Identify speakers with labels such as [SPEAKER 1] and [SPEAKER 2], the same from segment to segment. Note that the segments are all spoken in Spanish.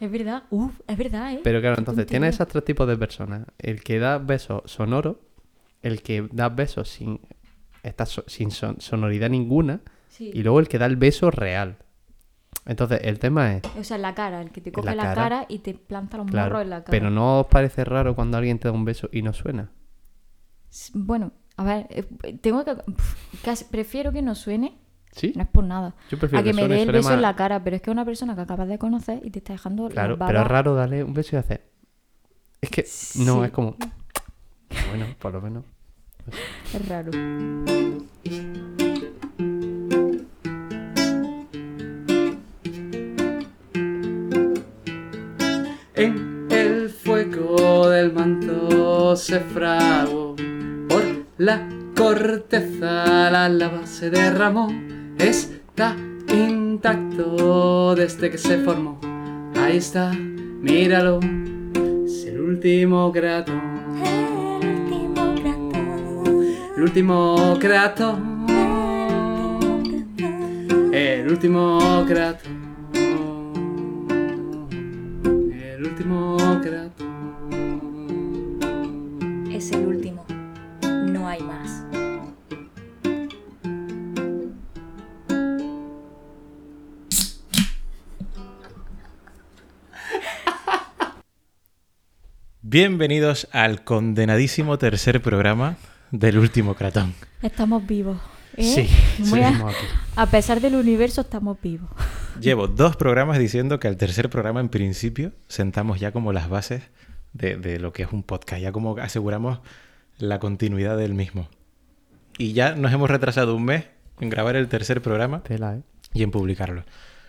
[SPEAKER 1] Es verdad, uff, es verdad, ¿eh?
[SPEAKER 2] Pero claro, entonces
[SPEAKER 1] tontería.
[SPEAKER 2] tienes esos tres tipos de personas. El que da besos sonoros, el que da besos sin, está so- sin son- sonoridad ninguna,
[SPEAKER 1] Sí.
[SPEAKER 2] y luego el que da el beso real. Entonces, el tema es,
[SPEAKER 1] O sea, en la cara, el que te
[SPEAKER 2] En
[SPEAKER 1] coge
[SPEAKER 2] la
[SPEAKER 1] la, cara.
[SPEAKER 2] cara.
[SPEAKER 1] y te planta los
[SPEAKER 2] claro,
[SPEAKER 1] morros en la cara.
[SPEAKER 2] pero ¿no os parece raro cuando alguien te da un beso y no suena?
[SPEAKER 1] S- Bueno, a ver, eh, tengo que. pf, casi- prefiero que no suene,
[SPEAKER 2] ¿Sí?
[SPEAKER 1] no es por nada.
[SPEAKER 2] Yo prefiero
[SPEAKER 1] a que, me
[SPEAKER 2] suene,
[SPEAKER 1] dé el
[SPEAKER 2] suene
[SPEAKER 1] beso en
[SPEAKER 2] más-
[SPEAKER 1] la cara, pero es que es una persona que acabas de conocer y te está dejando las
[SPEAKER 2] Claro, pero
[SPEAKER 1] babas.
[SPEAKER 2] es raro darle un beso y hacer... Es que, no,
[SPEAKER 1] Sí.
[SPEAKER 2] es como... Bueno, por lo menos.
[SPEAKER 1] Es raro.
[SPEAKER 3] En el fuego del manto se frago por la corteza, la lava se derramó, está intacto desde que se formó. Ahí está, míralo, es el último grato,
[SPEAKER 4] El último
[SPEAKER 3] el último grato, el último grato, el último grato.
[SPEAKER 4] Es el último. No hay más.
[SPEAKER 5] Bienvenidos al condenadísimo tercer programa del último Cratón.
[SPEAKER 1] Estamos vivos. ¿eh?
[SPEAKER 5] Sí,
[SPEAKER 1] Voy a-
[SPEAKER 2] seguimos aquí.
[SPEAKER 1] a pesar del universo, estamos vivos.
[SPEAKER 5] Llevo dos programas diciendo que al tercer programa, en principio, sentamos ya como las bases de, de lo que es un podcast, ya como aseguramos la continuidad del mismo. Y ya nos hemos retrasado un mes en grabar el tercer programa
[SPEAKER 2] Tela, ¿eh?
[SPEAKER 5] y en publicarlo.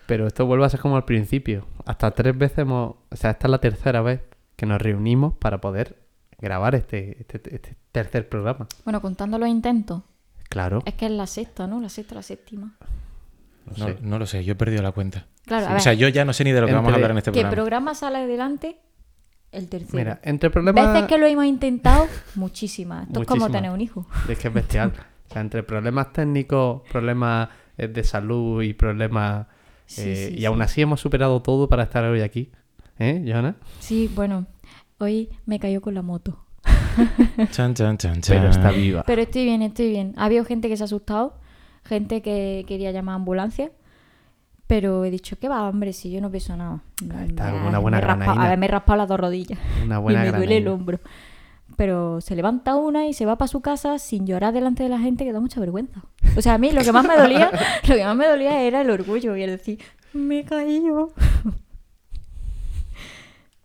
[SPEAKER 2] Pero esto vuelve a ser como al principio. Hasta tres veces hemos. O sea, esta es la tercera vez que nos reunimos para poder grabar este, este, este tercer programa.
[SPEAKER 1] Bueno, contando los intentos,
[SPEAKER 2] Claro.
[SPEAKER 1] es que es la sexta, ¿no? La sexta, la séptima.
[SPEAKER 2] No
[SPEAKER 5] No,
[SPEAKER 2] sé.
[SPEAKER 5] no lo sé, yo he perdido la cuenta.
[SPEAKER 1] Claro, a
[SPEAKER 5] O
[SPEAKER 1] ver,
[SPEAKER 5] sea, yo ya no sé ni de lo que vamos a
[SPEAKER 2] Entre-
[SPEAKER 5] hablar en este
[SPEAKER 1] ¿qué
[SPEAKER 5] programa.
[SPEAKER 1] programa sale adelante? El tercero.
[SPEAKER 2] Mira, entre problemas.
[SPEAKER 1] Veces que lo hemos intentado, muchísimas. Esto es como
[SPEAKER 2] Muchísimas.
[SPEAKER 1] tener un hijo.
[SPEAKER 2] Es que es bestial. O sea, entre problemas técnicos, problemas eh, de salud y problemas.
[SPEAKER 1] Sí,
[SPEAKER 2] eh,
[SPEAKER 1] sí,
[SPEAKER 2] y aún
[SPEAKER 1] sí.
[SPEAKER 2] así hemos superado todo para estar hoy aquí. ¿Eh, Johanna?
[SPEAKER 1] Sí, bueno, hoy me cayó con la moto.
[SPEAKER 5] Chan, chan, chan, chan.
[SPEAKER 2] Pero está viva.
[SPEAKER 1] Pero estoy bien, estoy bien. Ha habido gente que se ha asustado, gente que quería llamar a ambulancia. Pero he dicho, ¿qué va, hombre? Si yo no peso nada.
[SPEAKER 2] está,
[SPEAKER 1] Ya,
[SPEAKER 2] como una buena
[SPEAKER 1] me he raspado-
[SPEAKER 2] granaína.
[SPEAKER 1] A ver, me he raspado las dos rodillas.
[SPEAKER 2] Una buena
[SPEAKER 1] y me duele el
[SPEAKER 2] granaína.
[SPEAKER 1] hombro. Pero se levanta una y se va para su casa sin llorar delante de la gente, que da mucha vergüenza. O sea, a mí lo que más me dolía, lo que más me dolía era el orgullo y el decir, me he caído.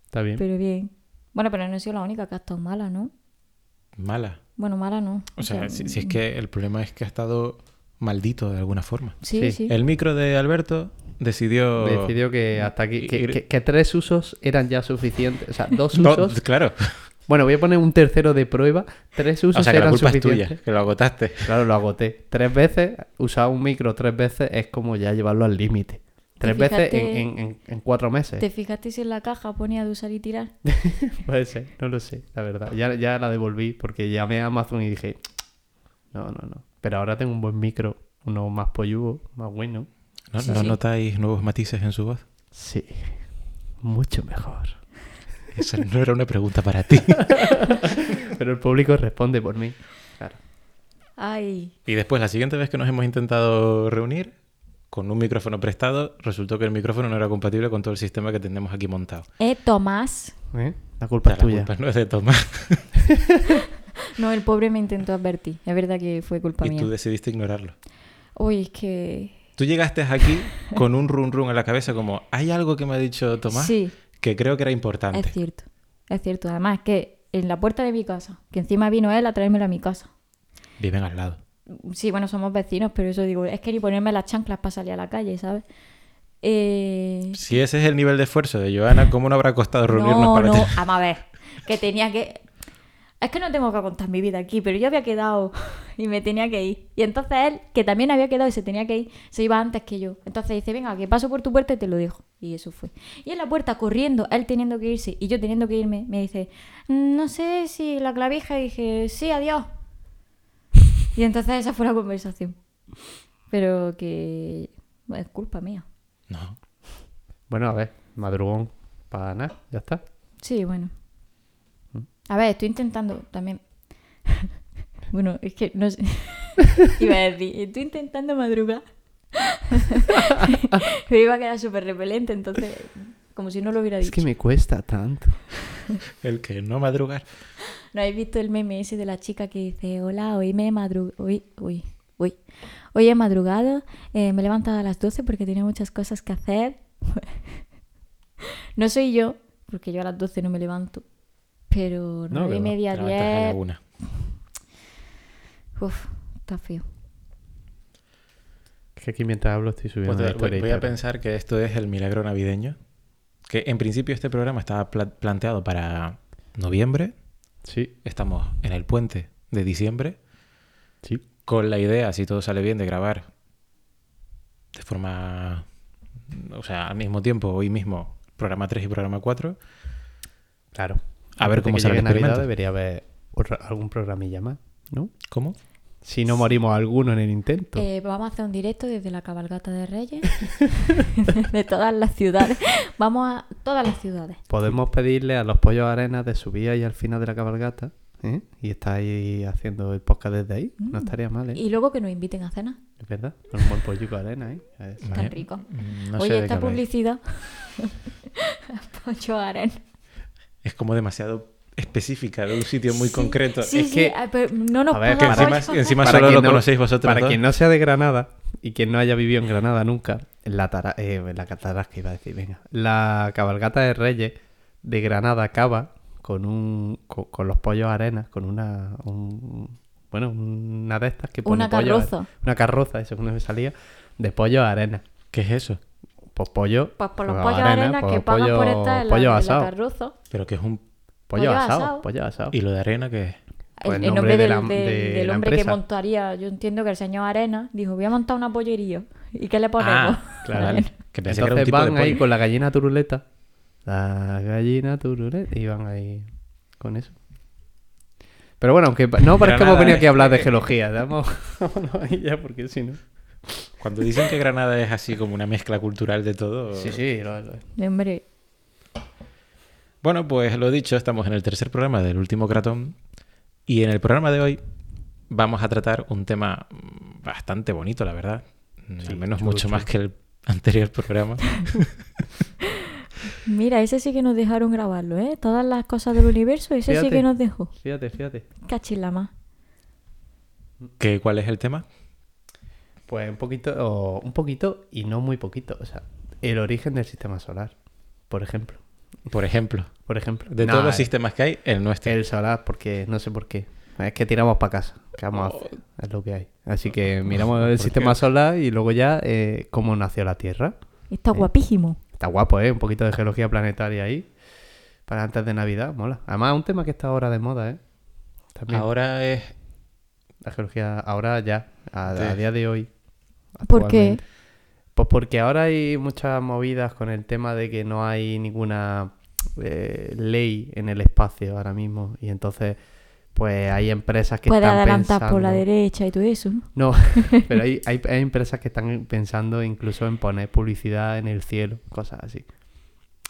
[SPEAKER 2] Está bien.
[SPEAKER 1] Pero bien. Bueno, pero no he sido la única que ha estado mala, ¿no?
[SPEAKER 5] Mala.
[SPEAKER 1] Bueno, mala no.
[SPEAKER 5] O sea, si, si es que el problema es que ha estado maldito de alguna forma.
[SPEAKER 1] Sí,
[SPEAKER 2] sí.
[SPEAKER 1] sí.
[SPEAKER 5] El micro de Alberto decidió...
[SPEAKER 2] Decidió que hasta aquí. Que,
[SPEAKER 5] Ir-
[SPEAKER 2] que- que tres usos eran ya suficientes. O sea, dos
[SPEAKER 5] No,
[SPEAKER 2] usos.
[SPEAKER 5] claro.
[SPEAKER 2] Bueno, voy a poner un tercero de prueba. Tres usos
[SPEAKER 5] O sea, que la
[SPEAKER 2] eran
[SPEAKER 5] culpa es
[SPEAKER 2] suficientes.
[SPEAKER 5] tuya, que lo agotaste.
[SPEAKER 2] Claro, lo agoté. Tres veces, usar un micro tres veces es como ya llevarlo al límite. Tres veces en,
[SPEAKER 1] fíjate-
[SPEAKER 2] en- en- en cuatro meses.
[SPEAKER 1] ¿Te fijaste si en la caja ponía de usar y tirar?
[SPEAKER 2] Puede ser, no lo sé, la verdad. Ya, ya la devolví porque llamé a Amazon y dije, no, no, no. Pero ahora tengo un buen micro, uno más polludo, más bueno.
[SPEAKER 5] ¿No,
[SPEAKER 1] Sí,
[SPEAKER 5] no
[SPEAKER 1] sí.
[SPEAKER 5] notáis nuevos matices en su voz?
[SPEAKER 2] Sí, mucho mejor.
[SPEAKER 5] Esa no era una pregunta para ti.
[SPEAKER 2] Pero el público responde por mí. Claro.
[SPEAKER 1] Ay,
[SPEAKER 5] Y después, la siguiente vez que nos hemos intentado reunir, con un micrófono prestado, resultó que el micrófono no era compatible con todo el sistema que tenemos aquí montado.
[SPEAKER 1] eh, Tomás.
[SPEAKER 2] ¿Eh? La
[SPEAKER 5] O sea,
[SPEAKER 2] culpa
[SPEAKER 5] la
[SPEAKER 2] es tuya.
[SPEAKER 5] culpa no es de Tomás.
[SPEAKER 1] No, el pobre me intentó advertir. Es verdad que fue culpa
[SPEAKER 5] Y
[SPEAKER 1] mía.
[SPEAKER 5] tú decidiste ignorarlo.
[SPEAKER 1] Uy, es que...
[SPEAKER 5] Tú llegaste aquí con un run run en la cabeza como, hay algo que me ha dicho Tomás
[SPEAKER 1] Sí.
[SPEAKER 5] que creo que era importante.
[SPEAKER 1] Es cierto, es cierto. Además, que en la puerta de mi casa, que encima vino él a traérmela a mi casa.
[SPEAKER 5] Viven al lado.
[SPEAKER 1] Sí, bueno, somos vecinos, pero eso digo, es que ni ponerme las chanclas para salir a la calle, ¿sabes? Eh,
[SPEAKER 5] Si ese es el nivel de esfuerzo de Joana, ¿cómo no habrá costado reunirnos
[SPEAKER 1] no,
[SPEAKER 5] para
[SPEAKER 1] no,
[SPEAKER 5] ti?
[SPEAKER 1] vamos a ver, que tenía que... Es que no tengo que contar mi vida aquí, pero yo había quedado y me tenía que ir. Y entonces él, que también había quedado y se tenía que ir, se iba antes que yo. Entonces dice, venga, que paso por tu puerta y te lo dejo. Y eso fue. Y en la puerta, corriendo, él teniendo que irse y yo teniendo que irme, me dice, "Mm, no sé si la clavija. Y dije, sí, adiós. Y entonces esa fue la conversación. Pero que... bueno, Es culpa mía.
[SPEAKER 5] No.
[SPEAKER 2] Bueno, a ver, madrugón. Para nada, ya está.
[SPEAKER 1] Sí, bueno. A ver, estoy intentando también. bueno, es que no sé. iba a decir, estoy intentando madrugar. me iba a quedar súper repelente, entonces, como si no lo hubiera
[SPEAKER 2] Es
[SPEAKER 1] dicho.
[SPEAKER 2] que me cuesta tanto.
[SPEAKER 5] El que no madrugar.
[SPEAKER 1] ¿No habéis visto el meme ese de la chica que dice, hola, hoy me he madrugado, hoy, uy, uy, hoy he madrugado, eh, me he levantado a las 12 porque tenía muchas cosas que hacer. no soy yo, porque yo a las 12 no me levanto, pero
[SPEAKER 5] No,
[SPEAKER 1] nueve y
[SPEAKER 5] que va,
[SPEAKER 1] media,
[SPEAKER 5] te levantas a la
[SPEAKER 1] 10,
[SPEAKER 5] una.
[SPEAKER 1] uf, está feo.
[SPEAKER 2] Es que aquí mientras hablo estoy subiendo
[SPEAKER 5] Pues
[SPEAKER 2] la
[SPEAKER 5] te- voy-
[SPEAKER 2] historia. y
[SPEAKER 5] voy a
[SPEAKER 2] todo.
[SPEAKER 5] pensar que esto es el milagro navideño. Que en principio este programa estaba pla- planteado para noviembre.
[SPEAKER 2] Sí,
[SPEAKER 5] Estamos en el puente de diciembre.
[SPEAKER 2] sí.
[SPEAKER 5] Con la idea, si todo sale bien, de grabar de forma. O sea, al mismo tiempo, hoy mismo, programa 3 y programa 4.
[SPEAKER 2] Claro.
[SPEAKER 5] A ver
[SPEAKER 2] Antes
[SPEAKER 5] cómo
[SPEAKER 2] que
[SPEAKER 5] sale el
[SPEAKER 2] llegue Navidad
[SPEAKER 5] experimento.
[SPEAKER 2] debería haber otra- algún programilla más, ¿no?
[SPEAKER 5] ¿Cómo?
[SPEAKER 2] Si no morimos alguno en el intento.
[SPEAKER 1] Eh, vamos a hacer un directo desde la cabalgata de Reyes, de todas las ciudades, vamos a todas las ciudades.
[SPEAKER 2] Podemos pedirle a los pollos arenas de subir ahí al final de la cabalgata ¿eh? y está ahí haciendo el podcast desde ahí. No estaría mal, ¿eh?
[SPEAKER 1] Mm. Y luego que nos inviten a cenar,
[SPEAKER 2] Es verdad. Con un buen pollico arena, ¿eh? A ver.
[SPEAKER 1] tan rico.
[SPEAKER 5] No sé
[SPEAKER 1] Oye,
[SPEAKER 5] de qué
[SPEAKER 1] esta
[SPEAKER 5] habláis.
[SPEAKER 1] publicidad. Pocho Aren.
[SPEAKER 5] Es como demasiado específica de un sitio muy concreto.
[SPEAKER 1] Sí,
[SPEAKER 5] es
[SPEAKER 1] sí,
[SPEAKER 5] que,
[SPEAKER 1] ah, pero no nos
[SPEAKER 2] A ver,
[SPEAKER 5] que
[SPEAKER 1] paga
[SPEAKER 2] para-
[SPEAKER 5] encima,
[SPEAKER 1] Pocho.
[SPEAKER 5] encima
[SPEAKER 2] Para
[SPEAKER 5] solo
[SPEAKER 2] quien
[SPEAKER 5] lo
[SPEAKER 2] no-
[SPEAKER 5] conocéis vosotros.
[SPEAKER 2] Para
[SPEAKER 5] dos.
[SPEAKER 2] quien no sea de Granada y quien no haya vivido en Granada nunca, la, tara, eh, la catarasca iba a decir, venga, la cabalgata de Reyes de Granada acaba con un con, con los pollos arenas, con una un- bueno, una de estas que pone
[SPEAKER 1] Una
[SPEAKER 2] pollo a-
[SPEAKER 1] carroza.
[SPEAKER 2] una carroza, eso que no me salía, de pollos arena.
[SPEAKER 5] ¿Qué es eso?
[SPEAKER 2] Pues pollo,
[SPEAKER 1] Pues por los
[SPEAKER 2] pues
[SPEAKER 1] pollos
[SPEAKER 2] arena,
[SPEAKER 1] arena
[SPEAKER 2] pues
[SPEAKER 1] que pagan por
[SPEAKER 2] pollo-
[SPEAKER 1] esta en la,
[SPEAKER 2] pollo
[SPEAKER 1] en la
[SPEAKER 2] asado,
[SPEAKER 1] carroza.
[SPEAKER 5] Pero que es un.
[SPEAKER 2] pollo
[SPEAKER 1] pollo
[SPEAKER 2] asado,
[SPEAKER 1] asado.
[SPEAKER 2] pollo asado.
[SPEAKER 5] ¿Y lo de arena que es?
[SPEAKER 2] Pues
[SPEAKER 1] el,
[SPEAKER 2] el
[SPEAKER 1] el nombre
[SPEAKER 2] nombre de
[SPEAKER 1] del,
[SPEAKER 2] la-
[SPEAKER 1] del-
[SPEAKER 2] de
[SPEAKER 1] del
[SPEAKER 2] la
[SPEAKER 1] hombre que
[SPEAKER 2] empresa.
[SPEAKER 1] montaría, yo entiendo que el señor Arena dijo, voy a montar una pollería. ¿Y qué le ponemos?
[SPEAKER 5] Ah, claro. Que pensé que era un
[SPEAKER 2] Entonces
[SPEAKER 5] tipo
[SPEAKER 2] van
[SPEAKER 5] de
[SPEAKER 2] ahí
[SPEAKER 5] pollo.
[SPEAKER 2] con la gallina turuleta. La gallina turuleta. Y van ahí con eso. Pero bueno, aunque pa- no parezca que hemos
[SPEAKER 5] Granada
[SPEAKER 2] venido
[SPEAKER 5] es-
[SPEAKER 2] aquí a hablar de geología. Vamos, vámonos ahí ya, porque si no.
[SPEAKER 5] Cuando dicen que Granada es así como una mezcla cultural de todo.
[SPEAKER 2] Sí, sí, lo- lo-
[SPEAKER 1] Hombre,
[SPEAKER 5] Bueno, pues lo dicho, estamos en el tercer programa del último Cratón. Y en el programa de hoy vamos a tratar un tema mm, bastante bonito, la verdad. Mm,
[SPEAKER 2] Sí,
[SPEAKER 5] Al menos
[SPEAKER 2] chulo,
[SPEAKER 5] mucho
[SPEAKER 2] chulo.
[SPEAKER 5] más que el anterior programa.
[SPEAKER 1] mira, ese sí que nos dejaron grabarlo, ¿eh? Todas las cosas del universo, ese sí
[SPEAKER 2] Fíjate.
[SPEAKER 1] que nos dejó.
[SPEAKER 2] Fíjate, fíjate.
[SPEAKER 1] Cachilama.
[SPEAKER 5] ¿Qué, ¿Cuál es el tema?
[SPEAKER 2] Pues un poquito, o un poquito y no muy poquito. O sea, el origen del sistema solar, por ejemplo.
[SPEAKER 5] Por ejemplo.
[SPEAKER 2] Por ejemplo.
[SPEAKER 5] De
[SPEAKER 2] Nah,
[SPEAKER 5] todos los
[SPEAKER 2] el-
[SPEAKER 5] sistemas que hay, eh. el nuestro.
[SPEAKER 2] El solar, porque no sé por qué. Es que tiramos para casa. ¿Qué vamos
[SPEAKER 1] Oh.
[SPEAKER 2] a hacer? Es lo que hay. Así que miramos el sistema solar y luego ya eh, cómo nació la Tierra.
[SPEAKER 1] Está guapísimo.
[SPEAKER 2] Está guapo, ¿eh? Un poquito de geología planetaria ahí. Para antes de Navidad, mola. Además, un tema que está ahora de moda, ¿eh? También.
[SPEAKER 5] Ahora es
[SPEAKER 2] La geología, ahora ya, a, a
[SPEAKER 5] Sí.
[SPEAKER 2] día de hoy.
[SPEAKER 1] ¿Por qué?
[SPEAKER 2] actualmente. Pues porque ahora hay muchas movidas con el tema de que no hay ninguna eh, ley en el espacio ahora mismo. Y entonces, pues hay empresas que
[SPEAKER 1] Puede
[SPEAKER 2] están
[SPEAKER 1] adelantar por la
[SPEAKER 2] pensando-
[SPEAKER 1] derecha y todo eso, ¿no?
[SPEAKER 2] no, pero hay, hay, hay empresas que están pensando incluso en poner publicidad en el cielo, cosas así.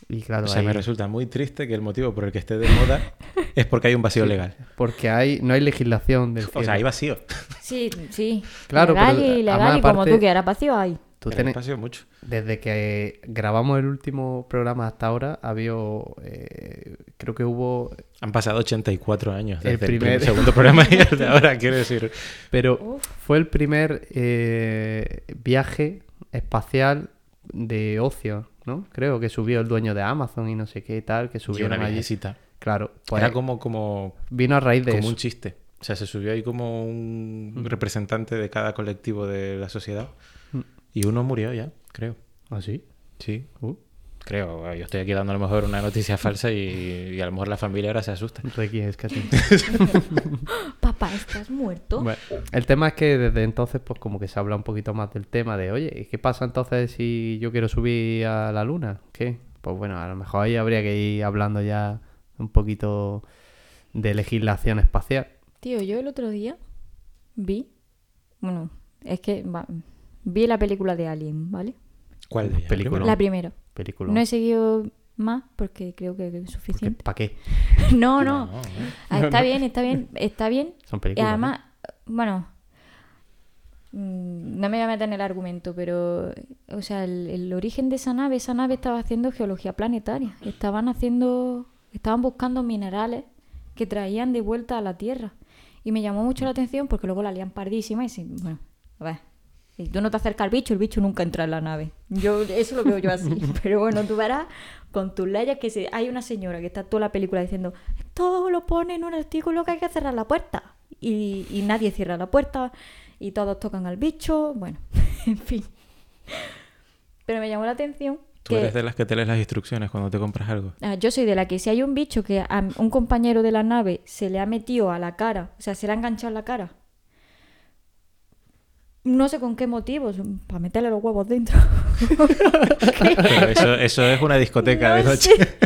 [SPEAKER 2] Y claro,
[SPEAKER 5] O sea, me
[SPEAKER 2] ahí-
[SPEAKER 5] resulta muy triste que el motivo por el que esté de moda es porque hay un vacío legal.
[SPEAKER 2] porque hay, no hay legislación del cielo.
[SPEAKER 5] O sea, hay vacío.
[SPEAKER 1] Sí, sí.
[SPEAKER 2] Claro,
[SPEAKER 1] legal
[SPEAKER 2] pero,
[SPEAKER 1] y legal
[SPEAKER 2] además,
[SPEAKER 1] y como
[SPEAKER 2] aparte-
[SPEAKER 1] tú quieras, vacío hay.
[SPEAKER 2] Tú
[SPEAKER 5] Pero hay
[SPEAKER 2] tienes-
[SPEAKER 5] vacío mucho.
[SPEAKER 2] Desde que grabamos el último programa hasta ahora, ha habido. eh, creo que hubo.
[SPEAKER 5] Han pasado 84 años desde
[SPEAKER 2] El
[SPEAKER 5] el, primer...
[SPEAKER 2] primer-
[SPEAKER 5] segundo programa y el de ahora, quiero decir.
[SPEAKER 2] Pero fue el primer eh, viaje espacial de ocio, ¿no? Creo que subió el dueño de Amazon y no sé qué y tal, que
[SPEAKER 5] Y
[SPEAKER 2] subió
[SPEAKER 5] una
[SPEAKER 2] allí.
[SPEAKER 5] viejecita.
[SPEAKER 2] Claro, pues
[SPEAKER 5] Era como, como,
[SPEAKER 2] vino a raíz de
[SPEAKER 5] como
[SPEAKER 2] eso.
[SPEAKER 5] un chiste. O sea, se subió ahí como un representante de cada colectivo de la sociedad. Y uno murió ya, creo.
[SPEAKER 2] ¿Ah, sí?
[SPEAKER 5] Sí,
[SPEAKER 2] Uh,
[SPEAKER 5] creo. Yo estoy aquí dando a lo mejor una noticia falsa y, y a lo mejor la familia ahora se asusta.
[SPEAKER 2] Ricky es casi.
[SPEAKER 1] Papá, ¿estás muerto?
[SPEAKER 2] Bueno, el tema es que desde entonces, pues como que se habla un poquito más del tema de, oye, ¿y ¿qué pasa entonces si yo quiero subir a la luna? ¿Qué? Pues bueno, a lo mejor ahí habría que ir hablando ya un poquito de legislación espacial.
[SPEAKER 1] Tío, yo el otro día vi... Bueno, es que va- vi la película de Alien, ¿vale?
[SPEAKER 5] ¿Cuál de ellas?
[SPEAKER 2] Película. No.
[SPEAKER 1] La primera.
[SPEAKER 2] Película.
[SPEAKER 1] No he seguido más porque creo que es suficiente.
[SPEAKER 2] ¿Para qué?
[SPEAKER 1] No, no.
[SPEAKER 5] No,
[SPEAKER 1] Ah, está bien, está bien, está bien.
[SPEAKER 2] Son
[SPEAKER 1] Y
[SPEAKER 2] películas. ¿eh? ¿no?
[SPEAKER 1] además, bueno, mm, no me voy a meter en el argumento, pero, o sea, el, el origen de esa nave, esa nave estaba haciendo geología planetaria. Estaban haciendo, estaban buscando minerales que traían de vuelta a la Tierra. Y me llamó mucho la atención porque luego la lían pardísima y, si- bueno, a ver. Si tú no te acercas al bicho, el bicho nunca entra en la nave. Yo eso lo veo yo así. Pero bueno, tú verás con tus leyes que si hay una señora que está toda la película diciendo todo lo pone en un artículo que hay que cerrar la puerta. Y, y nadie cierra la puerta y todos tocan al bicho. Bueno, en fin. Pero me llamó la atención.
[SPEAKER 5] Tú
[SPEAKER 1] que-
[SPEAKER 5] eres de las que te lees las instrucciones cuando te compras algo.
[SPEAKER 1] Ah, yo soy de la que si hay un bicho que a un compañero de la nave se le ha metido a la cara, o sea, se le ha enganchado en la cara. No sé con qué motivos, para meterle los huevos dentro.
[SPEAKER 5] Pero eso, eso es una discoteca de
[SPEAKER 1] No
[SPEAKER 5] noche.
[SPEAKER 1] sé.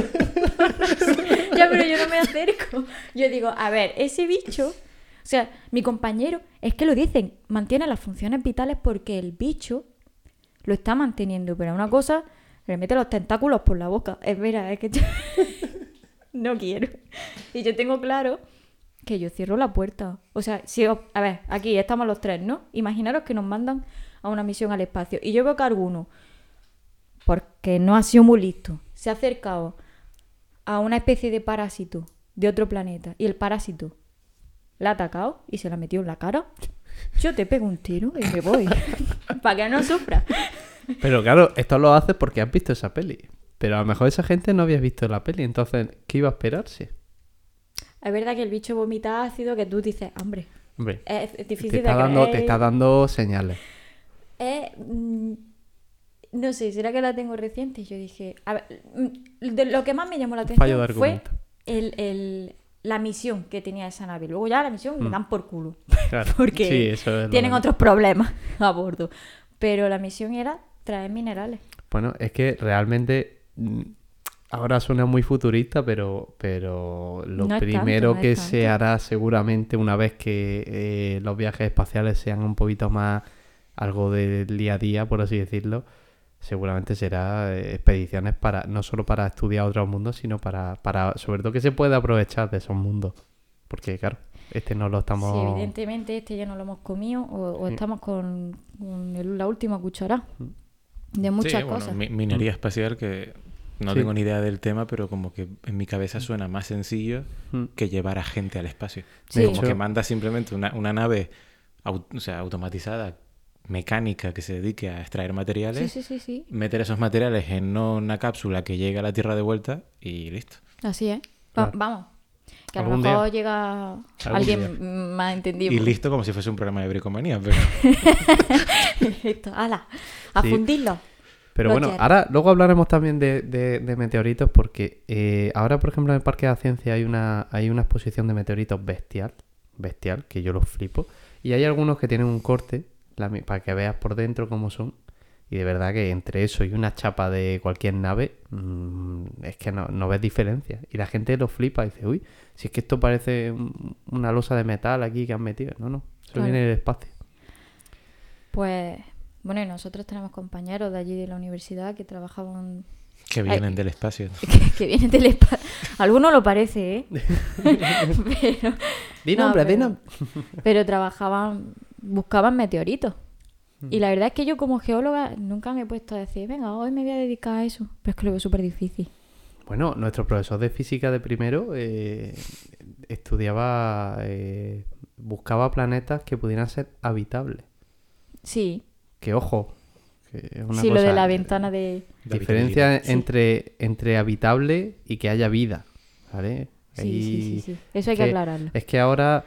[SPEAKER 1] ya, pero yo no me acerco. Yo digo, a ver, ese bicho, o sea, mi compañero, es que lo dicen, mantiene las funciones vitales porque el bicho lo está manteniendo, pero una cosa, le mete los tentáculos por la boca. Es mira, es que yo- no quiero. Y yo tengo claro que yo cierro la puerta. O sea, si os- a ver, aquí estamos los tres, ¿no? Imaginaros que nos mandan a una misión al espacio y yo veo que alguno porque no ha sido muy listo. Se ha acercado a una especie de parásito de otro planeta y el parásito la ha atacado y se la ha metido en la cara. Yo te pego un tiro y me voy. Para que no sufra.
[SPEAKER 2] Pero claro, esto lo haces porque has visto esa peli. Pero a lo mejor esa gente no había visto la peli, entonces, ¿qué iba a esperarse?
[SPEAKER 1] Es verdad que el bicho vomita ácido que tú dices, hombre,
[SPEAKER 2] Hombre,
[SPEAKER 1] es, es difícil
[SPEAKER 2] te está,
[SPEAKER 1] de
[SPEAKER 2] dando, te
[SPEAKER 1] creer.
[SPEAKER 2] está dando señales.
[SPEAKER 1] Eh, mm, no sé, ¿será que la tengo reciente? Yo dije, a ver, mm, de lo que más me llamó la atención
[SPEAKER 2] fallo de
[SPEAKER 1] fue
[SPEAKER 2] argumento.
[SPEAKER 1] el, el- la misión que tenía esa nave. Luego ya la misión
[SPEAKER 2] Mm.
[SPEAKER 1] me dan por culo,
[SPEAKER 2] Claro.
[SPEAKER 1] porque
[SPEAKER 2] Sí, eso es lo
[SPEAKER 1] tienen
[SPEAKER 2] de-
[SPEAKER 1] otros problemas a bordo. Pero la misión era traer minerales.
[SPEAKER 2] Bueno, es que realmente mm, ahora suena muy futurista, pero, pero lo
[SPEAKER 1] No es
[SPEAKER 2] primero
[SPEAKER 1] tanto, no
[SPEAKER 2] que
[SPEAKER 1] es
[SPEAKER 2] se
[SPEAKER 1] tanto.
[SPEAKER 2] hará seguramente una vez que eh, los viajes espaciales sean un poquito más algo del día a día, por así decirlo, seguramente será eh, expediciones para no solo para estudiar otros mundos, sino para, para sobre todo que se pueda aprovechar de esos mundos. Porque claro, este no lo estamos...
[SPEAKER 1] Sí, evidentemente este ya no lo hemos comido o,
[SPEAKER 2] Mm.
[SPEAKER 1] o estamos con, con el- la última cuchara
[SPEAKER 2] Mm.
[SPEAKER 1] de muchas
[SPEAKER 5] Sí, bueno,
[SPEAKER 1] cosas.
[SPEAKER 5] mi- minería espacial que no
[SPEAKER 2] Sí.
[SPEAKER 5] tengo ni idea del tema, pero como que en mi cabeza suena más sencillo
[SPEAKER 2] Mm.
[SPEAKER 5] que llevar a gente al espacio.
[SPEAKER 1] Sí.
[SPEAKER 5] Como
[SPEAKER 2] De
[SPEAKER 5] que
[SPEAKER 2] hecho-
[SPEAKER 5] manda simplemente una, una nave au- o sea, automatizada, mecánica, que se dedique a extraer
[SPEAKER 1] Sí,
[SPEAKER 5] materiales,
[SPEAKER 1] sí, sí, sí.
[SPEAKER 5] meter esos materiales en una cápsula que llegue a la Tierra de vuelta y listo.
[SPEAKER 1] Así es. Va-
[SPEAKER 2] Claro.
[SPEAKER 1] Vamos. Que a lo
[SPEAKER 2] Ah. Algún
[SPEAKER 1] mejor
[SPEAKER 2] día.
[SPEAKER 1] llega
[SPEAKER 2] Algún
[SPEAKER 1] alguien más entendido.
[SPEAKER 5] Y listo como si fuese un programa de bricomanía, pero
[SPEAKER 1] Listo, ala, a
[SPEAKER 2] Sí.
[SPEAKER 1] fundirlo.
[SPEAKER 2] Pero
[SPEAKER 1] Lo
[SPEAKER 2] bueno,
[SPEAKER 1] quiero.
[SPEAKER 2] ahora luego hablaremos también de, de- de meteoritos porque eh, ahora, por ejemplo, en el Parque de la Ciencia hay una, hay una exposición de meteoritos bestial, bestial, que yo los flipo. Y hay algunos que tienen un corte la mi- para que veas por dentro cómo son. Y de verdad que entre eso y una chapa de cualquier nave, mm, es que no, no ves diferencia. Y la gente lo flipa y dice, uy, si es que esto parece un- una losa de metal aquí que han metido. No, no, eso
[SPEAKER 1] Claro.
[SPEAKER 2] viene del espacio.
[SPEAKER 1] Pues, bueno, y nosotros tenemos compañeros de allí de la universidad que trabajaban,
[SPEAKER 5] que vienen del espacio.
[SPEAKER 1] que, que vienen del espacio. Alguno lo parece, ¿eh? pero,
[SPEAKER 2] Di
[SPEAKER 1] No,
[SPEAKER 2] nombre, di
[SPEAKER 1] pero-
[SPEAKER 2] nombre.
[SPEAKER 1] pero trabajaban, buscaban meteoritos.
[SPEAKER 2] Mm.
[SPEAKER 1] Y la verdad es que yo como geóloga nunca me he puesto a decir, venga, hoy me voy a dedicar a eso. Pero es que lo veo súper difícil.
[SPEAKER 2] Bueno, nuestro profesor de física de primero eh, estudiaba, eh, buscaba planetas que pudieran ser habitables.
[SPEAKER 1] Sí,
[SPEAKER 2] Que ojo, que es una
[SPEAKER 1] sí, lo de
[SPEAKER 2] cosa- eh,
[SPEAKER 1] la ventana de...
[SPEAKER 5] De
[SPEAKER 2] diferencia
[SPEAKER 5] habitabilidad.
[SPEAKER 2] entre, entre habitable y que haya vida, ¿vale?
[SPEAKER 1] Sí,
[SPEAKER 2] Ahí-
[SPEAKER 1] sí, sí, sí. Eso hay que aclararlo.
[SPEAKER 2] Es que ahora,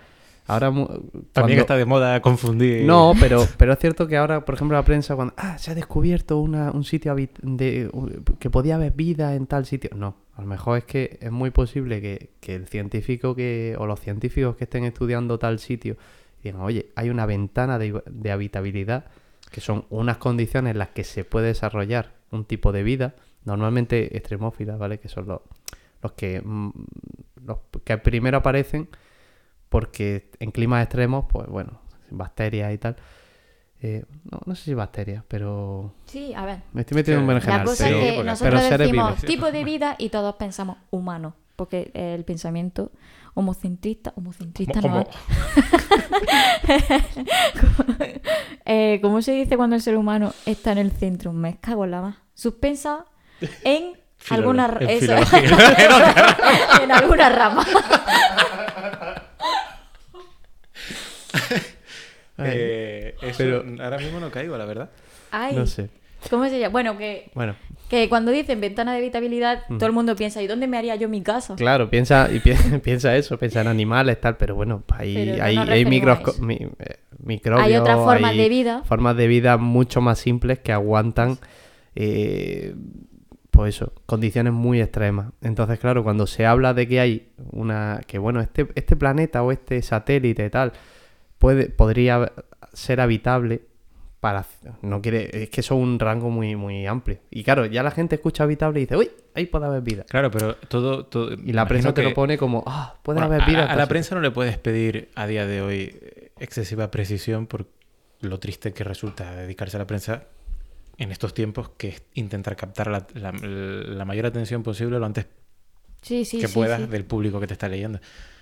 [SPEAKER 2] ahora mu-
[SPEAKER 5] También
[SPEAKER 2] cuando-
[SPEAKER 5] está de moda confundir.
[SPEAKER 2] no, pero, pero es cierto que ahora, por ejemplo, la prensa cuando ah, se ha descubierto una- un sitio habit- de, u- que podía haber vida en tal sitio. No, a lo mejor es que es muy posible que, que el científico que, o los científicos que estén estudiando tal sitio digan, oye, hay una ventana de, de habitabilidad que son unas condiciones en las que se puede desarrollar un tipo de vida, normalmente extremófilas, ¿vale? Que son los, los que mm, los que primero aparecen porque en climas extremos, pues bueno, bacterias y tal, eh, no, no sé si bacterias, pero...
[SPEAKER 1] Sí, a ver.
[SPEAKER 2] Me estoy metiendo en un
[SPEAKER 1] La
[SPEAKER 2] berenjenal,
[SPEAKER 1] cosa
[SPEAKER 2] pero,
[SPEAKER 1] es que
[SPEAKER 5] porque-
[SPEAKER 1] nosotros
[SPEAKER 2] pero seres
[SPEAKER 1] decimos
[SPEAKER 2] vivos.
[SPEAKER 1] tipo de vida y todos pensamos humano, porque el pensamiento homocentrista, homocentrista
[SPEAKER 5] Homo-
[SPEAKER 1] no.
[SPEAKER 5] homo.
[SPEAKER 1] es. Eh, ¿Cómo se dice cuando el ser humano está en el centro? Me cago en la más. Suspensa en
[SPEAKER 5] Filolo-
[SPEAKER 1] alguna ra-
[SPEAKER 5] en
[SPEAKER 1] eso.
[SPEAKER 5] filología.
[SPEAKER 1] en alguna rama.
[SPEAKER 5] Eh, eso
[SPEAKER 2] Pero-
[SPEAKER 5] ahora mismo no caigo, la verdad.
[SPEAKER 1] Ay,
[SPEAKER 2] No sé.
[SPEAKER 1] ¿Cómo se llama? Bueno, que,
[SPEAKER 2] Bueno,
[SPEAKER 1] que cuando dicen ventana de habitabilidad,
[SPEAKER 2] Mm.
[SPEAKER 1] todo el mundo piensa, ¿y dónde me haría yo mi casa?
[SPEAKER 2] claro, piensa, y pi- piensa eso, piensa en animales, tal, pero bueno, ahí
[SPEAKER 1] Pero no
[SPEAKER 2] hay,
[SPEAKER 1] nos
[SPEAKER 2] hay
[SPEAKER 1] referimos a
[SPEAKER 2] microsco-
[SPEAKER 1] eso.
[SPEAKER 2] mi- eh, microbios.
[SPEAKER 1] Hay otras formas de vida.
[SPEAKER 2] Formas de vida mucho más simples que aguantan, eh, pues eso, condiciones muy extremas. Entonces, claro, cuando se habla de que hay una. que bueno, este, este planeta o este satélite tal puede, podría ser habitable. Para, no quiere, es que eso es un rango muy, muy amplio. Y claro, ya la gente escucha habitable y dice, uy, ahí puede haber vida.
[SPEAKER 5] Claro, pero todo. todo
[SPEAKER 2] Y la prensa te lo pone como, ah, puede haber vida.
[SPEAKER 5] A,
[SPEAKER 2] tal,
[SPEAKER 5] la
[SPEAKER 2] sí".
[SPEAKER 5] prensa no le puedes pedir a día de hoy eh, excesiva precisión por lo triste que resulta dedicarse a la prensa en estos tiempos, que es intentar captar la, la- la mayor atención posible lo antes
[SPEAKER 1] Sí, sí,
[SPEAKER 5] que
[SPEAKER 1] sí,
[SPEAKER 5] puedas
[SPEAKER 1] sí.
[SPEAKER 5] del público que te está leyendo.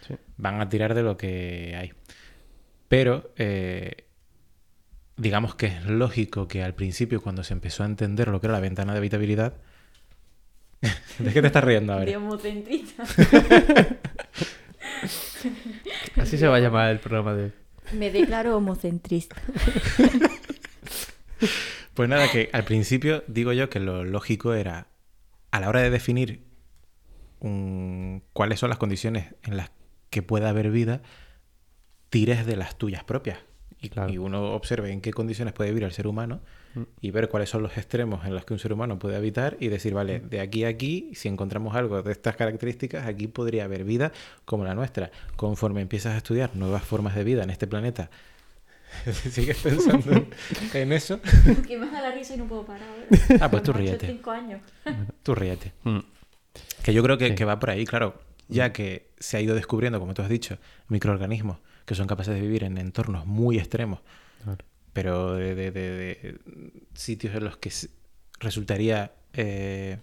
[SPEAKER 2] Sí.
[SPEAKER 5] Van a tirar de lo que hay. Pero eh, digamos que es lógico que al principio, cuando se empezó a entender lo que era la ventana de habitabilidad, ¿de qué te estás riendo ahora?
[SPEAKER 1] De homocentrista.
[SPEAKER 2] Así se va a llamar el programa de hoy.
[SPEAKER 1] Me declaro homocentrista.
[SPEAKER 5] Pues nada, que al principio digo yo que lo lógico era, a la hora de definir un- cuáles son las condiciones en las que pueda haber vida, tires de las tuyas propias. Y,
[SPEAKER 2] Claro.
[SPEAKER 5] y uno observe en qué condiciones puede vivir el ser humano y ver cuáles son los extremos en los que un ser humano puede habitar y decir, vale, de aquí a aquí, si encontramos algo de estas características, aquí podría haber vida como la nuestra. Conforme empiezas a estudiar nuevas formas de vida en este planeta, sigues pensando en- en eso.
[SPEAKER 1] que me da la risa y no puedo parar. ¿eh?
[SPEAKER 5] Ah, pues tú ríete. Tú ríete.
[SPEAKER 2] Mm.
[SPEAKER 5] Que yo creo que,
[SPEAKER 2] Sí. Mm.
[SPEAKER 5] que va por ahí, claro. Ya que se ha ido descubriendo, como tú has dicho, microorganismos que son capaces de vivir en entornos muy extremos,
[SPEAKER 2] Claro.
[SPEAKER 5] pero de, de- de- de sitios en los que s- resultaría eh,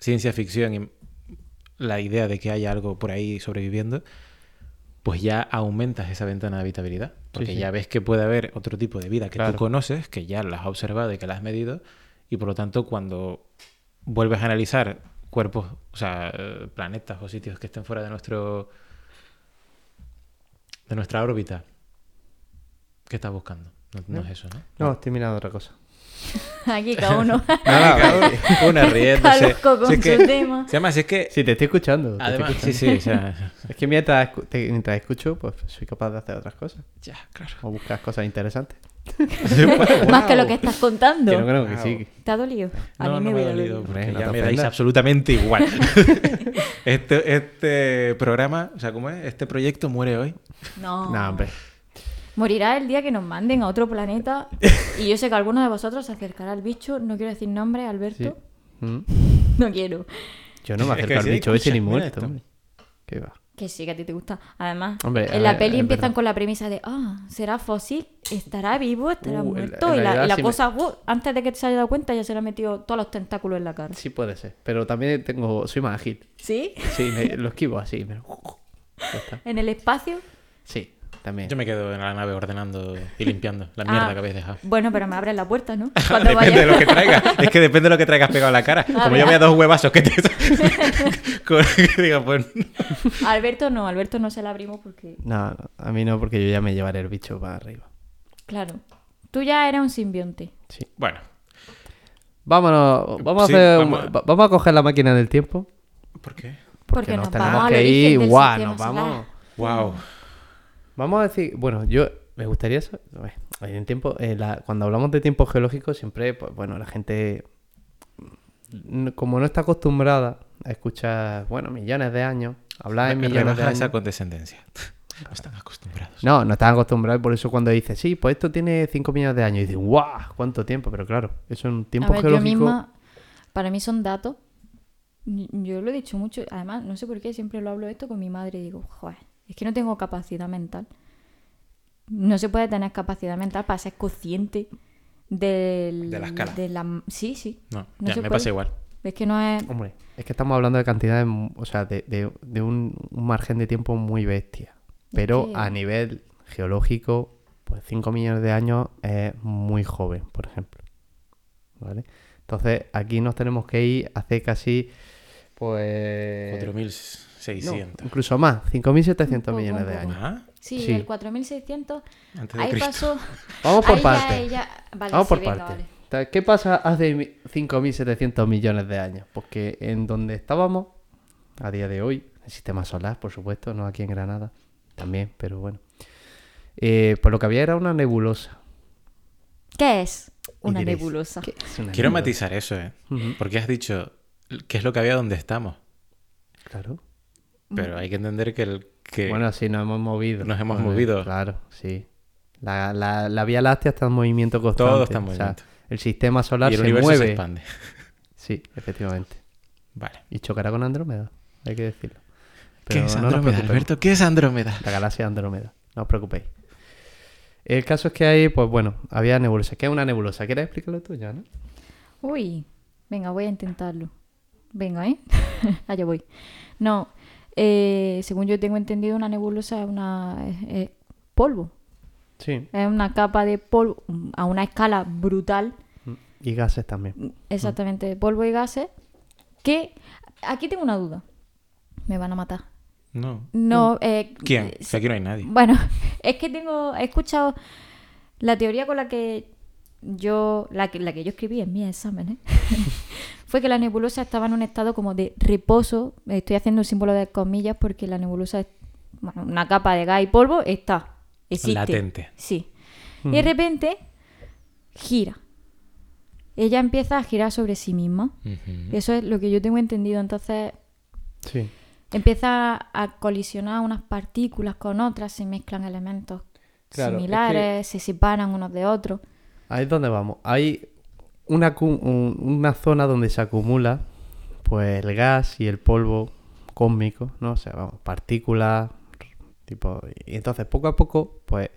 [SPEAKER 5] ciencia ficción y la idea de que haya algo por ahí sobreviviendo, pues ya aumentas esa ventana de habitabilidad. Porque
[SPEAKER 2] sí.
[SPEAKER 5] ya ves que puede haber otro tipo de vida que
[SPEAKER 2] Claro.
[SPEAKER 5] tú conoces, que ya las has observado y que las has medido, y por lo tanto cuando vuelves a analizar cuerpos, o sea, eh, planetas o sitios que estén fuera de nuestro de nuestra órbita, ¿qué estás buscando? No, no es eso, ¿no?
[SPEAKER 2] No, estoy mirando otra cosa.
[SPEAKER 1] Aquí cada uno.
[SPEAKER 5] Nada, Ah, una riéndose.
[SPEAKER 1] Cada loco
[SPEAKER 5] Si
[SPEAKER 1] con
[SPEAKER 5] es que-
[SPEAKER 1] su tema.
[SPEAKER 5] si además, si es que...
[SPEAKER 2] Sí, te estoy escuchando. te estoy
[SPEAKER 5] Además, sí,
[SPEAKER 2] escuchando.
[SPEAKER 5] sí, o sea,
[SPEAKER 2] Es que mientras, escu- te- mientras escucho, pues soy capaz de hacer otras cosas.
[SPEAKER 5] ya, claro.
[SPEAKER 2] O buscar cosas interesantes.
[SPEAKER 1] Más que lo que estás contando.
[SPEAKER 2] Que no creo que
[SPEAKER 5] Wow.
[SPEAKER 2] sí.
[SPEAKER 1] ¿Te ha dolido? A
[SPEAKER 5] no,
[SPEAKER 1] mí me
[SPEAKER 5] no me ha
[SPEAKER 1] hubiera
[SPEAKER 5] dolido, porque
[SPEAKER 2] Hombre, no
[SPEAKER 5] ya
[SPEAKER 2] te
[SPEAKER 5] me dais
[SPEAKER 2] ofendas.
[SPEAKER 5] absolutamente igual. este, este programa, o sea, ¿cómo es? Este proyecto muere hoy.
[SPEAKER 1] No.
[SPEAKER 2] No, hombre.
[SPEAKER 1] Morirá el día que nos manden a otro planeta. Y yo sé que alguno de vosotros se acercará al bicho. No quiero decir nombre,
[SPEAKER 2] Sí.
[SPEAKER 1] Alberto.
[SPEAKER 2] Mm.
[SPEAKER 1] No quiero.
[SPEAKER 2] Yo no me
[SPEAKER 5] Es que
[SPEAKER 2] acerco al
[SPEAKER 5] sí,
[SPEAKER 2] bicho ese
[SPEAKER 5] escucha,
[SPEAKER 2] ni
[SPEAKER 5] mira
[SPEAKER 2] muerto.
[SPEAKER 5] esto.
[SPEAKER 2] hombre. Qué va.
[SPEAKER 1] Que sí, que a ti te gusta. Además,
[SPEAKER 2] Hombre, a
[SPEAKER 1] en la
[SPEAKER 2] ver,
[SPEAKER 1] peli
[SPEAKER 2] es
[SPEAKER 1] empiezan
[SPEAKER 2] verdad.
[SPEAKER 1] con la premisa de, ah, será fósil, estará vivo, estará
[SPEAKER 2] Uh, en-
[SPEAKER 1] muerto.
[SPEAKER 2] en
[SPEAKER 1] y la,
[SPEAKER 2] realidad
[SPEAKER 1] y la
[SPEAKER 2] sí me-
[SPEAKER 1] cosa, uh, antes de que se haya dado cuenta, ya se le ha metido todos los tentáculos en la cara.
[SPEAKER 2] Sí puede ser. Pero también tengo... Soy más ágil.
[SPEAKER 1] ¿Sí?
[SPEAKER 2] Sí, me- lo esquivo así. me lo- Ya está.
[SPEAKER 1] En el espacio.
[SPEAKER 2] Sí, también.
[SPEAKER 5] Yo me quedo en la nave ordenando y limpiando la mierda
[SPEAKER 1] Ah,
[SPEAKER 5] que habéis dejado.
[SPEAKER 1] Bueno, pero me abres la puerta, ¿no? Cuando
[SPEAKER 5] Depende
[SPEAKER 1] vaya. Ah,
[SPEAKER 5] de lo que traigas. Es que depende de lo que traigas pegado a la cara. Como yo
[SPEAKER 1] ¿verdad?
[SPEAKER 5] vea dos huevazos que te. con- que diga, pues.
[SPEAKER 1] Alberto no, Alberto no se la abrimos porque,
[SPEAKER 2] No, no, a mí no, porque yo ya me llevaré el bicho para arriba.
[SPEAKER 1] claro, tú ya eras un simbionte.
[SPEAKER 2] Sí.
[SPEAKER 5] Bueno,
[SPEAKER 2] Vámonos. Vamos,
[SPEAKER 5] Sí,
[SPEAKER 2] a hacer un-
[SPEAKER 5] vamos a-
[SPEAKER 2] va- vamos a coger la máquina del tiempo.
[SPEAKER 5] ¿por qué?
[SPEAKER 1] Porque nos vamos al
[SPEAKER 2] que
[SPEAKER 1] origen
[SPEAKER 2] ir.
[SPEAKER 1] del
[SPEAKER 2] Guau,
[SPEAKER 1] sistema
[SPEAKER 2] nos vamos.
[SPEAKER 1] solar.
[SPEAKER 5] ¡Wow!
[SPEAKER 2] Vamos a decir, bueno, yo me gustaría saber, bueno, en tiempo, eh, la- cuando hablamos de tiempo geológico siempre, pues bueno, la gente mm, como no está acostumbrada a escuchar, bueno, millones de años, hablar en millones de
[SPEAKER 5] Rebaja
[SPEAKER 2] años.
[SPEAKER 5] esa condescendencia. No están acostumbrados.
[SPEAKER 2] No, no están acostumbrados, por eso cuando dices, sí, pues esto tiene 5 millones de años, y dicen, guau, cuánto tiempo, pero claro, eso en tiempo
[SPEAKER 1] a ver,
[SPEAKER 2] geológico...
[SPEAKER 1] yo misma, para mí son datos. N- Yo lo he dicho mucho, además, no sé por qué siempre lo hablo esto con mi madre y digo, joder, es que no tengo capacidad mental. No se puede tener capacidad mental para ser consciente del,
[SPEAKER 5] De la escala.
[SPEAKER 1] de la- sí, sí.
[SPEAKER 5] No,
[SPEAKER 1] No
[SPEAKER 5] ya,
[SPEAKER 1] se
[SPEAKER 5] me
[SPEAKER 1] puede.
[SPEAKER 5] pasa igual.
[SPEAKER 1] Es que no es...
[SPEAKER 2] Hombre, es que estamos hablando de cantidades, mu- o sea, de, de- de un, un margen de tiempo muy bestia. Pero
[SPEAKER 1] que-
[SPEAKER 2] a nivel geológico, pues 5 millones de años es muy joven, por ejemplo. ¿Vale? Entonces, aquí nos tenemos que ir hace casi, pues...
[SPEAKER 5] 4.600.
[SPEAKER 2] no, incluso más, 5.700
[SPEAKER 1] Un
[SPEAKER 2] millones
[SPEAKER 1] poco,
[SPEAKER 2] de
[SPEAKER 1] un
[SPEAKER 2] años.
[SPEAKER 5] Ah,
[SPEAKER 1] Sí,
[SPEAKER 2] Sí.
[SPEAKER 1] el 4600...
[SPEAKER 5] antes de
[SPEAKER 1] Ahí
[SPEAKER 5] Cristo.
[SPEAKER 1] pasó...
[SPEAKER 2] Vamos por
[SPEAKER 1] Ahí ya-
[SPEAKER 2] partes.
[SPEAKER 1] ya- vale,
[SPEAKER 2] Vamos
[SPEAKER 1] sí,
[SPEAKER 2] por
[SPEAKER 1] venga,
[SPEAKER 2] partes.
[SPEAKER 1] vale.
[SPEAKER 2] Entonces, ¿Qué pasa hace mi- 5.700 millones de años? Porque en donde estábamos, a día de hoy, el sistema solar, por supuesto, no aquí en Granada, también, pero bueno. Eh, pues lo que había era una nebulosa.
[SPEAKER 1] ¿Qué es
[SPEAKER 2] Y
[SPEAKER 1] una
[SPEAKER 2] diréis,
[SPEAKER 1] nebulosa?
[SPEAKER 2] ¿qué es una
[SPEAKER 5] Quiero
[SPEAKER 2] nebulosa?
[SPEAKER 5] matizar eso, ¿eh?
[SPEAKER 2] Ujú.
[SPEAKER 5] Porque has dicho qué es lo que había donde estamos.
[SPEAKER 2] Claro.
[SPEAKER 5] Pero hay que entender que, el, que
[SPEAKER 2] Bueno, sí, nos hemos movido.
[SPEAKER 5] Eh, Nos hemos
[SPEAKER 2] Bueno,
[SPEAKER 5] movido.
[SPEAKER 2] Claro, sí. La, la- la Vía Láctea está en movimiento constante.
[SPEAKER 5] está en
[SPEAKER 2] O sea,
[SPEAKER 5] movimiento.
[SPEAKER 2] el sistema solar
[SPEAKER 5] y
[SPEAKER 2] se
[SPEAKER 5] el universo
[SPEAKER 2] mueve.
[SPEAKER 5] se expande.
[SPEAKER 2] Sí, efectivamente.
[SPEAKER 5] Vale.
[SPEAKER 2] Y chocará con Andrómeda, hay que decirlo.
[SPEAKER 5] ¿Qué
[SPEAKER 2] no
[SPEAKER 5] es
[SPEAKER 2] nos
[SPEAKER 5] Andrómeda,
[SPEAKER 2] preocupemos.
[SPEAKER 5] Alberto? ¿Qué es Andrómeda?
[SPEAKER 2] La galaxia de Andrómeda, no os preocupéis. El caso es que ahí, pues bueno, había nebulosa. ¿Qué es una nebulosa? ¿Quieres explicarlo tú ya, no?
[SPEAKER 1] Uy, venga, voy a intentarlo. Venga, ¿eh? Allá voy. No, eh, según yo tengo entendido, una nebulosa es una es- es polvo.
[SPEAKER 2] Sí.
[SPEAKER 1] Es una capa de polvo mm, a una escala brutal,
[SPEAKER 2] Y gases también.
[SPEAKER 1] mm, exactamente, de polvo y gases, que aquí tengo una duda. Me van a matar.
[SPEAKER 5] No.
[SPEAKER 1] No, eh,
[SPEAKER 5] ¿Quién? Si aquí no hay nadie.
[SPEAKER 1] Bueno, es que tengo, he escuchado la teoría con la que yo, la que, la que yo escribí en mis exámenes, fue que la nebulosa estaba en un estado como de reposo. Estoy haciendo un símbolo de comillas porque la nebulosa es bueno, una capa de gas y polvo, está, existe.
[SPEAKER 5] Latente. Mm.
[SPEAKER 1] Sí. Y de repente gira. Ella empieza a girar sobre sí misma.
[SPEAKER 5] Ujú.
[SPEAKER 1] Eso es lo que yo tengo entendido. Entonces,
[SPEAKER 2] Sí.
[SPEAKER 1] Empieza a colisionar unas partículas con otras, se mezclan elementos
[SPEAKER 2] Claro, es
[SPEAKER 1] similares, se separan unos de otros.
[SPEAKER 2] Ahí es donde vamos. Hay una, cu- un- una zona donde se acumula pues el gas y el polvo cósmico, ¿no? O sea, vamos, partículas, tipo... Y entonces poco a poco, pues,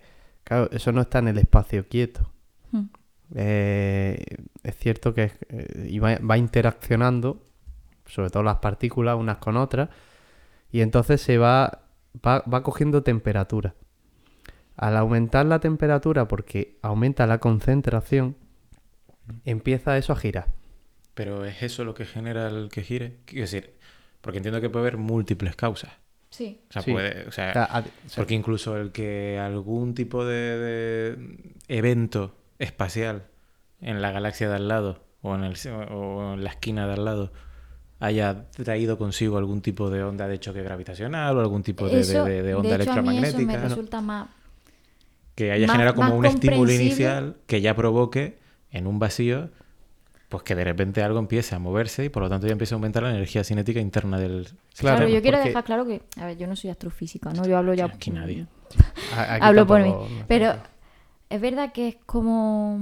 [SPEAKER 2] claro, eso no está en el espacio quieto.
[SPEAKER 1] Mm.
[SPEAKER 2] Eh, es cierto que eh, y va, va interaccionando, sobre todo las partículas unas con otras, y entonces se va, va, va cogiendo temperatura. Al aumentar la temperatura, porque aumenta la concentración, empieza eso a girar.
[SPEAKER 5] Pero es eso lo que genera el que gire. Quiero decir, porque entiendo que puede haber múltiples causas.
[SPEAKER 1] Sí.
[SPEAKER 5] O sea,
[SPEAKER 2] Sí.
[SPEAKER 5] puede. O sea,
[SPEAKER 2] O sea, a- o sea,
[SPEAKER 5] porque incluso el que algún tipo de, de evento espacial en la galaxia de al lado o en, el, o en la esquina de al lado haya traído consigo algún tipo de onda de choque gravitacional o algún tipo de,
[SPEAKER 1] Eso,
[SPEAKER 5] de- de- de onda
[SPEAKER 1] hecho, a mí eso
[SPEAKER 5] electromagnética.
[SPEAKER 1] me
[SPEAKER 5] ¿no?
[SPEAKER 1] resulta más...
[SPEAKER 5] que haya
[SPEAKER 1] más-
[SPEAKER 5] generado como
[SPEAKER 1] más
[SPEAKER 5] un estímulo
[SPEAKER 1] comprensible.
[SPEAKER 5] inicial que ya provoque en un vacío, pues que de repente algo empiece a moverse y por lo tanto ya empieza a aumentar la energía cinética interna del
[SPEAKER 1] Claro,
[SPEAKER 5] sistema.
[SPEAKER 1] yo quiero
[SPEAKER 2] porque-
[SPEAKER 1] dejar claro que... A ver, yo no soy astrofísica, ¿no? Yo hablo ya... Mm.
[SPEAKER 5] Aquí nadie.
[SPEAKER 2] a- aquí
[SPEAKER 1] Hablo por mí.
[SPEAKER 2] tampoco- no-
[SPEAKER 1] Pero es verdad que es como...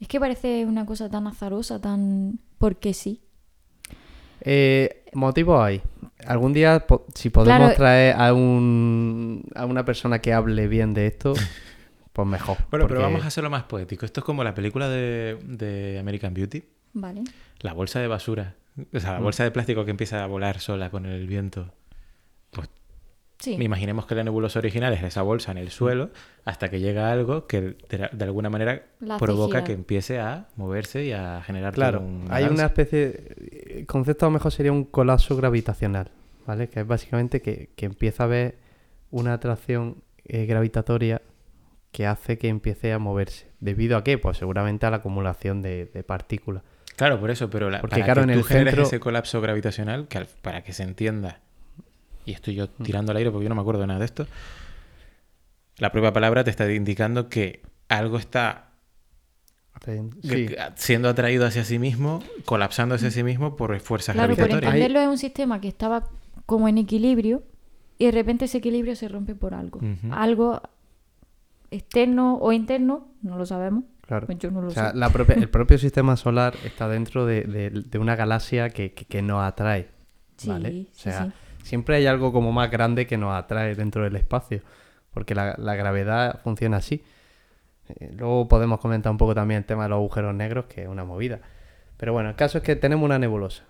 [SPEAKER 1] Es que parece una cosa tan azarosa, tan... Porque sí.
[SPEAKER 2] Eh, motivos hay. Algún día, po- si podemos
[SPEAKER 1] Claro.
[SPEAKER 2] traer a, un, a una persona que hable bien de esto, pues mejor.
[SPEAKER 5] Bueno, pero
[SPEAKER 2] porque-
[SPEAKER 5] vamos a hacerlo más poético. Esto es como la película de, de American Beauty,
[SPEAKER 1] Vale.
[SPEAKER 5] la bolsa de basura, o sea, la bolsa de plástico que empieza a volar sola con el viento. Pues
[SPEAKER 1] Sí.
[SPEAKER 5] imaginemos que la nebulosa original es esa bolsa en el suelo hasta que llega algo que de, de alguna manera
[SPEAKER 1] La hace
[SPEAKER 5] provoca
[SPEAKER 1] girar.
[SPEAKER 5] que empiece a moverse y a generar
[SPEAKER 2] Claro,
[SPEAKER 5] todo un
[SPEAKER 2] hay
[SPEAKER 5] balance.
[SPEAKER 2] una especie. El concepto a lo mejor sería un colapso gravitacional, ¿vale? Que es básicamente que, que empieza a haber una atracción eh, gravitatoria que hace que empiece a moverse. ¿Debido a qué? Pues seguramente a la acumulación de, de partículas.
[SPEAKER 5] Claro, por eso, pero la,
[SPEAKER 2] Porque,
[SPEAKER 5] para
[SPEAKER 2] claro,
[SPEAKER 5] que
[SPEAKER 2] en
[SPEAKER 5] tú
[SPEAKER 2] el
[SPEAKER 5] generes
[SPEAKER 2] centro-
[SPEAKER 5] ese colapso gravitacional, que al- para que se entienda, y estoy yo
[SPEAKER 2] Mm.
[SPEAKER 5] tirando al aire porque yo no me acuerdo nada de esto, la propia palabra te está indicando que algo está
[SPEAKER 2] Sí. Mm.
[SPEAKER 5] que- siendo atraído hacia sí mismo, colapsando hacia sí mismo por fuerzas
[SPEAKER 1] Claro, por
[SPEAKER 5] gravitatorias.
[SPEAKER 1] entenderlo es un sistema que estaba como en equilibrio y de repente ese equilibrio se rompe por algo.
[SPEAKER 5] Ujú.
[SPEAKER 1] Algo externo o interno, no lo sabemos.
[SPEAKER 2] Claro.
[SPEAKER 1] Pues yo no lo
[SPEAKER 2] O sea,
[SPEAKER 1] sé.
[SPEAKER 2] la propia- el propio sistema solar está dentro de, de- de una galaxia que, que- que nos atrae.
[SPEAKER 1] Sí,
[SPEAKER 2] ¿vale?
[SPEAKER 1] sí,
[SPEAKER 2] O sea,
[SPEAKER 1] sí.
[SPEAKER 2] siempre hay algo como más grande que nos atrae dentro del espacio. porque la, la gravedad funciona así. Eh, Luego podemos comentar un poco también el tema de los agujeros negros, que es una movida. Pero bueno, el caso es que tenemos una nebulosa.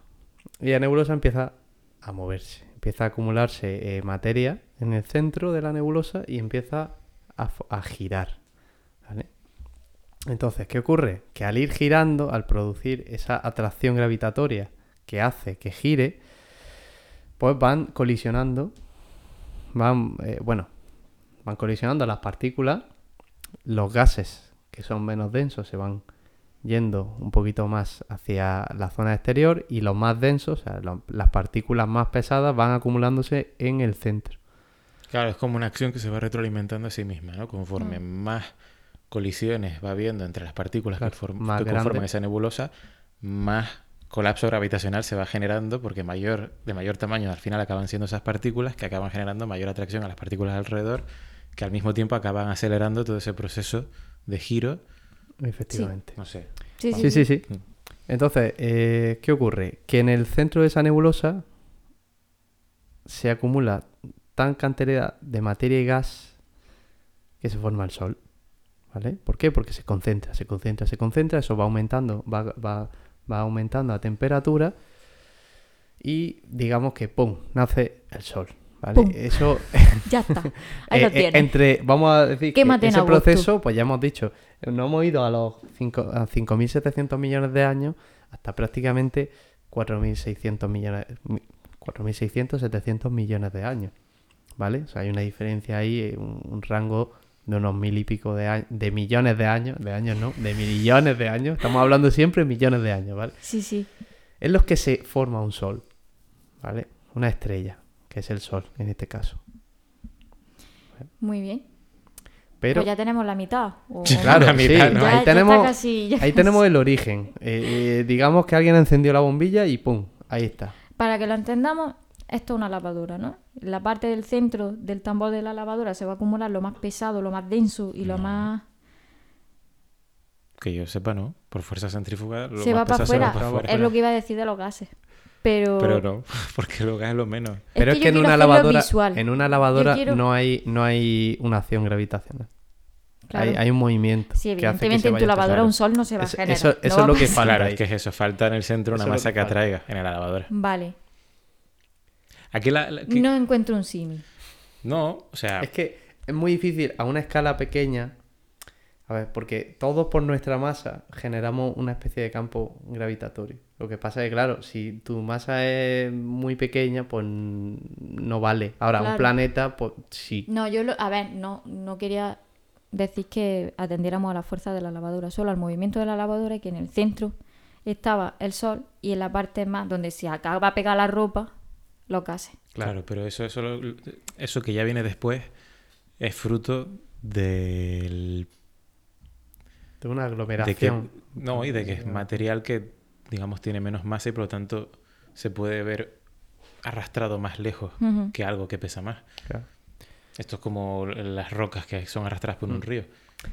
[SPEAKER 2] Y la nebulosa empieza a moverse. Empieza a acumularse eh, materia en el centro de la nebulosa y empieza a, fo- a girar. ¿vale? Entonces, ¿qué ocurre? Que al ir girando, al producir esa atracción gravitatoria que hace que gire, pues van colisionando. Van, eh, bueno, van colisionando las partículas los gases que son menos densos se van yendo un poquito más hacia la zona exterior y los más densos, o sea, lo- las partículas más pesadas van acumulándose en el centro.
[SPEAKER 5] Claro, es como una acción que se va retroalimentando a sí misma, ¿no? Conforme
[SPEAKER 2] Mm.
[SPEAKER 5] más colisiones va habiendo entre las partículas
[SPEAKER 2] Claro,
[SPEAKER 5] que, form-
[SPEAKER 2] más
[SPEAKER 5] que conforman
[SPEAKER 2] grande.
[SPEAKER 5] esa nebulosa, más colapso gravitacional se va generando porque mayor, de mayor tamaño al final acaban siendo esas partículas que acaban generando mayor atracción a las partículas alrededor que al mismo tiempo acaban acelerando todo ese proceso de giro.
[SPEAKER 2] Efectivamente.
[SPEAKER 5] No sé.
[SPEAKER 1] Sí,
[SPEAKER 2] Sí, sí, sí. Entonces, eh, ¿qué ocurre? Que en el centro de esa nebulosa se acumula tan cantidad de materia y gas que se forma el Sol. ¿Vale? ¿Por qué? Porque se concentra, se concentra, se concentra, eso va aumentando, va, va- va aumentando la temperatura y digamos que, ¡pum!, nace el Sol. ¿Vale?
[SPEAKER 1] ¡Pum!
[SPEAKER 2] Eso
[SPEAKER 1] Ya está. Ahí lo
[SPEAKER 2] eh, eh,
[SPEAKER 1] tienes.
[SPEAKER 2] Entre, vamos a decir, que
[SPEAKER 1] Quémate en
[SPEAKER 2] ese
[SPEAKER 1] agosto.
[SPEAKER 2] proceso, pues ya hemos dicho, no hemos ido a los cinco- a 5.700 millones de años hasta prácticamente 4.600 millones, mi- 4.600, 700 millones de años, ¿vale? O sea, hay una diferencia ahí, eh, un, un rango de unos mil y pico de, a- de millones de años, de años no, de millones de años, estamos hablando siempre de millones de años, ¿vale?
[SPEAKER 1] Sí, sí.
[SPEAKER 2] Es los que se forma un sol, ¿vale? Una estrella, que es el sol en este caso.
[SPEAKER 1] Muy bien.
[SPEAKER 2] Pero
[SPEAKER 1] Pues ya tenemos la mitad. o-
[SPEAKER 2] Claro,
[SPEAKER 5] Una mitad,
[SPEAKER 2] sí.
[SPEAKER 1] Ya-
[SPEAKER 5] ¿no?
[SPEAKER 1] ya
[SPEAKER 2] ahí,
[SPEAKER 1] está
[SPEAKER 2] tenemos,
[SPEAKER 1] casi- ya
[SPEAKER 2] ahí tenemos el origen. Eh, eh, digamos que alguien encendió la bombilla y ¡pum! Ahí está.
[SPEAKER 1] Para que lo entendamos, esto es una lavadora, ¿no? La parte del centro del tambor de la lavadora se va a acumular lo más pesado, lo más denso y lo más...
[SPEAKER 5] Que yo sepa, ¿no? Por fuerza centrífuga lo
[SPEAKER 1] se
[SPEAKER 5] más
[SPEAKER 1] va para
[SPEAKER 5] pesado se va
[SPEAKER 1] afuera. Es
[SPEAKER 5] para afuera.
[SPEAKER 1] lo que iba a decir de los gases. Pero...
[SPEAKER 5] Pero no, porque lo gas es lo menos.
[SPEAKER 1] Es
[SPEAKER 2] Pero es
[SPEAKER 1] yo
[SPEAKER 2] que en
[SPEAKER 1] quiero
[SPEAKER 2] una,
[SPEAKER 1] hacerlo
[SPEAKER 2] lavadora,
[SPEAKER 1] visual.
[SPEAKER 2] en una lavadora
[SPEAKER 1] Yo quiero-
[SPEAKER 2] no, hay, no hay una acción gravitacional.
[SPEAKER 1] Claro.
[SPEAKER 2] Hay, hay un movimiento.
[SPEAKER 1] Sí,
[SPEAKER 2] que hace que
[SPEAKER 1] evidentemente
[SPEAKER 2] se
[SPEAKER 1] en tu
[SPEAKER 2] vaya
[SPEAKER 1] lavadora
[SPEAKER 2] hacia-
[SPEAKER 1] un sol no se va a
[SPEAKER 2] Eso-
[SPEAKER 1] generar.
[SPEAKER 2] Eso,
[SPEAKER 1] No
[SPEAKER 2] eso
[SPEAKER 1] va
[SPEAKER 2] es
[SPEAKER 1] a
[SPEAKER 2] lo que
[SPEAKER 1] pasar.
[SPEAKER 2] falta.
[SPEAKER 5] Claro,
[SPEAKER 2] ahí.
[SPEAKER 5] es que es eso, falta en el centro
[SPEAKER 2] Eso
[SPEAKER 5] una
[SPEAKER 2] es lo
[SPEAKER 5] masa
[SPEAKER 2] que
[SPEAKER 5] que
[SPEAKER 2] falta.
[SPEAKER 5] atraiga en la lavadora.
[SPEAKER 1] Vale.
[SPEAKER 5] Aquí la, la- que-
[SPEAKER 1] No encuentro un símil.
[SPEAKER 5] No, o sea,
[SPEAKER 2] Es que es muy difícil a una escala pequeña. A ver, porque todos por nuestra masa generamos una especie de campo gravitatorio. Lo que pasa es que, claro, si tu masa es muy pequeña, pues no vale. Ahora, un
[SPEAKER 1] Claro.
[SPEAKER 2] planeta, pues sí.
[SPEAKER 1] No, yo lo... A ver, no, no quería decir que atendiéramos a la fuerza de la lavadora, solo al movimiento de la lavadora y que en el centro estaba el sol y en la parte más donde se acaba a pegar la ropa, los gases.
[SPEAKER 5] claro, pero eso, eso, lo- eso que ya viene después es fruto del...
[SPEAKER 2] De una
[SPEAKER 5] De que,
[SPEAKER 2] aglomeración.
[SPEAKER 5] no, y de que es material que, digamos, tiene menos masa y por lo tanto se puede ver arrastrado más lejos
[SPEAKER 1] Ujú.
[SPEAKER 5] que algo que pesa más.
[SPEAKER 2] Claro.
[SPEAKER 5] Esto es como las rocas que son arrastradas por un río,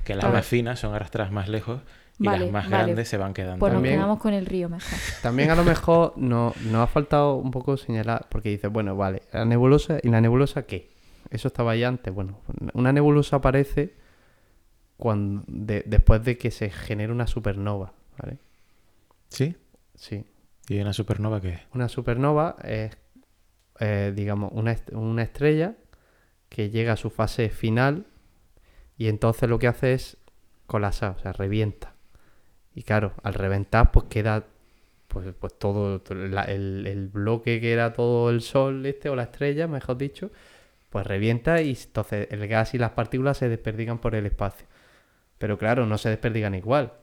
[SPEAKER 5] que las
[SPEAKER 1] Vale.
[SPEAKER 5] más finas son arrastradas más lejos y
[SPEAKER 1] Vale,
[SPEAKER 5] las más
[SPEAKER 1] vale.
[SPEAKER 5] grandes se van quedando.
[SPEAKER 1] Pues nos
[SPEAKER 2] También-
[SPEAKER 1] quedamos con el río mejor.
[SPEAKER 2] También a lo mejor no, nos ha faltado un poco señalar, porque dices, bueno, vale, la nebulosa, ¿y la nebulosa qué? Eso estaba ahí antes. Bueno, una nebulosa aparece cuando, de- después de que se genera una supernova, ¿vale?
[SPEAKER 5] Sí,
[SPEAKER 2] Sí.
[SPEAKER 5] y una supernova que es.
[SPEAKER 2] Una supernova es, eh, digamos, una, est- una estrella que llega a su fase final y entonces lo que hace es colapsar, o sea, revienta. Y claro, al reventar, pues queda pues, pues todo to- la- el, el bloque que era todo el sol este o la estrella, mejor dicho, pues revienta y entonces el gas y las partículas se desperdigan por el espacio. Pero claro, no se desperdigan igual.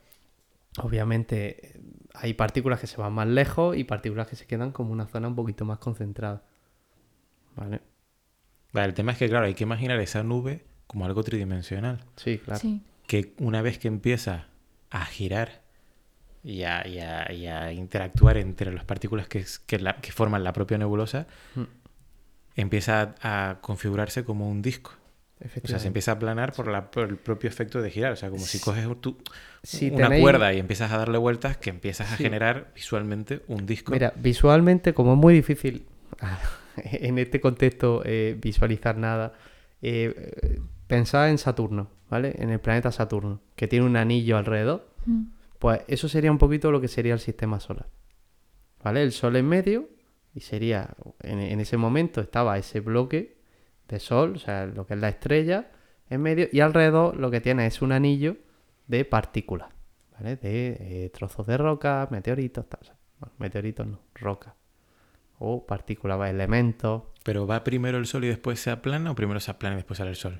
[SPEAKER 2] Obviamente eh, hay partículas que se van más lejos y partículas que se quedan como una zona un poquito más concentrada. ¿Vale?
[SPEAKER 5] Vale, el tema es que, claro, hay que imaginar esa nube como algo tridimensional.
[SPEAKER 2] Sí, claro.
[SPEAKER 1] Sí.
[SPEAKER 5] que una vez que empieza a girar y a, y a- y a interactuar entre las partículas que, es- que la- que forman la propia nebulosa,
[SPEAKER 2] Hmm.
[SPEAKER 5] empieza a, a configurarse como un disco. O sea, se empieza a aplanar por, la- por el propio efecto de girar. O sea, como si coges tú
[SPEAKER 2] Si
[SPEAKER 5] una
[SPEAKER 2] tenéis-
[SPEAKER 5] cuerda y empiezas a darle vueltas, que empiezas a generar visualmente un disco.
[SPEAKER 2] Mira, visualmente, como es muy difícil en este contexto eh, visualizar nada, eh, eh, Pensad en Saturno, ¿vale? En el planeta Saturno, que tiene un anillo alrededor.
[SPEAKER 1] Mm.
[SPEAKER 2] Pues eso sería un poquito lo que sería el sistema solar. ¿Vale? El Sol en medio y sería, en, en ese momento estaba ese bloque de Sol, o sea, lo que es la estrella en medio y alrededor lo que tiene es un anillo de partículas, ¿vale? De eh, trozos de roca, meteoritos, tal. o sea, bueno, meteoritos no, roca. O partículas, va, elementos.
[SPEAKER 5] Pero va primero el sol y después se aplana o primero se aplana y después sale el sol.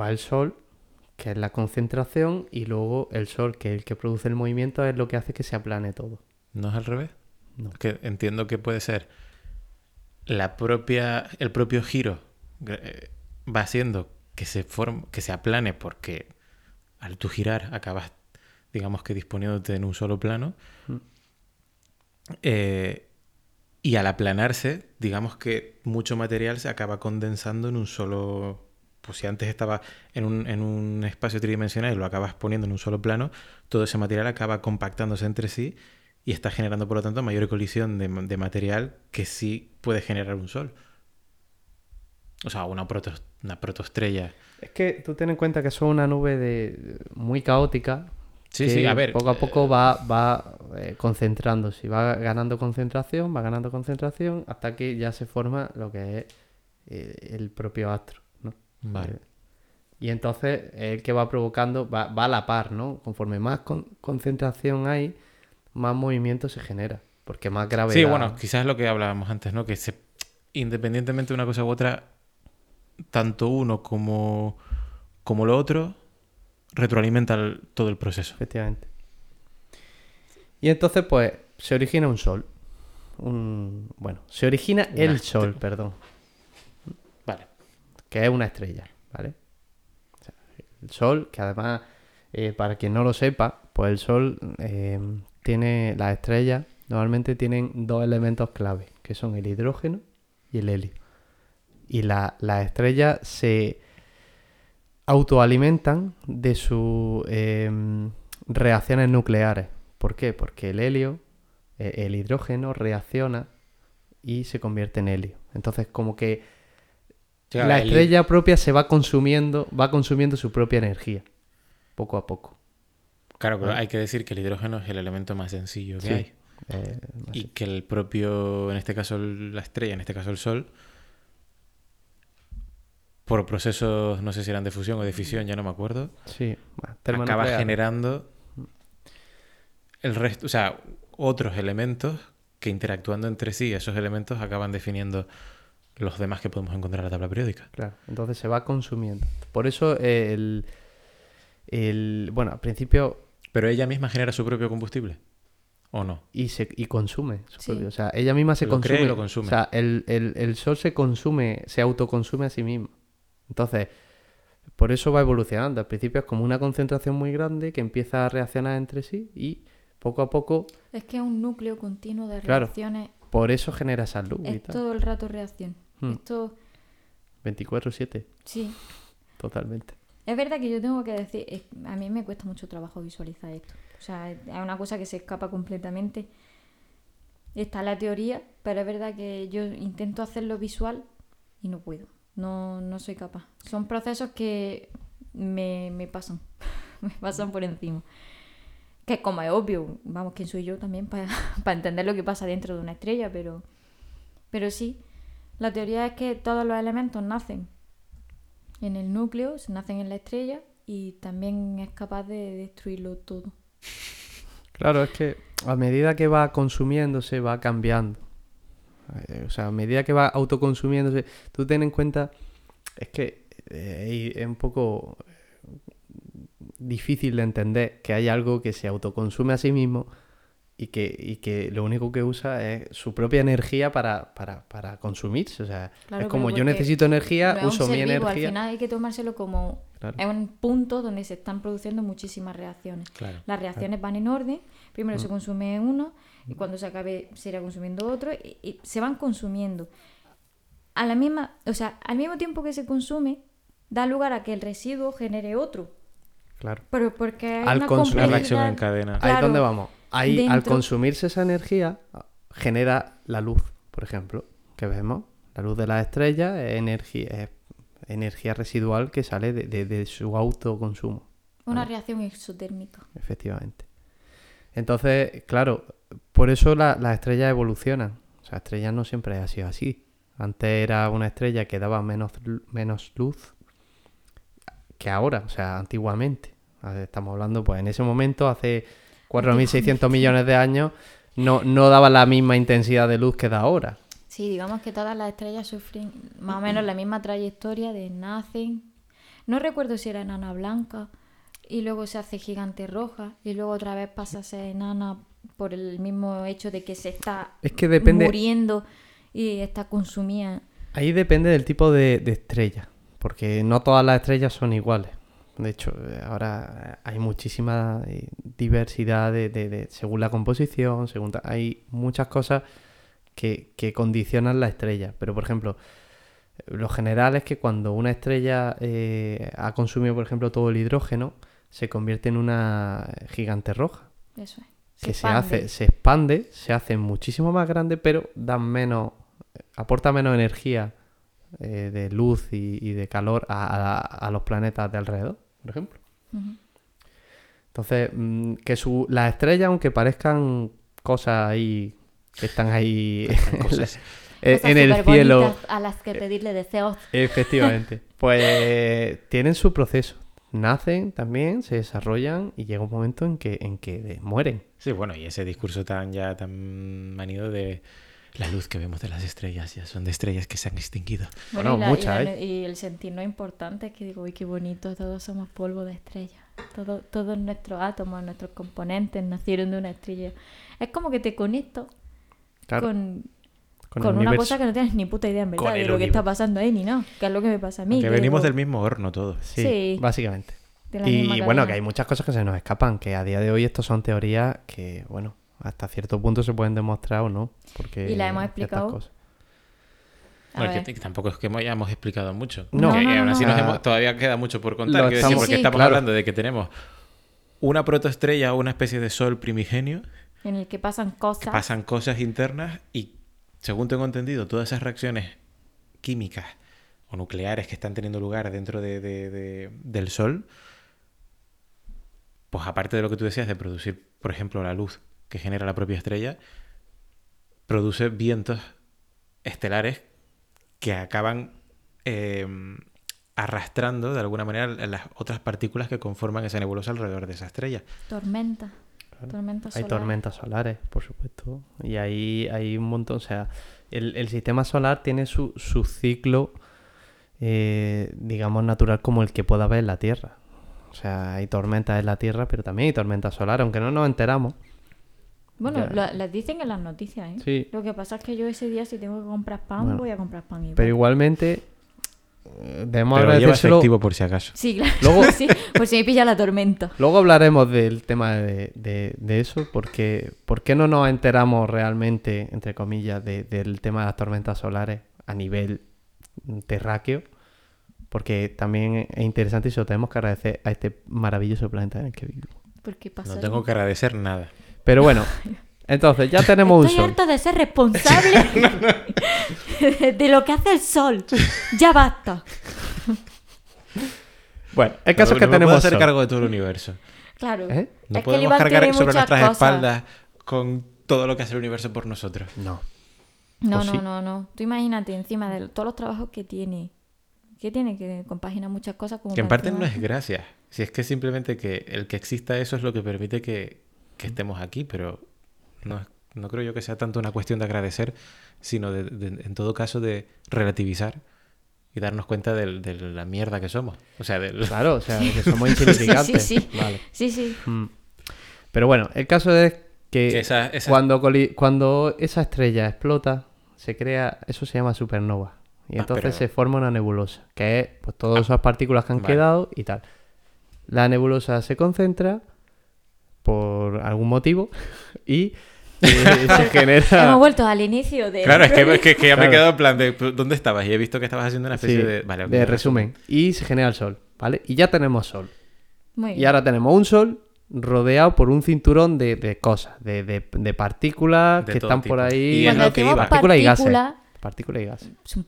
[SPEAKER 2] Va el Sol, que es la concentración, y luego el Sol, que es el que produce el movimiento, es lo que hace que se aplane todo.
[SPEAKER 5] ¿No es al revés?
[SPEAKER 2] No.
[SPEAKER 5] Que entiendo que puede ser la propia, el propio giro gra- eh, va haciendo que se form- que se aplane porque al tú girar acabas, digamos que disponiéndote en un solo plano. Eh, y al aplanarse, digamos que mucho material se acaba condensando en un solo. Pues si antes estaba en un, en un espacio tridimensional y lo acabas poniendo en un solo plano, todo ese material acaba compactándose entre sí y está generando, por lo tanto, mayor colisión de, de material que sí puede generar un sol. O sea, una, proto, una protoestrella.
[SPEAKER 2] Es que tú ten en cuenta que son una nube de, muy caótica.
[SPEAKER 5] Sí,
[SPEAKER 2] que
[SPEAKER 5] sí, a ver, eh,
[SPEAKER 2] Poco a poco va, va eh, concentrándose, va ganando concentración, va ganando concentración, hasta que ya se forma lo que es eh, el propio astro, ¿no? Eh,
[SPEAKER 5] Vale.
[SPEAKER 2] Y entonces es el que va provocando, va, va a la par, ¿no? Conforme más con- concentración hay, más movimiento se genera, porque más gravedad.
[SPEAKER 5] Sí, bueno, quizás lo que hablábamos antes, ¿no? Que se, independientemente de una cosa u otra, tanto uno como, como lo otro retroalimenta el- todo el proceso.
[SPEAKER 2] Efectivamente. Y entonces, pues, se origina un sol. Un... Bueno, se origina el
[SPEAKER 5] Una
[SPEAKER 2] sol, perdón,
[SPEAKER 5] Vale.
[SPEAKER 2] que es una estrella, ¿vale? O sea, el sol, que además, eh, para quien no lo sepa, pues el sol eh, tiene, las estrellas normalmente tienen dos elementos clave, que son el hidrógeno y el helio. Y la- las estrellas se autoalimentan de sus em, reacciones nucleares. ¿Por qué? Porque el helio, eh, el hidrógeno reacciona y se convierte en helio. Entonces, como que la estrella propia se va consumiendo, va consumiendo su propia energía, poco a poco.
[SPEAKER 5] Claro, pero hay que decir que el hidrógeno es el elemento más sencillo que
[SPEAKER 2] Sí.
[SPEAKER 5] hay.
[SPEAKER 2] Eh,
[SPEAKER 5] Y que el propio, en este caso el- la estrella, en este caso el Sol, por procesos, no sé si eran de fusión o de fisión, ya no me acuerdo,
[SPEAKER 2] sí, bueno,
[SPEAKER 5] acaba
[SPEAKER 2] termonuclear.
[SPEAKER 5] generando el resto, o sea, otros elementos que interactuando entre sí, esos elementos acaban definiendo los demás que podemos encontrar en la tabla periódica.
[SPEAKER 2] Claro, entonces se va consumiendo. Por eso eh, el, el- bueno, al principio
[SPEAKER 5] Pero ella misma genera su propio combustible, ¿o no?
[SPEAKER 2] y se y consume su
[SPEAKER 1] Sí.
[SPEAKER 2] propio- O sea, ella misma se
[SPEAKER 5] Lo
[SPEAKER 2] consume.
[SPEAKER 5] crea y lo consume.
[SPEAKER 2] O sea, el, el- el sol se consume, se autoconsume a sí mismo. Entonces, por eso va evolucionando. Al principio es como una concentración muy grande que empieza a reaccionar entre sí y poco a poco,
[SPEAKER 1] Es que es un núcleo continuo de
[SPEAKER 2] Claro.
[SPEAKER 1] reacciones.
[SPEAKER 2] por eso genera esa luz y
[SPEAKER 1] Es
[SPEAKER 2] tal.
[SPEAKER 1] todo el rato reacción.
[SPEAKER 2] Hmm.
[SPEAKER 1] Esto,
[SPEAKER 2] 24-7,
[SPEAKER 1] sí.
[SPEAKER 2] totalmente.
[SPEAKER 1] Es verdad que yo tengo que decir, es- a mí me cuesta mucho trabajo visualizar esto. O sea, es es una cosa que se escapa completamente. Está la teoría, pero es verdad que yo intento hacerlo visual y no puedo. No, no soy capaz. Son procesos que me, me pasan, me pasan por encima. Que como es obvio, vamos, quién soy yo también para entender lo que pasa dentro de una estrella, pero, pero sí, la teoría es que todos los elementos nacen en el núcleo, se nacen en la estrella y también es capaz de destruirlo todo.
[SPEAKER 2] Claro, es que a medida que va consumiéndose, va cambiando. Eh, O sea, a medida que va autoconsumiéndose, tú ten en cuenta, es que eh, es un poco eh, difícil de entender que hay algo que se autoconsume a sí mismo y que, y que lo único que usa es su propia energía para, para, para consumirse. O sea,
[SPEAKER 1] Claro,
[SPEAKER 2] es como
[SPEAKER 1] pero
[SPEAKER 2] yo
[SPEAKER 1] porque
[SPEAKER 2] necesito energía,
[SPEAKER 1] Pero es un
[SPEAKER 2] uso
[SPEAKER 1] ser
[SPEAKER 2] mi
[SPEAKER 1] vivo, Al
[SPEAKER 2] energía.
[SPEAKER 1] final Eh, hay que tomárselo como
[SPEAKER 2] Claro.
[SPEAKER 1] es un punto donde se están produciendo muchísimas reacciones.
[SPEAKER 5] Claro.
[SPEAKER 1] Las reacciones van en orden. Primero
[SPEAKER 2] Mm.
[SPEAKER 1] se consume uno y cuando se acabe se irá consumiendo otro y, y se van consumiendo. A la misma, o sea, al mismo tiempo que se consume, da lugar a que el residuo genere otro.
[SPEAKER 2] Claro.
[SPEAKER 1] Pero porque hay
[SPEAKER 2] Al
[SPEAKER 1] una
[SPEAKER 2] consumir-
[SPEAKER 5] Una reacción
[SPEAKER 1] complejidad-
[SPEAKER 5] en cadena.
[SPEAKER 2] Ahí es
[SPEAKER 1] Claro,
[SPEAKER 2] donde vamos. Ahí, al
[SPEAKER 1] dentro-
[SPEAKER 2] consumirse esa energía, genera la luz, por ejemplo, que vemos. La luz de las estrellas es energía, es, energía residual que sale de, de- de su autoconsumo,
[SPEAKER 1] Una reacción exotérmica.
[SPEAKER 2] efectivamente. Entonces, claro, por eso la- las estrellas evolucionan. O sea, estrellas no siempre ha sido así. Antes era una estrella que daba menos, lu- menos luz que ahora, o sea, antiguamente. A ver, Estamos hablando, pues en ese momento, hace 4.600 millones de años, no, no daba la misma intensidad de luz que da ahora.
[SPEAKER 1] Sí, digamos que todas las estrellas sufren más o menos la misma trayectoria de nacen. No recuerdo si era enana blanca y luego se hace gigante roja y luego otra vez pasa a ser enana por el mismo hecho de que se está
[SPEAKER 2] Es que depende-
[SPEAKER 1] muriendo y está consumida.
[SPEAKER 2] Ahí depende del tipo de, de estrella, porque no todas las estrellas son iguales. De hecho, eh, ahora eh, hay muchísima eh, diversidad de, de- de- según la composición, según ta- hay muchas cosas que, que condicionan la estrella. Pero, por ejemplo, lo general es que cuando una estrella eh, ha consumido, por ejemplo, todo el hidrógeno, se convierte en una eh, gigante roja
[SPEAKER 1] Eso es.
[SPEAKER 2] que se,
[SPEAKER 1] expande.
[SPEAKER 2] hace, se expande, se hace muchísimo más grande, pero da menos, aporta menos energía eh, de luz y, y de calor a, a- a los planetas de alrededor, por ejemplo.
[SPEAKER 1] Ujú.
[SPEAKER 2] Entonces, mm, que su, las estrellas, aunque parezcan cosas ahí que están ahí en Ah, la-
[SPEAKER 5] cosas.
[SPEAKER 2] eh,
[SPEAKER 1] Cosas
[SPEAKER 2] en el cielo, Eh,
[SPEAKER 1] superbonitas A las que pedirle deseos.
[SPEAKER 2] Efectivamente. Pues tienen su proceso. Nacen también, se desarrollan y llega un momento en que, en que eh, mueren.
[SPEAKER 5] Sí, bueno, y ese discurso tan ya tan manido de la luz que vemos de las estrellas, ya son de estrellas que se han extinguido.
[SPEAKER 2] Bueno, ¿eh?
[SPEAKER 1] y
[SPEAKER 2] muchas,
[SPEAKER 1] y, y el sentir no importante es que digo, uy, qué bonito, todos somos polvo de estrella. Todo, todos nuestros átomos, nuestros componentes nacieron de una estrella. Es como que te conecto
[SPEAKER 2] Claro,
[SPEAKER 1] con,
[SPEAKER 2] con el
[SPEAKER 1] con una
[SPEAKER 2] universo.
[SPEAKER 1] cosa que no tienes ni puta idea en verdad
[SPEAKER 5] Con
[SPEAKER 1] de
[SPEAKER 5] el
[SPEAKER 1] lo que está
[SPEAKER 5] universo.
[SPEAKER 1] pasando ahí ni nada, que es lo que me pasa a mí.
[SPEAKER 5] Que
[SPEAKER 1] que
[SPEAKER 5] venimos del
[SPEAKER 1] digo,
[SPEAKER 5] mismo horno todos.
[SPEAKER 2] Sí,
[SPEAKER 1] Sí.
[SPEAKER 2] básicamente.
[SPEAKER 1] De la misma
[SPEAKER 2] Y bueno,
[SPEAKER 1] cadena.
[SPEAKER 2] que hay muchas cosas que se nos escapan, que a día de hoy esto son teorías que, bueno, hasta cierto punto se pueden demostrar o no. Porque
[SPEAKER 1] Y la hemos
[SPEAKER 2] ciertas
[SPEAKER 1] explicado.
[SPEAKER 2] cosas.
[SPEAKER 1] A
[SPEAKER 5] Bueno, es
[SPEAKER 1] ver.
[SPEAKER 5] que t- tampoco es que mo- hayamos explicado mucho.
[SPEAKER 2] No.
[SPEAKER 5] Que
[SPEAKER 1] No, no,
[SPEAKER 5] aún así
[SPEAKER 2] no.
[SPEAKER 5] nos
[SPEAKER 2] Ah.
[SPEAKER 5] hemos- todavía queda mucho por contar.
[SPEAKER 2] Lo
[SPEAKER 5] quiero decir,
[SPEAKER 2] estamos-
[SPEAKER 5] porque
[SPEAKER 1] Sí, sí.
[SPEAKER 5] estamos
[SPEAKER 2] claro.
[SPEAKER 5] hablando de que tenemos una protoestrella o una especie de sol primigenio,
[SPEAKER 1] En el que pasan
[SPEAKER 5] que
[SPEAKER 1] cosas.
[SPEAKER 5] pasan cosas internas y, según tengo entendido, todas esas reacciones químicas o nucleares que están teniendo lugar dentro de- de- de- del sol, pues aparte de lo que tú decías de producir, por ejemplo, la luz que genera la propia estrella, produce vientos estelares que acaban eh, arrastrando de alguna manera las otras partículas que conforman esa nebulosa alrededor de esa estrella.
[SPEAKER 1] Tormenta. Tormenta
[SPEAKER 2] Hay
[SPEAKER 1] solar.
[SPEAKER 2] tormentas solares, por supuesto. Y ahí hay un montón. O sea, el, el sistema solar tiene su, su ciclo, eh, digamos, natural como el que pueda haber en la Tierra. O sea, hay tormentas en la Tierra, pero también hay tormentas solares, aunque no nos enteramos.
[SPEAKER 1] Bueno,
[SPEAKER 2] Ya.
[SPEAKER 1] la- las dicen en las noticias, ¿eh?
[SPEAKER 2] Sí.
[SPEAKER 1] Lo que pasa es que yo ese día si tengo que comprar pan,
[SPEAKER 2] Bueno.
[SPEAKER 1] voy a comprar pan igual.
[SPEAKER 2] Pero igualmente, eh, debemos
[SPEAKER 5] Pero lleva
[SPEAKER 2] agradecérselo-
[SPEAKER 5] efectivo por si acaso.
[SPEAKER 1] Sí, claro.
[SPEAKER 2] Luego-
[SPEAKER 1] sí, por si me pilla la tormenta.
[SPEAKER 2] Luego hablaremos del tema de, de- de eso, porque ¿por qué no nos enteramos realmente, entre comillas, de- del tema de las tormentas solares a nivel terráqueo? Porque también es interesante y se lo tenemos que agradecer a este maravilloso planeta en el que vivimos.
[SPEAKER 1] Porque pasa.
[SPEAKER 5] No tengo que agradecer nada.
[SPEAKER 2] Pero bueno, entonces ya tenemos un
[SPEAKER 1] Estoy
[SPEAKER 2] sol.
[SPEAKER 1] harta de ser responsable de lo que hace el sol. Ya basta.
[SPEAKER 2] Bueno, el caso es que
[SPEAKER 5] no me puedo
[SPEAKER 2] tenemos
[SPEAKER 5] hacer
[SPEAKER 2] sol.
[SPEAKER 5] cargo de todo el universo.
[SPEAKER 1] Claro.
[SPEAKER 2] ¿Eh?
[SPEAKER 1] Es que
[SPEAKER 5] No
[SPEAKER 1] el
[SPEAKER 5] podemos
[SPEAKER 1] Iván
[SPEAKER 5] cargar
[SPEAKER 1] tiene
[SPEAKER 5] sobre
[SPEAKER 1] muchas
[SPEAKER 5] nuestras
[SPEAKER 1] cosas.
[SPEAKER 5] espaldas con todo lo que hace el universo por nosotros.
[SPEAKER 2] No.
[SPEAKER 1] No,
[SPEAKER 2] ¿O
[SPEAKER 1] no,
[SPEAKER 2] sí?
[SPEAKER 1] no, no. Tú imagínate encima de todos los trabajos que tiene. Que tiene que compaginar muchas cosas como
[SPEAKER 5] Que en
[SPEAKER 1] para
[SPEAKER 5] parte
[SPEAKER 1] encima-
[SPEAKER 5] no es gracias. Si es que simplemente que el que exista eso es lo que permite que, que estemos aquí, pero no, es- no creo yo que sea tanto una cuestión de agradecer, sino de, de- en todo caso de relativizar y darnos cuenta del- de, la mierda que somos. O sea, del...
[SPEAKER 2] Claro, o sea, que somos
[SPEAKER 1] Sí, sí,
[SPEAKER 2] insignificantes.
[SPEAKER 1] sí.
[SPEAKER 2] Vale.
[SPEAKER 1] Sí, sí.
[SPEAKER 2] Mm. Pero bueno, el caso es que,
[SPEAKER 5] Que esa- esa-
[SPEAKER 2] Cuando, coli- cuando esa estrella explota, se crea, eso se llama supernova. Y
[SPEAKER 5] Ah,
[SPEAKER 2] entonces
[SPEAKER 5] pero- Ah,
[SPEAKER 2] se forma una nebulosa, que es pues, todas esas partículas que han
[SPEAKER 5] vale.
[SPEAKER 2] quedado y tal. La nebulosa se concentra por algún motivo y eh, se genera...
[SPEAKER 1] Hemos vuelto al inicio de.
[SPEAKER 5] Claro, es que, es que- que ya
[SPEAKER 2] Claro.
[SPEAKER 5] me he quedado en plan de dónde estabas y he visto que estabas haciendo una especie
[SPEAKER 2] sí,
[SPEAKER 5] de... Vale, ok,
[SPEAKER 2] de resumen. Y se genera el sol, ¿vale? Y ya tenemos sol.
[SPEAKER 1] Muy bien.
[SPEAKER 2] Y ahora tenemos un sol rodeado por un cinturón de, de cosas, de, de- de partículas
[SPEAKER 5] De
[SPEAKER 2] que
[SPEAKER 5] todo
[SPEAKER 2] están
[SPEAKER 5] tipo.
[SPEAKER 2] por ahí.
[SPEAKER 5] Y es
[SPEAKER 1] Cuando
[SPEAKER 5] lo que
[SPEAKER 1] decimos
[SPEAKER 5] iba.
[SPEAKER 2] Partículas y gases.
[SPEAKER 1] partícula-
[SPEAKER 2] Partículas y gases.
[SPEAKER 1] Son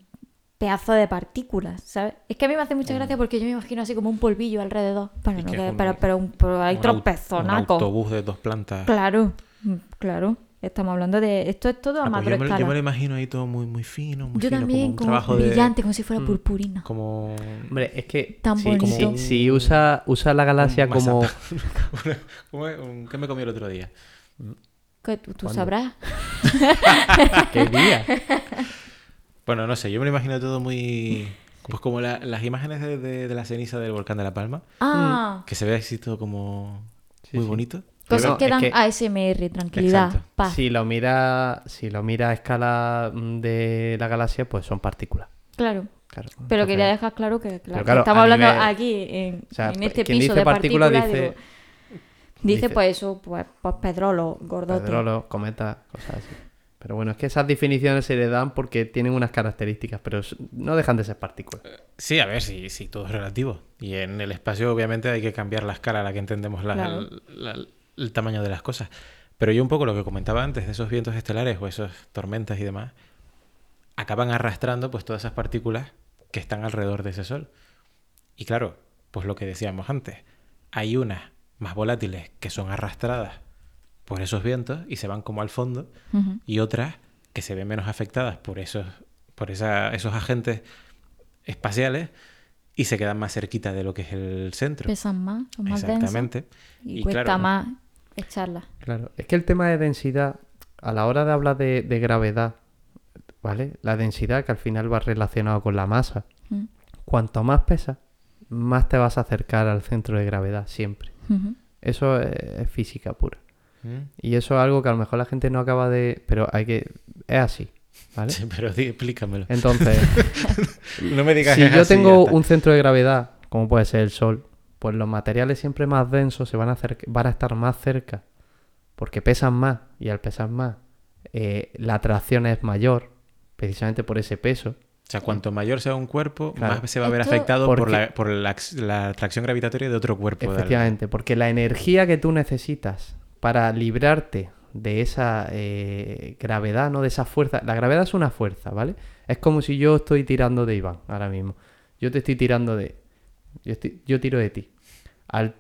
[SPEAKER 1] pedazos de partículas, ¿sabes? Es que a mí me hace mucha gracia porque yo me imagino así como un polvillo alrededor. Bueno,
[SPEAKER 5] Y
[SPEAKER 1] no
[SPEAKER 5] que
[SPEAKER 1] que-
[SPEAKER 5] Mm. es un-
[SPEAKER 1] pero, pero, un- pero hay
[SPEAKER 5] Un au- Un
[SPEAKER 1] tropezonacos.
[SPEAKER 5] autobús de dos plantas.
[SPEAKER 1] Claro, mm, claro. Estamos hablando de... Esto es todo a
[SPEAKER 5] Ah, pues yo, me, lo- yo me lo
[SPEAKER 1] macroescala.
[SPEAKER 5] imagino ahí todo muy, muy fino, muy
[SPEAKER 1] Yo
[SPEAKER 5] fino,
[SPEAKER 1] también,
[SPEAKER 5] como un
[SPEAKER 1] como,
[SPEAKER 5] trabajo de- Mm.
[SPEAKER 1] brillante, como si fuera purpurina.
[SPEAKER 5] Como...
[SPEAKER 2] Hombre, es que
[SPEAKER 1] Tan
[SPEAKER 2] si, si-
[SPEAKER 1] bonito.
[SPEAKER 2] si usa, usa la galaxia
[SPEAKER 5] un
[SPEAKER 2] como...
[SPEAKER 5] masata. ¿Cómo es? Un- ¿Qué me comí el otro día?
[SPEAKER 1] Que tú, tú sabrás.
[SPEAKER 5] Mm.
[SPEAKER 2] ¿Qué día?
[SPEAKER 5] Bueno, no sé, yo me lo imagino todo muy... Pues como la- las imágenes de, de- de la ceniza del volcán de La Palma,
[SPEAKER 1] Ah,
[SPEAKER 5] que se ve así todo como
[SPEAKER 2] Sí,
[SPEAKER 5] muy
[SPEAKER 2] sí.
[SPEAKER 5] bonito.
[SPEAKER 1] cosas
[SPEAKER 2] Pero
[SPEAKER 1] que
[SPEAKER 2] es
[SPEAKER 1] dan
[SPEAKER 2] que-
[SPEAKER 1] ASMR, tranquilidad,
[SPEAKER 5] Exacto.
[SPEAKER 1] paz.
[SPEAKER 2] Si lo mira, si lo mira a escala mm, de la galaxia, pues son partículas.
[SPEAKER 1] Claro.
[SPEAKER 2] Claro.
[SPEAKER 1] Pero
[SPEAKER 2] Entonces,
[SPEAKER 1] quería dejar claro que, claro, que
[SPEAKER 2] claro,
[SPEAKER 1] estamos
[SPEAKER 2] a
[SPEAKER 1] hablando
[SPEAKER 2] nivel-
[SPEAKER 1] aquí, en,
[SPEAKER 2] o sea,
[SPEAKER 1] en este
[SPEAKER 2] quien
[SPEAKER 1] piso
[SPEAKER 2] dice
[SPEAKER 1] de
[SPEAKER 2] partículas,
[SPEAKER 1] partículas,
[SPEAKER 2] dice-
[SPEAKER 1] digo, dice,
[SPEAKER 2] dice-
[SPEAKER 1] pues eso, pues, pues pedrolo, gordote.
[SPEAKER 2] Pedrolos, cometas, cosas así. Pero bueno, es que esas definiciones se le dan porque tienen unas características, pero s- no dejan de ser partículas.
[SPEAKER 5] Sí, a ver, sí, sí, todo es relativo. Y en el espacio obviamente hay que cambiar la escala a la que entendemos la-
[SPEAKER 1] Claro.
[SPEAKER 5] la- el tamaño de las cosas. Pero yo un poco lo que comentaba antes de esos vientos estelares o esas tormentas y demás, acaban arrastrando pues todas esas partículas que están alrededor de ese sol. Y claro, pues lo que decíamos antes, hay unas más volátiles que son arrastradas por esos vientos y se van como al fondo
[SPEAKER 1] Ujú.
[SPEAKER 5] y otras que se ven menos afectadas por esos, por esa- esos agentes espaciales y se quedan más cerquita de lo que es el centro.
[SPEAKER 1] Pesan más, Pues, son más densas
[SPEAKER 5] Exactamente.
[SPEAKER 1] y,
[SPEAKER 5] Y
[SPEAKER 1] cuesta
[SPEAKER 5] claro,
[SPEAKER 1] más echarlas.
[SPEAKER 2] Claro, es que el tema de densidad, a la hora de hablar de, de gravedad, ¿vale? La densidad que al final va relacionado con la masa.
[SPEAKER 1] Mm.
[SPEAKER 2] Cuanto más pesa, más te vas a acercar al centro de gravedad siempre.
[SPEAKER 1] Ujú.
[SPEAKER 2] Eso es, es física pura.
[SPEAKER 5] ¿Mm?
[SPEAKER 2] Y eso es algo que a lo mejor la gente no acaba de... Pero hay que... Es así, ¿vale?
[SPEAKER 5] Sí, pero di- explícamelo.
[SPEAKER 2] Entonces...
[SPEAKER 5] Eh, No me digas
[SPEAKER 2] si
[SPEAKER 5] que es
[SPEAKER 2] yo
[SPEAKER 5] así,
[SPEAKER 2] tengo
[SPEAKER 5] ya está.
[SPEAKER 2] un centro de gravedad, como puede ser el Sol, pues los materiales siempre más densos se van a, acer- van a estar más cerca, porque pesan más, y al pesar más, eh, la atracción es mayor, precisamente por ese peso.
[SPEAKER 5] O sea, cuanto mayor sea un cuerpo,
[SPEAKER 2] Claro.
[SPEAKER 5] más se va a ver
[SPEAKER 1] Esto-
[SPEAKER 5] afectado por,
[SPEAKER 2] Porque-
[SPEAKER 5] la, por la, ax- la atracción gravitatoria de otro cuerpo. de algo.
[SPEAKER 2] Efectivamente, porque la energía que tú necesitas para librarte de esa eh, gravedad, ¿no? De esa fuerza. La gravedad es una fuerza, ¿vale? Es como si yo estoy tirando de Iván ahora mismo. Yo te estoy tirando de... Yo, estoy- yo tiro de ti. Al...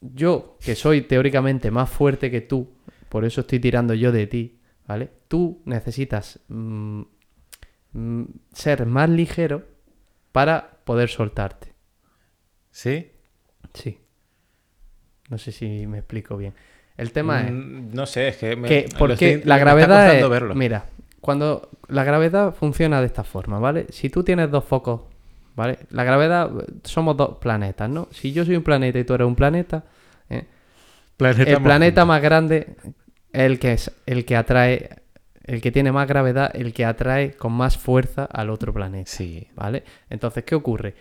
[SPEAKER 2] Yo, que soy teóricamente más fuerte que tú, por eso estoy tirando yo de ti, ¿vale? Tú necesitas mm, mm, ser más ligero para poder soltarte.
[SPEAKER 5] ¿Sí?
[SPEAKER 2] Sí. No sé si me explico bien. El tema es
[SPEAKER 5] Mm, No sé, es que... me-
[SPEAKER 2] que
[SPEAKER 5] lo
[SPEAKER 2] porque
[SPEAKER 5] estoy-
[SPEAKER 2] la
[SPEAKER 5] me está
[SPEAKER 2] gravedad
[SPEAKER 5] costando
[SPEAKER 2] es,
[SPEAKER 5] verlo.
[SPEAKER 2] mira, cuando la gravedad funciona de esta forma, ¿vale? Si tú tienes dos focos, ¿vale? La gravedad somos dos planetas, ¿no? Si yo soy un planeta y tú eres un planeta, ¿eh? el
[SPEAKER 5] Planeta
[SPEAKER 2] planeta
[SPEAKER 5] más...
[SPEAKER 2] más grande es el que es el que atrae el que tiene más gravedad, el que atrae con más fuerza al otro planeta.
[SPEAKER 5] Sí.
[SPEAKER 2] ¿Vale? Entonces, ¿qué ocurre?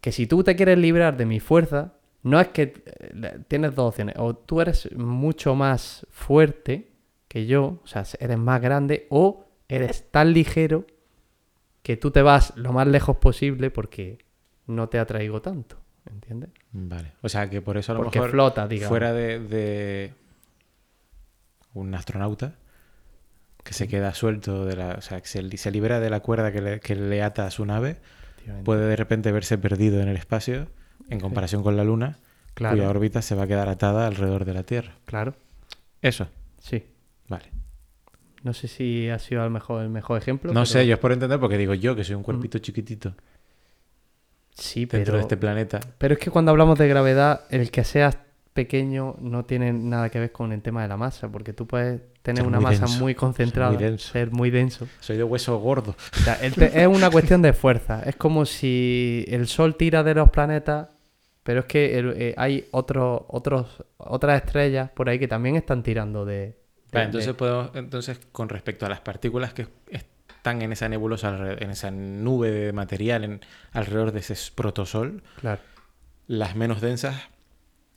[SPEAKER 2] Que si tú te quieres librar de mi fuerza, no es que eh, la- tienes dos opciones. O tú eres mucho más fuerte que yo, o sea, eres más grande, o eres tan ligero que tú te vas lo más lejos posible porque no te atraigo tanto. ¿Entiendes?
[SPEAKER 5] Vale. O sea, que por eso a lo
[SPEAKER 2] Porque
[SPEAKER 5] mejor...
[SPEAKER 2] flota, digamos.
[SPEAKER 5] fuera de, de un astronauta que se queda suelto de la, o sea, que se, li- se libera de la cuerda que le, que le ata a su nave,
[SPEAKER 2] Efectivamente.
[SPEAKER 5] puede de repente verse perdido en el espacio en comparación con la Luna,
[SPEAKER 2] Claro.
[SPEAKER 5] cuya órbita se va a quedar atada alrededor de la Tierra.
[SPEAKER 2] Claro,
[SPEAKER 5] Eso,
[SPEAKER 2] sí.
[SPEAKER 5] vale.
[SPEAKER 2] No sé si ha sido a lo mejor el mejor ejemplo.
[SPEAKER 5] no
[SPEAKER 2] pero-
[SPEAKER 5] sé, yo es por entender porque digo yo que soy un cuerpito chiquitito
[SPEAKER 2] Sí,
[SPEAKER 5] dentro
[SPEAKER 2] Mm. pero...
[SPEAKER 5] de este planeta.
[SPEAKER 2] Pero es que cuando hablamos de gravedad, el que seas pequeño no tiene nada que ver con el tema de la masa, porque tú puedes tener
[SPEAKER 5] Ser
[SPEAKER 2] una
[SPEAKER 5] muy
[SPEAKER 2] masa
[SPEAKER 5] denso,
[SPEAKER 2] muy
[SPEAKER 5] ser
[SPEAKER 2] concentrada,
[SPEAKER 5] muy denso.
[SPEAKER 2] ser muy denso.
[SPEAKER 5] Soy de hueso gordo.
[SPEAKER 2] O sea, el te- es una cuestión de fuerza. Es como si el Sol tira de los planetas, pero es que el- eh, hay otros, otros, otras estrellas por ahí que también están tirando de. de-
[SPEAKER 5] Vale,
[SPEAKER 2] de-
[SPEAKER 5] entonces podemos, entonces con respecto a las partículas que están en esa nebulosa, alre- en esa nube de material en- alrededor de ese s- protosol,
[SPEAKER 2] claro,
[SPEAKER 5] las menos densas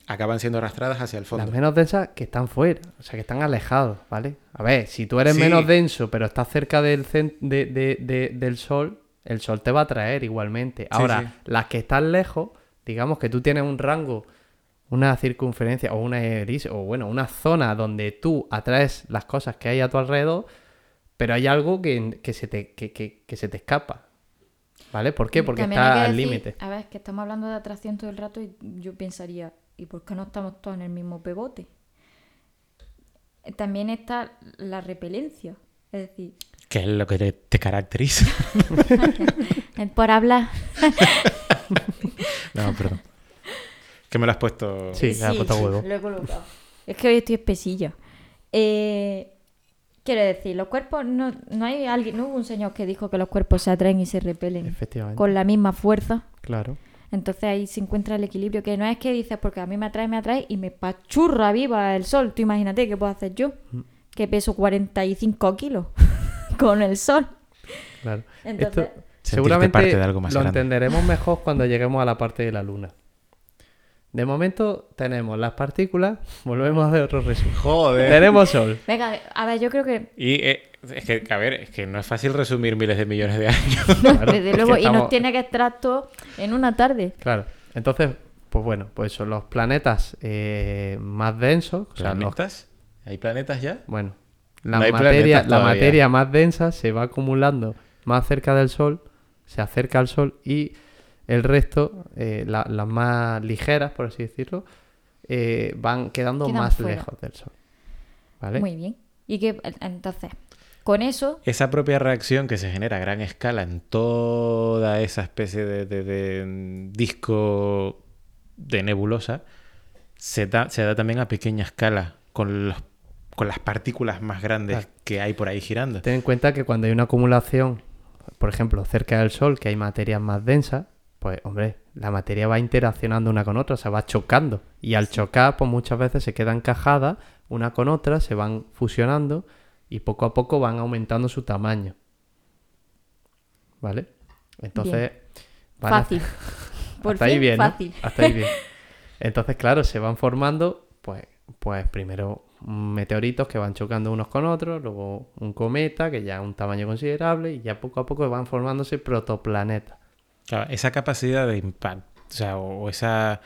[SPEAKER 5] acaban siendo arrastradas hacia el fondo.
[SPEAKER 2] las menos densas que están fuera, o sea, que están alejados, ¿vale? A ver, si tú eres
[SPEAKER 5] Sí.
[SPEAKER 2] menos denso, pero estás cerca del, cen- de- de- de- del Sol, el Sol te va a traer igualmente. Ahora,
[SPEAKER 5] sí.
[SPEAKER 2] las que están lejos, digamos que tú tienes un rango, una circunferencia o una elipse, o bueno, una zona donde tú atraes las cosas que hay a tu alrededor, pero hay algo que, que se, te, que- que- que se te escapa. ¿Vale? ¿Por qué? Porque
[SPEAKER 1] También hay
[SPEAKER 2] está
[SPEAKER 1] que
[SPEAKER 2] al
[SPEAKER 1] decir-
[SPEAKER 2] límite.
[SPEAKER 1] A ver, es que estamos hablando de atracción todo el rato y yo pensaría, ¿y por qué no estamos todos en el mismo pebote? Eh, También está la repelencia. Es decir,
[SPEAKER 5] ¿Qué es lo que te, te caracteriza?
[SPEAKER 1] por hablar.
[SPEAKER 5] no, perdón. Que me lo has puesto.
[SPEAKER 2] Sí, le ha puesto huevo.
[SPEAKER 1] lo he colocado. Es que hoy estoy espesilla. Eh, quiero decir, los cuerpos no, no hay alguien, no hubo un señor que dijo que los cuerpos se atraen y se repelen
[SPEAKER 2] Efectivamente.
[SPEAKER 1] con la misma fuerza.
[SPEAKER 2] Claro.
[SPEAKER 1] Entonces ahí se encuentra el equilibrio, que no es que dices porque a mí me atrae, me atrae y me pachurra viva el sol. Tú imagínate qué puedo hacer yo,
[SPEAKER 2] Mm.
[SPEAKER 1] que peso 45 kilos con el sol.
[SPEAKER 2] Claro.
[SPEAKER 1] Entonces-
[SPEAKER 2] Esto
[SPEAKER 5] Sentirte
[SPEAKER 2] seguramente
[SPEAKER 5] parte de algo más
[SPEAKER 2] lo
[SPEAKER 5] grande.
[SPEAKER 2] entenderemos mejor cuando lleguemos a la parte de la luna. De momento tenemos las partículas, volvemos a hacer otro resumen.
[SPEAKER 5] Joder.
[SPEAKER 2] Tenemos sol.
[SPEAKER 1] Venga, a ver, yo creo que...
[SPEAKER 5] Y eh, es que, a ver, es que no es fácil resumir miles de millones de años.
[SPEAKER 2] Claro,
[SPEAKER 1] desde
[SPEAKER 2] es
[SPEAKER 1] luego,
[SPEAKER 2] que
[SPEAKER 1] y nos
[SPEAKER 2] estamos-
[SPEAKER 1] tiene que estar todo en una tarde.
[SPEAKER 2] Claro. Entonces, pues bueno, pues son los planetas eh, más densos. O sea, los-
[SPEAKER 5] ¿Planetas? ¿Hay planetas ya?
[SPEAKER 2] bueno, la,
[SPEAKER 5] No hay
[SPEAKER 2] materia,
[SPEAKER 5] planetas
[SPEAKER 2] la
[SPEAKER 5] todavía.
[SPEAKER 2] materia más densa se va acumulando más cerca del Sol, se acerca al Sol y el resto, eh, la- las más ligeras, por así decirlo, eh, van quedando
[SPEAKER 1] Quedan
[SPEAKER 2] más
[SPEAKER 1] fuera.
[SPEAKER 2] lejos del Sol. ¿Vale?
[SPEAKER 1] Muy bien. Y que, entonces, con eso,
[SPEAKER 5] Esa propia reacción que se genera a gran escala en toda esa especie de, de- de, mm, disco de nebulosa se da, se da también a pequeña escala con, los, con las partículas más grandes
[SPEAKER 2] Claro.
[SPEAKER 5] que hay por ahí girando.
[SPEAKER 2] Ten en cuenta que cuando hay una acumulación, por ejemplo, cerca del Sol, que hay materias más densas, pues hombre, la materia va interaccionando una con otra, o sea, va chocando. Y al chocar, pues muchas veces se queda encajada una con otra, se van fusionando y poco a poco van aumentando su tamaño. ¿Vale? Entonces... van a-
[SPEAKER 1] fácil. Por
[SPEAKER 2] hasta ahí
[SPEAKER 1] fin,
[SPEAKER 2] bien, ¿no?
[SPEAKER 1] fácil.
[SPEAKER 2] Hasta ahí bien. Entonces, claro, se van formando, pues, pues primero mm, meteoritos que van chocando unos con otros, luego un cometa que ya es un tamaño considerable y ya poco a poco van formándose protoplanetas.
[SPEAKER 5] Claro, esa capacidad de impacto, o sea, o o esa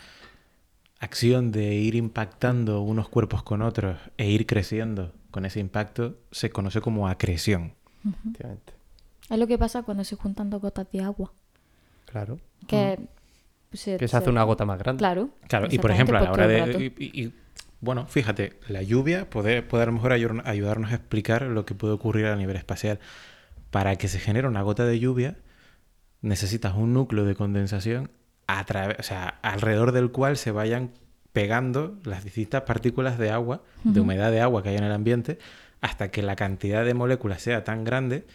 [SPEAKER 5] acción de ir impactando unos cuerpos con otros e ir creciendo con ese impacto se conoce como acreción.
[SPEAKER 2] Efectivamente.
[SPEAKER 1] Es lo que pasa cuando se juntan dos gotas de agua.
[SPEAKER 2] Claro.
[SPEAKER 1] Que, se,
[SPEAKER 2] Mm. Que se hace una gota más grande.
[SPEAKER 1] Claro.
[SPEAKER 5] Claro, y por
[SPEAKER 1] exactamente,
[SPEAKER 5] ejemplo, a la
[SPEAKER 1] pues
[SPEAKER 5] hora
[SPEAKER 1] todo el
[SPEAKER 5] de...
[SPEAKER 1] rato.
[SPEAKER 5] Y, y- y- bueno, fíjate, la lluvia puede, puede a lo mejor ayur- ayudarnos a explicar lo que puede ocurrir a nivel espacial. Para que se genere una gota de lluvia, necesitas un núcleo de condensación a través, o sea, alrededor del cual se vayan pegando las distintas partículas de agua, de humedad de agua que hay en el ambiente, hasta que la cantidad de moléculas sea tan grande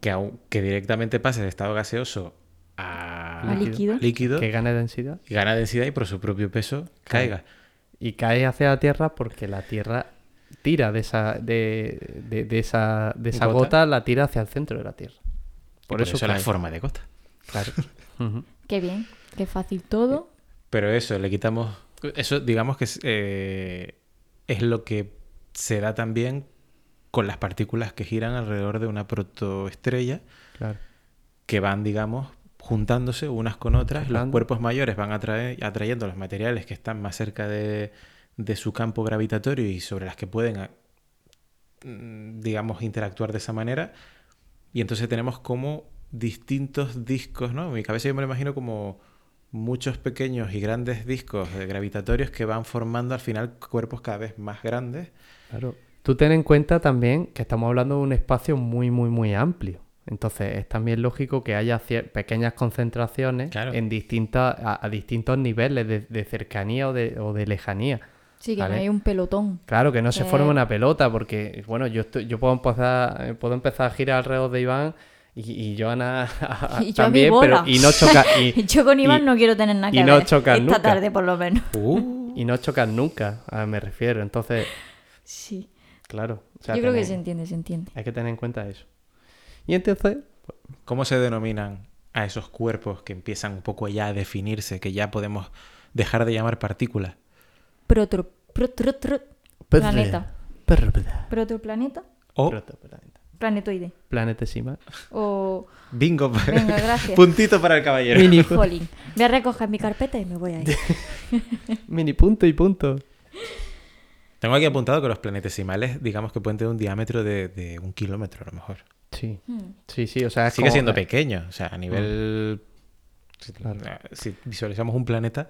[SPEAKER 5] que, au- que directamente pase de estado gaseoso a
[SPEAKER 1] A líquido.
[SPEAKER 5] líquido
[SPEAKER 2] Que gane densidad
[SPEAKER 5] y gana densidad y por su propio peso caiga.
[SPEAKER 2] y cae hacia la Tierra porque la Tierra tira de esa, de, de- de esa, de esa
[SPEAKER 5] ¿Gota?
[SPEAKER 2] gota? la tira hacia el centro de la Tierra.
[SPEAKER 5] Y Por, eso, la
[SPEAKER 2] cae.
[SPEAKER 5] forma de gota.
[SPEAKER 2] Claro. Ujú.
[SPEAKER 1] Qué bien, qué fácil todo.
[SPEAKER 5] Pero eso, le quitamos. Eso, digamos que es, eh, es lo que se da también con las partículas que giran alrededor de una protoestrella
[SPEAKER 2] Claro.
[SPEAKER 5] que van, digamos, juntándose unas con otras. Los
[SPEAKER 2] Chocando.
[SPEAKER 5] cuerpos mayores van atrae- atrayendo los materiales que están más cerca de, de su campo gravitatorio y sobre las que pueden, a- mm, digamos, interactuar de esa manera. Y entonces tenemos como distintos discos, ¿no? En mi cabeza yo me lo imagino como muchos pequeños y grandes discos eh, gravitatorios que van formando al final cuerpos cada vez más grandes.
[SPEAKER 2] Claro. Tú ten en cuenta también que estamos hablando de un espacio muy, muy, muy amplio. Entonces es también lógico que haya cier- pequeñas concentraciones
[SPEAKER 5] Claro.
[SPEAKER 2] en distintas, a, a distintos niveles de, de cercanía o de, o de lejanía.
[SPEAKER 1] Sí, que
[SPEAKER 2] Vale.
[SPEAKER 1] no hay un pelotón.
[SPEAKER 2] Claro, que no se
[SPEAKER 1] Sí.
[SPEAKER 2] forma una pelota, porque, bueno, yo estoy- yo puedo empezar, eh, puedo empezar a girar alrededor de Iván y, y Joana
[SPEAKER 1] Y yo a mi
[SPEAKER 2] también,
[SPEAKER 1] bola.
[SPEAKER 2] pero y no choca. Y,
[SPEAKER 1] Yo con Iván
[SPEAKER 2] y-
[SPEAKER 1] no quiero tener nada
[SPEAKER 2] y
[SPEAKER 1] que
[SPEAKER 2] no
[SPEAKER 1] ver.
[SPEAKER 2] chocan
[SPEAKER 1] Esta
[SPEAKER 2] nunca.
[SPEAKER 1] tarde, por lo menos.
[SPEAKER 2] y no chocan nunca, a me refiero. Entonces,
[SPEAKER 1] Sí.
[SPEAKER 2] claro. o sea,
[SPEAKER 1] Yo creo que
[SPEAKER 2] tenéis-
[SPEAKER 1] se entiende, se entiende.
[SPEAKER 2] Hay que tener en cuenta eso. Y entonces,
[SPEAKER 5] ¿Cómo se denominan a esos cuerpos que empiezan un poco ya a definirse, que ya podemos dejar de llamar partículas?
[SPEAKER 1] Protro, protro, tro- planeta.
[SPEAKER 2] Planeta.
[SPEAKER 1] Protoplaneta.
[SPEAKER 2] Oh.
[SPEAKER 5] O
[SPEAKER 2] Protoplaneta.
[SPEAKER 1] Planetoide.
[SPEAKER 2] Planetesimal.
[SPEAKER 1] O.
[SPEAKER 5] bingo,
[SPEAKER 1] Venga, gracias.
[SPEAKER 5] puntito para el caballero.
[SPEAKER 2] Mini,
[SPEAKER 1] Jolín. Voy a recoger mi carpeta y me voy a ir.
[SPEAKER 2] mini punto y punto.
[SPEAKER 5] Tengo aquí apuntado que los planetesimales, digamos que pueden tener un diámetro de, de un kilómetro a lo mejor.
[SPEAKER 2] Sí.
[SPEAKER 1] Hmm.
[SPEAKER 2] Sí, sí, o sea, Ah, es
[SPEAKER 5] Sigue
[SPEAKER 2] como- Mm,
[SPEAKER 5] siendo pequeño, o sea, a nivel... si- Si visualizamos un planeta,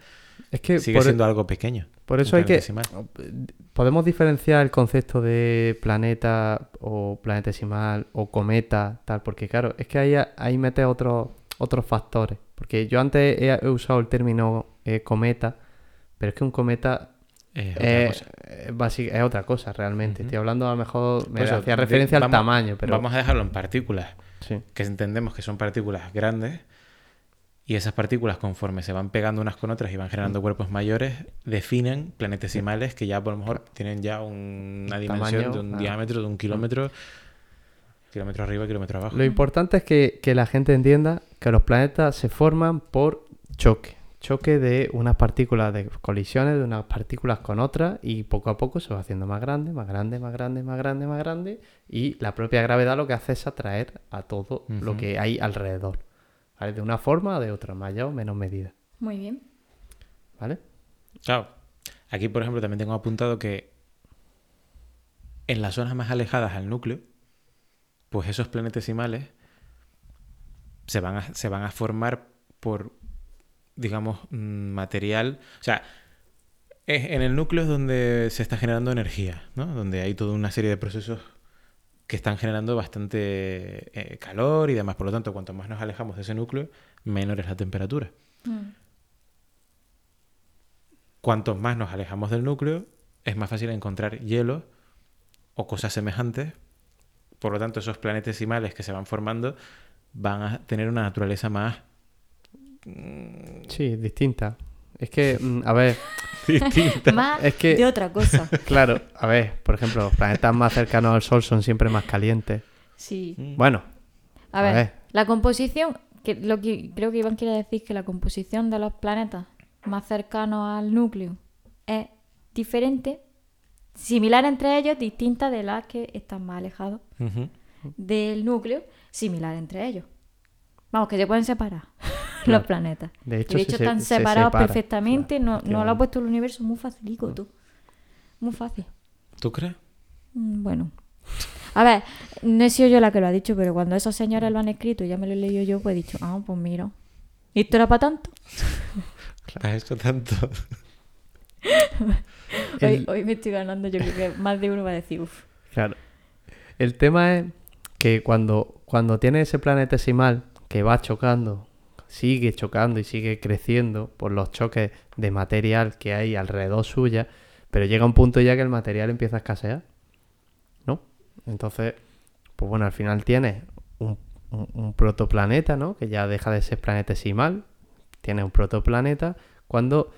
[SPEAKER 2] Es que
[SPEAKER 5] sigue
[SPEAKER 2] por- e-
[SPEAKER 5] siendo algo pequeño.
[SPEAKER 2] Por eso
[SPEAKER 5] en
[SPEAKER 2] hay que...
[SPEAKER 5] planetesimal.
[SPEAKER 2] Podemos diferenciar el concepto de planeta o planetesimal o cometa, tal, porque claro, es que ahí, ahí mete otros otros factores. Porque yo antes he, he usado el término eh, cometa, pero es que un cometa
[SPEAKER 5] Es otra
[SPEAKER 2] eh,
[SPEAKER 5] cosa.
[SPEAKER 2] eh, basi- es, otra cosa realmente.
[SPEAKER 5] Ujú.
[SPEAKER 2] Estoy hablando a lo mejor, me
[SPEAKER 5] Por eso,
[SPEAKER 2] hacía
[SPEAKER 5] de-
[SPEAKER 2] referencia al
[SPEAKER 5] vamos-
[SPEAKER 2] tamaño, pero...
[SPEAKER 5] Vamos a dejarlo en partículas,
[SPEAKER 2] Sí,
[SPEAKER 5] que entendemos que son partículas grandes, y esas partículas, conforme se van pegando unas con otras y van
[SPEAKER 2] Mm.
[SPEAKER 5] generando cuerpos mayores, definen planetesimales que ya, por lo mejor, tienen ya una dimensión
[SPEAKER 2] Tamaño,
[SPEAKER 5] de un
[SPEAKER 2] ah.
[SPEAKER 5] diámetro de un kilómetro, kilómetro arriba, kilómetro abajo.
[SPEAKER 2] Lo importante es que, que la gente entienda que los planetas se forman por choque. Choque de unas partículas, de colisiones de unas partículas con otras y poco a poco se va haciendo más grande, más grande, más grande, más grande, más grande y la propia gravedad lo que hace es atraer a todo lo
[SPEAKER 5] Ujú.
[SPEAKER 2] que hay alrededor. ¿vale? De una forma o de otra, más allá o menos medida.
[SPEAKER 1] Muy bien.
[SPEAKER 2] ¿Vale?
[SPEAKER 5] Claro. Aquí, por ejemplo, también tengo apuntado que en las zonas más alejadas al núcleo, pues esos planetesimales se van a, se van a formar por, digamos, mm, material. O sea, es- en el núcleo es donde se está generando energía, ¿no? Donde hay toda una serie de procesos que están generando bastante eh, calor y demás. Por lo tanto, cuanto más nos alejamos de ese núcleo, menor es la temperatura
[SPEAKER 1] Mm.
[SPEAKER 5] cuanto más nos alejamos del núcleo, es más fácil encontrar hielo o cosas semejantes. Por lo tanto, esos planetesimales que se van formando van a tener una naturaleza más
[SPEAKER 2] Sí, distinta. Es que, mm, a ver,
[SPEAKER 5] distinta.
[SPEAKER 1] Más
[SPEAKER 2] Es que-
[SPEAKER 1] de otra cosa.
[SPEAKER 2] claro, a ver, por ejemplo, los planetas más cercanos al Sol son siempre más calientes.
[SPEAKER 1] Sí.
[SPEAKER 2] Bueno,
[SPEAKER 1] A
[SPEAKER 2] A
[SPEAKER 1] ver,
[SPEAKER 2] ver.
[SPEAKER 1] la composición, que lo que creo que Iván quiere decir que la composición de los planetas más cercanos al núcleo es diferente, similar entre ellos, distinta de las que están más alejados
[SPEAKER 5] Ujú.
[SPEAKER 1] del núcleo, similar entre ellos. Vamos, que se pueden separar los
[SPEAKER 2] Claro.
[SPEAKER 1] planetas.
[SPEAKER 2] De
[SPEAKER 1] Y
[SPEAKER 2] hecho, se-
[SPEAKER 1] están
[SPEAKER 2] se- se
[SPEAKER 1] separados
[SPEAKER 2] separa,
[SPEAKER 1] perfectamente,
[SPEAKER 2] claro,
[SPEAKER 1] no, no lo ha
[SPEAKER 2] efectivamente.
[SPEAKER 1] puesto el universo muy facilico, tú. Muy fácil.
[SPEAKER 5] ¿Tú crees?
[SPEAKER 1] Mm, Bueno. A ver, no he sido yo la que lo ha dicho, pero cuando esos señores lo han escrito y ya me lo he leído yo, pues he dicho, ah, pues mira. ¿Y esto era para tanto?
[SPEAKER 5] Has hecho tanto.
[SPEAKER 1] Hoy,
[SPEAKER 2] El-
[SPEAKER 1] hoy me estoy ganando, yo creo que más de uno va a decir, uff.
[SPEAKER 2] Claro. El tema es que cuando, cuando tiene ese planetesimal que va chocando, sigue chocando y sigue creciendo por los choques de material que hay alrededor suya, pero llega un punto ya que el material empieza a escasear. ¿No? Entonces, pues bueno, al final tienes un, un- un protoplaneta, ¿no? Que ya deja de ser planetesimal. Tienes un protoplaneta cuando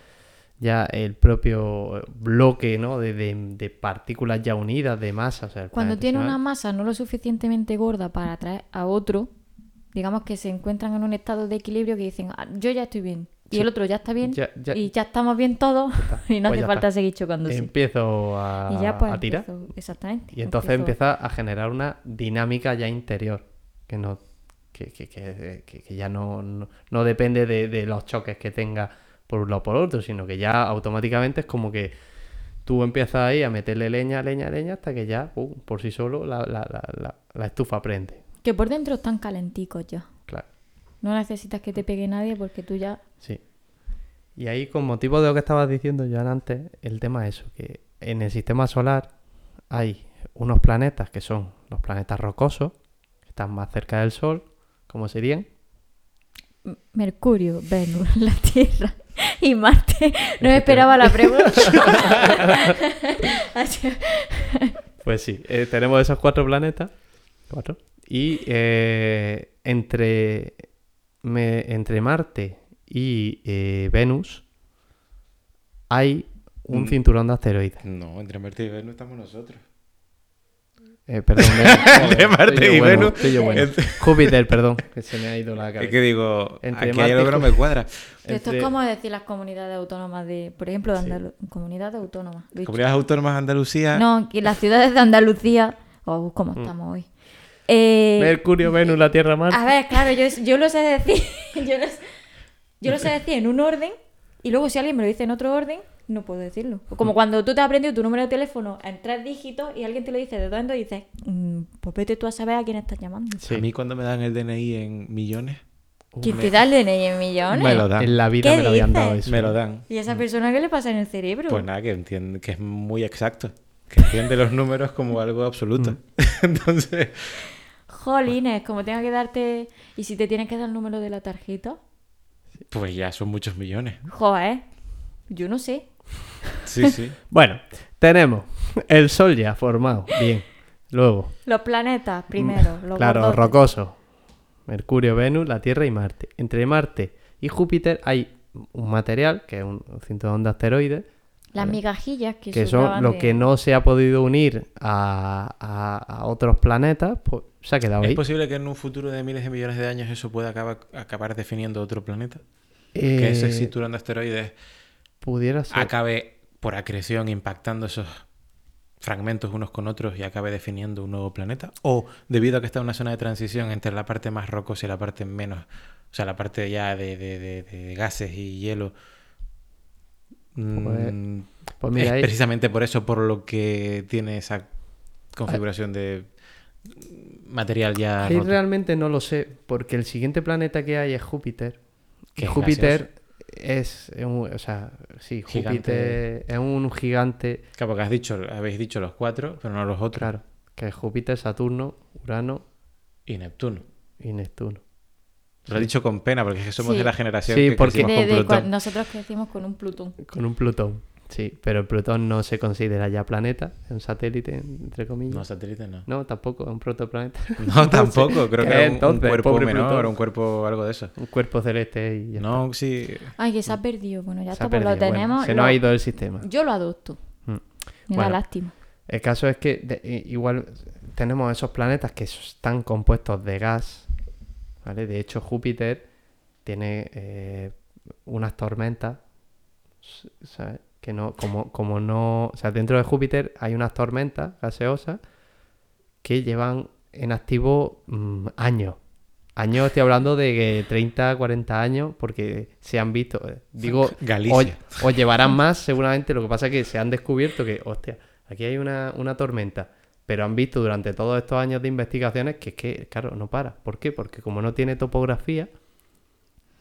[SPEAKER 2] ya el propio eh, bloque, ¿no? De, de- de partículas ya unidas, de masas. o sea, el
[SPEAKER 1] Cuando tiene una
[SPEAKER 2] planetesimal-
[SPEAKER 1] masa no lo suficientemente gorda para atraer a otro, digamos que se encuentran en un estado de equilibrio que dicen, "Ah, yo ya estoy bien. Y
[SPEAKER 2] Sí.
[SPEAKER 1] el otro ya está bien.
[SPEAKER 2] Ya- ya-
[SPEAKER 1] y ya estamos bien todos.
[SPEAKER 2] está.
[SPEAKER 1] Y no
[SPEAKER 2] Pues
[SPEAKER 1] hace
[SPEAKER 2] ya
[SPEAKER 1] falta
[SPEAKER 2] está.
[SPEAKER 1] seguir chocándose.
[SPEAKER 2] Empiezo a,
[SPEAKER 1] y ya pues
[SPEAKER 2] a tirar.
[SPEAKER 1] empiezo- exactamente.
[SPEAKER 2] Y entonces
[SPEAKER 1] empiezo-
[SPEAKER 2] empieza a generar una dinámica ya interior, que no que, que- que- que- que ya no, no, no depende de, de los choques que tenga por un lado o por otro, sino que ya automáticamente es como que tú empiezas ahí a meterle leña, leña, leña, hasta que ya pum, por sí solo la, la- la- la- la estufa prende.
[SPEAKER 1] Que por dentro están calenticos ya.
[SPEAKER 2] Claro,
[SPEAKER 1] No necesitas que te pegue nadie porque tú ya.
[SPEAKER 2] sí. Y ahí con motivo de lo que estabas diciendo, Joan, antes, el tema es eso, que en el sistema solar hay unos planetas que son los planetas rocosos, que están más cerca del Sol, como serían
[SPEAKER 1] M- Mercurio, Venus, la Tierra y Marte. No me esperaba la pregunta. Así-
[SPEAKER 2] Pues sí, eh, tenemos esos cuatro planetas. Cuatro. Y eh, entre, me- entre Marte y eh, Venus hay un cinturón de asteroides.
[SPEAKER 5] No, entre Marte y Venus estamos nosotros.
[SPEAKER 2] Eh, perdón, Venus.
[SPEAKER 5] Entre
[SPEAKER 2] Estoy
[SPEAKER 5] Marte
[SPEAKER 2] yo
[SPEAKER 5] y
[SPEAKER 2] bueno,
[SPEAKER 5] Venus.
[SPEAKER 2] estoy yo bueno.
[SPEAKER 5] Entre-
[SPEAKER 2] Júpiter, perdón, que se me ha ido la
[SPEAKER 5] Es
[SPEAKER 2] cabeza.
[SPEAKER 5] que digo,
[SPEAKER 2] Entre
[SPEAKER 5] aquí hay algo que no
[SPEAKER 2] Marte y-
[SPEAKER 5] me cuadra.
[SPEAKER 1] Que Esto
[SPEAKER 2] Entre-
[SPEAKER 1] es como decir las comunidades autónomas de. Por ejemplo, de Andalu- comunidades autónomas. lo he dicho.
[SPEAKER 5] Comunidades Autónomas de Andalucía.
[SPEAKER 1] No, que las ciudades de Andalucía. Oh, ¿cómo estamos hoy? Eh,
[SPEAKER 2] Mm. Mercurio, Venus, la Tierra, Marte.
[SPEAKER 1] a ver, claro, yo, yo lo sé decir. Yo lo sé, yo lo sé decir en un orden. Y luego, si alguien me lo dice en otro orden, No puedo decirlo.
[SPEAKER 5] Mm.
[SPEAKER 1] Como cuando tú te has aprendido tu número de teléfono en tres dígitos y alguien te lo dice de dos en dos y dices, "Mm, pues vete tú a saber a quién estás llamando.
[SPEAKER 5] A mí cuando me dan el DNI en millones,
[SPEAKER 1] ¿Quién te da el DNI en millones?
[SPEAKER 5] Me lo da.
[SPEAKER 2] En la vida
[SPEAKER 1] ¿Qué
[SPEAKER 2] me lo habían dado
[SPEAKER 1] dices?
[SPEAKER 2] eso.
[SPEAKER 5] me lo dan.
[SPEAKER 1] ¿Y a esa persona qué le pasa en el cerebro?
[SPEAKER 5] Pues nada, que entiende, que es muy exacto. Que entiende los números como algo absoluto. Entonces,
[SPEAKER 1] Jolines, como tenga que darte... ¿Y si te tienes que dar el número de la tarjeta?
[SPEAKER 5] pues ya son muchos millones.
[SPEAKER 1] Joder, yo no sé.
[SPEAKER 5] Sí, sí.
[SPEAKER 2] Bueno, tenemos el sol ya formado. Bien. Luego.
[SPEAKER 1] Los planetas primero.
[SPEAKER 5] Mm,
[SPEAKER 1] los
[SPEAKER 2] claro,
[SPEAKER 1] gordotes.
[SPEAKER 2] rocoso. Mercurio, Venus, la Tierra y Marte. Entre Marte y Júpiter hay un material, que es un cinturón de asteroides,
[SPEAKER 1] Las migajillas que,
[SPEAKER 2] que son lo
[SPEAKER 1] sobraban de-
[SPEAKER 2] que no se ha podido unir a, a- a otros planetas, pues se ha quedado ahí.
[SPEAKER 5] ¿Es posible que en un futuro de miles de millones de años eso pueda acaba- acabar definiendo otro planeta? Que ese
[SPEAKER 2] Eh,
[SPEAKER 5] cinturón de asteroides
[SPEAKER 2] Pudiera ser.
[SPEAKER 5] acabe por acreción impactando esos fragmentos unos con otros y acabe definiendo un nuevo planeta? ¿O debido a que está en una zona de transición entre la parte más rocosa y la parte menos, o sea, la parte ya de, de- de- de gases y hielo? mm,
[SPEAKER 2] pues mira
[SPEAKER 5] es
[SPEAKER 2] ahí.
[SPEAKER 5] precisamente por eso por lo que tiene esa configuración de material ya
[SPEAKER 2] Ahí
[SPEAKER 5] roto.
[SPEAKER 2] realmente no lo sé, porque el siguiente planeta que hay es Júpiter.
[SPEAKER 5] Que
[SPEAKER 2] Que
[SPEAKER 5] es
[SPEAKER 2] Júpiter es un, o sea, sí,
[SPEAKER 5] Gigante.
[SPEAKER 2] Júpiter es un gigante,
[SPEAKER 5] Claro, porque has dicho, habéis dicho los cuatro, pero no los otros.
[SPEAKER 2] claro, que es Júpiter, Saturno, Urano
[SPEAKER 5] Y Neptuno.
[SPEAKER 2] y Neptuno.
[SPEAKER 5] Lo he dicho con pena, porque es que somos
[SPEAKER 1] Sí.
[SPEAKER 5] de la generación
[SPEAKER 2] Sí,
[SPEAKER 5] que
[SPEAKER 2] porque-
[SPEAKER 5] crecimos
[SPEAKER 1] de-
[SPEAKER 5] con
[SPEAKER 1] de cua-
[SPEAKER 5] Plutón.
[SPEAKER 1] Nosotros crecimos con un Plutón.
[SPEAKER 2] Con un Plutón, sí, pero el Plutón no se considera ya planeta, es un satélite, entre comillas.
[SPEAKER 5] No, satélites no.
[SPEAKER 2] No, tampoco, es un protoplaneta.
[SPEAKER 5] No, tampoco. Creo
[SPEAKER 2] ¿Qué
[SPEAKER 5] que era un, un
[SPEAKER 2] entonces?
[SPEAKER 5] cuerpo
[SPEAKER 2] Pobre
[SPEAKER 5] menor,
[SPEAKER 2] Plutón.
[SPEAKER 5] un cuerpo algo de eso.
[SPEAKER 2] un cuerpo celeste y ya
[SPEAKER 5] no, sí.
[SPEAKER 1] Ay, que se ha perdido. Bueno, ya
[SPEAKER 5] Se ha
[SPEAKER 1] está, pues lo
[SPEAKER 5] perdido, bueno,
[SPEAKER 1] tenemos.
[SPEAKER 2] está. Se nos
[SPEAKER 1] Lo-
[SPEAKER 2] ha ido el sistema.
[SPEAKER 1] Yo lo adopto.
[SPEAKER 2] Mm.
[SPEAKER 1] Me da
[SPEAKER 2] Bueno.
[SPEAKER 1] lástima.
[SPEAKER 2] El caso es que de- i- igual tenemos esos planetas que están compuestos de gas, ¿vale? De hecho, Júpiter tiene eh, unas tormentas, s- ¿sabes? Que no, como, como no... O sea, dentro de Júpiter hay unas tormentas gaseosas que llevan en activo mm, años. Años, estoy hablando de que 30, 40 años, porque se han visto. eh, Digo,
[SPEAKER 5] Galicia.
[SPEAKER 2] O, o llevarán más, seguramente. Lo que pasa es que se han descubierto que, hostia, aquí hay una, una tormenta. Pero han visto durante todos estos años de investigaciones que es que, claro, no para. ¿Por qué? Porque como no tiene topografía.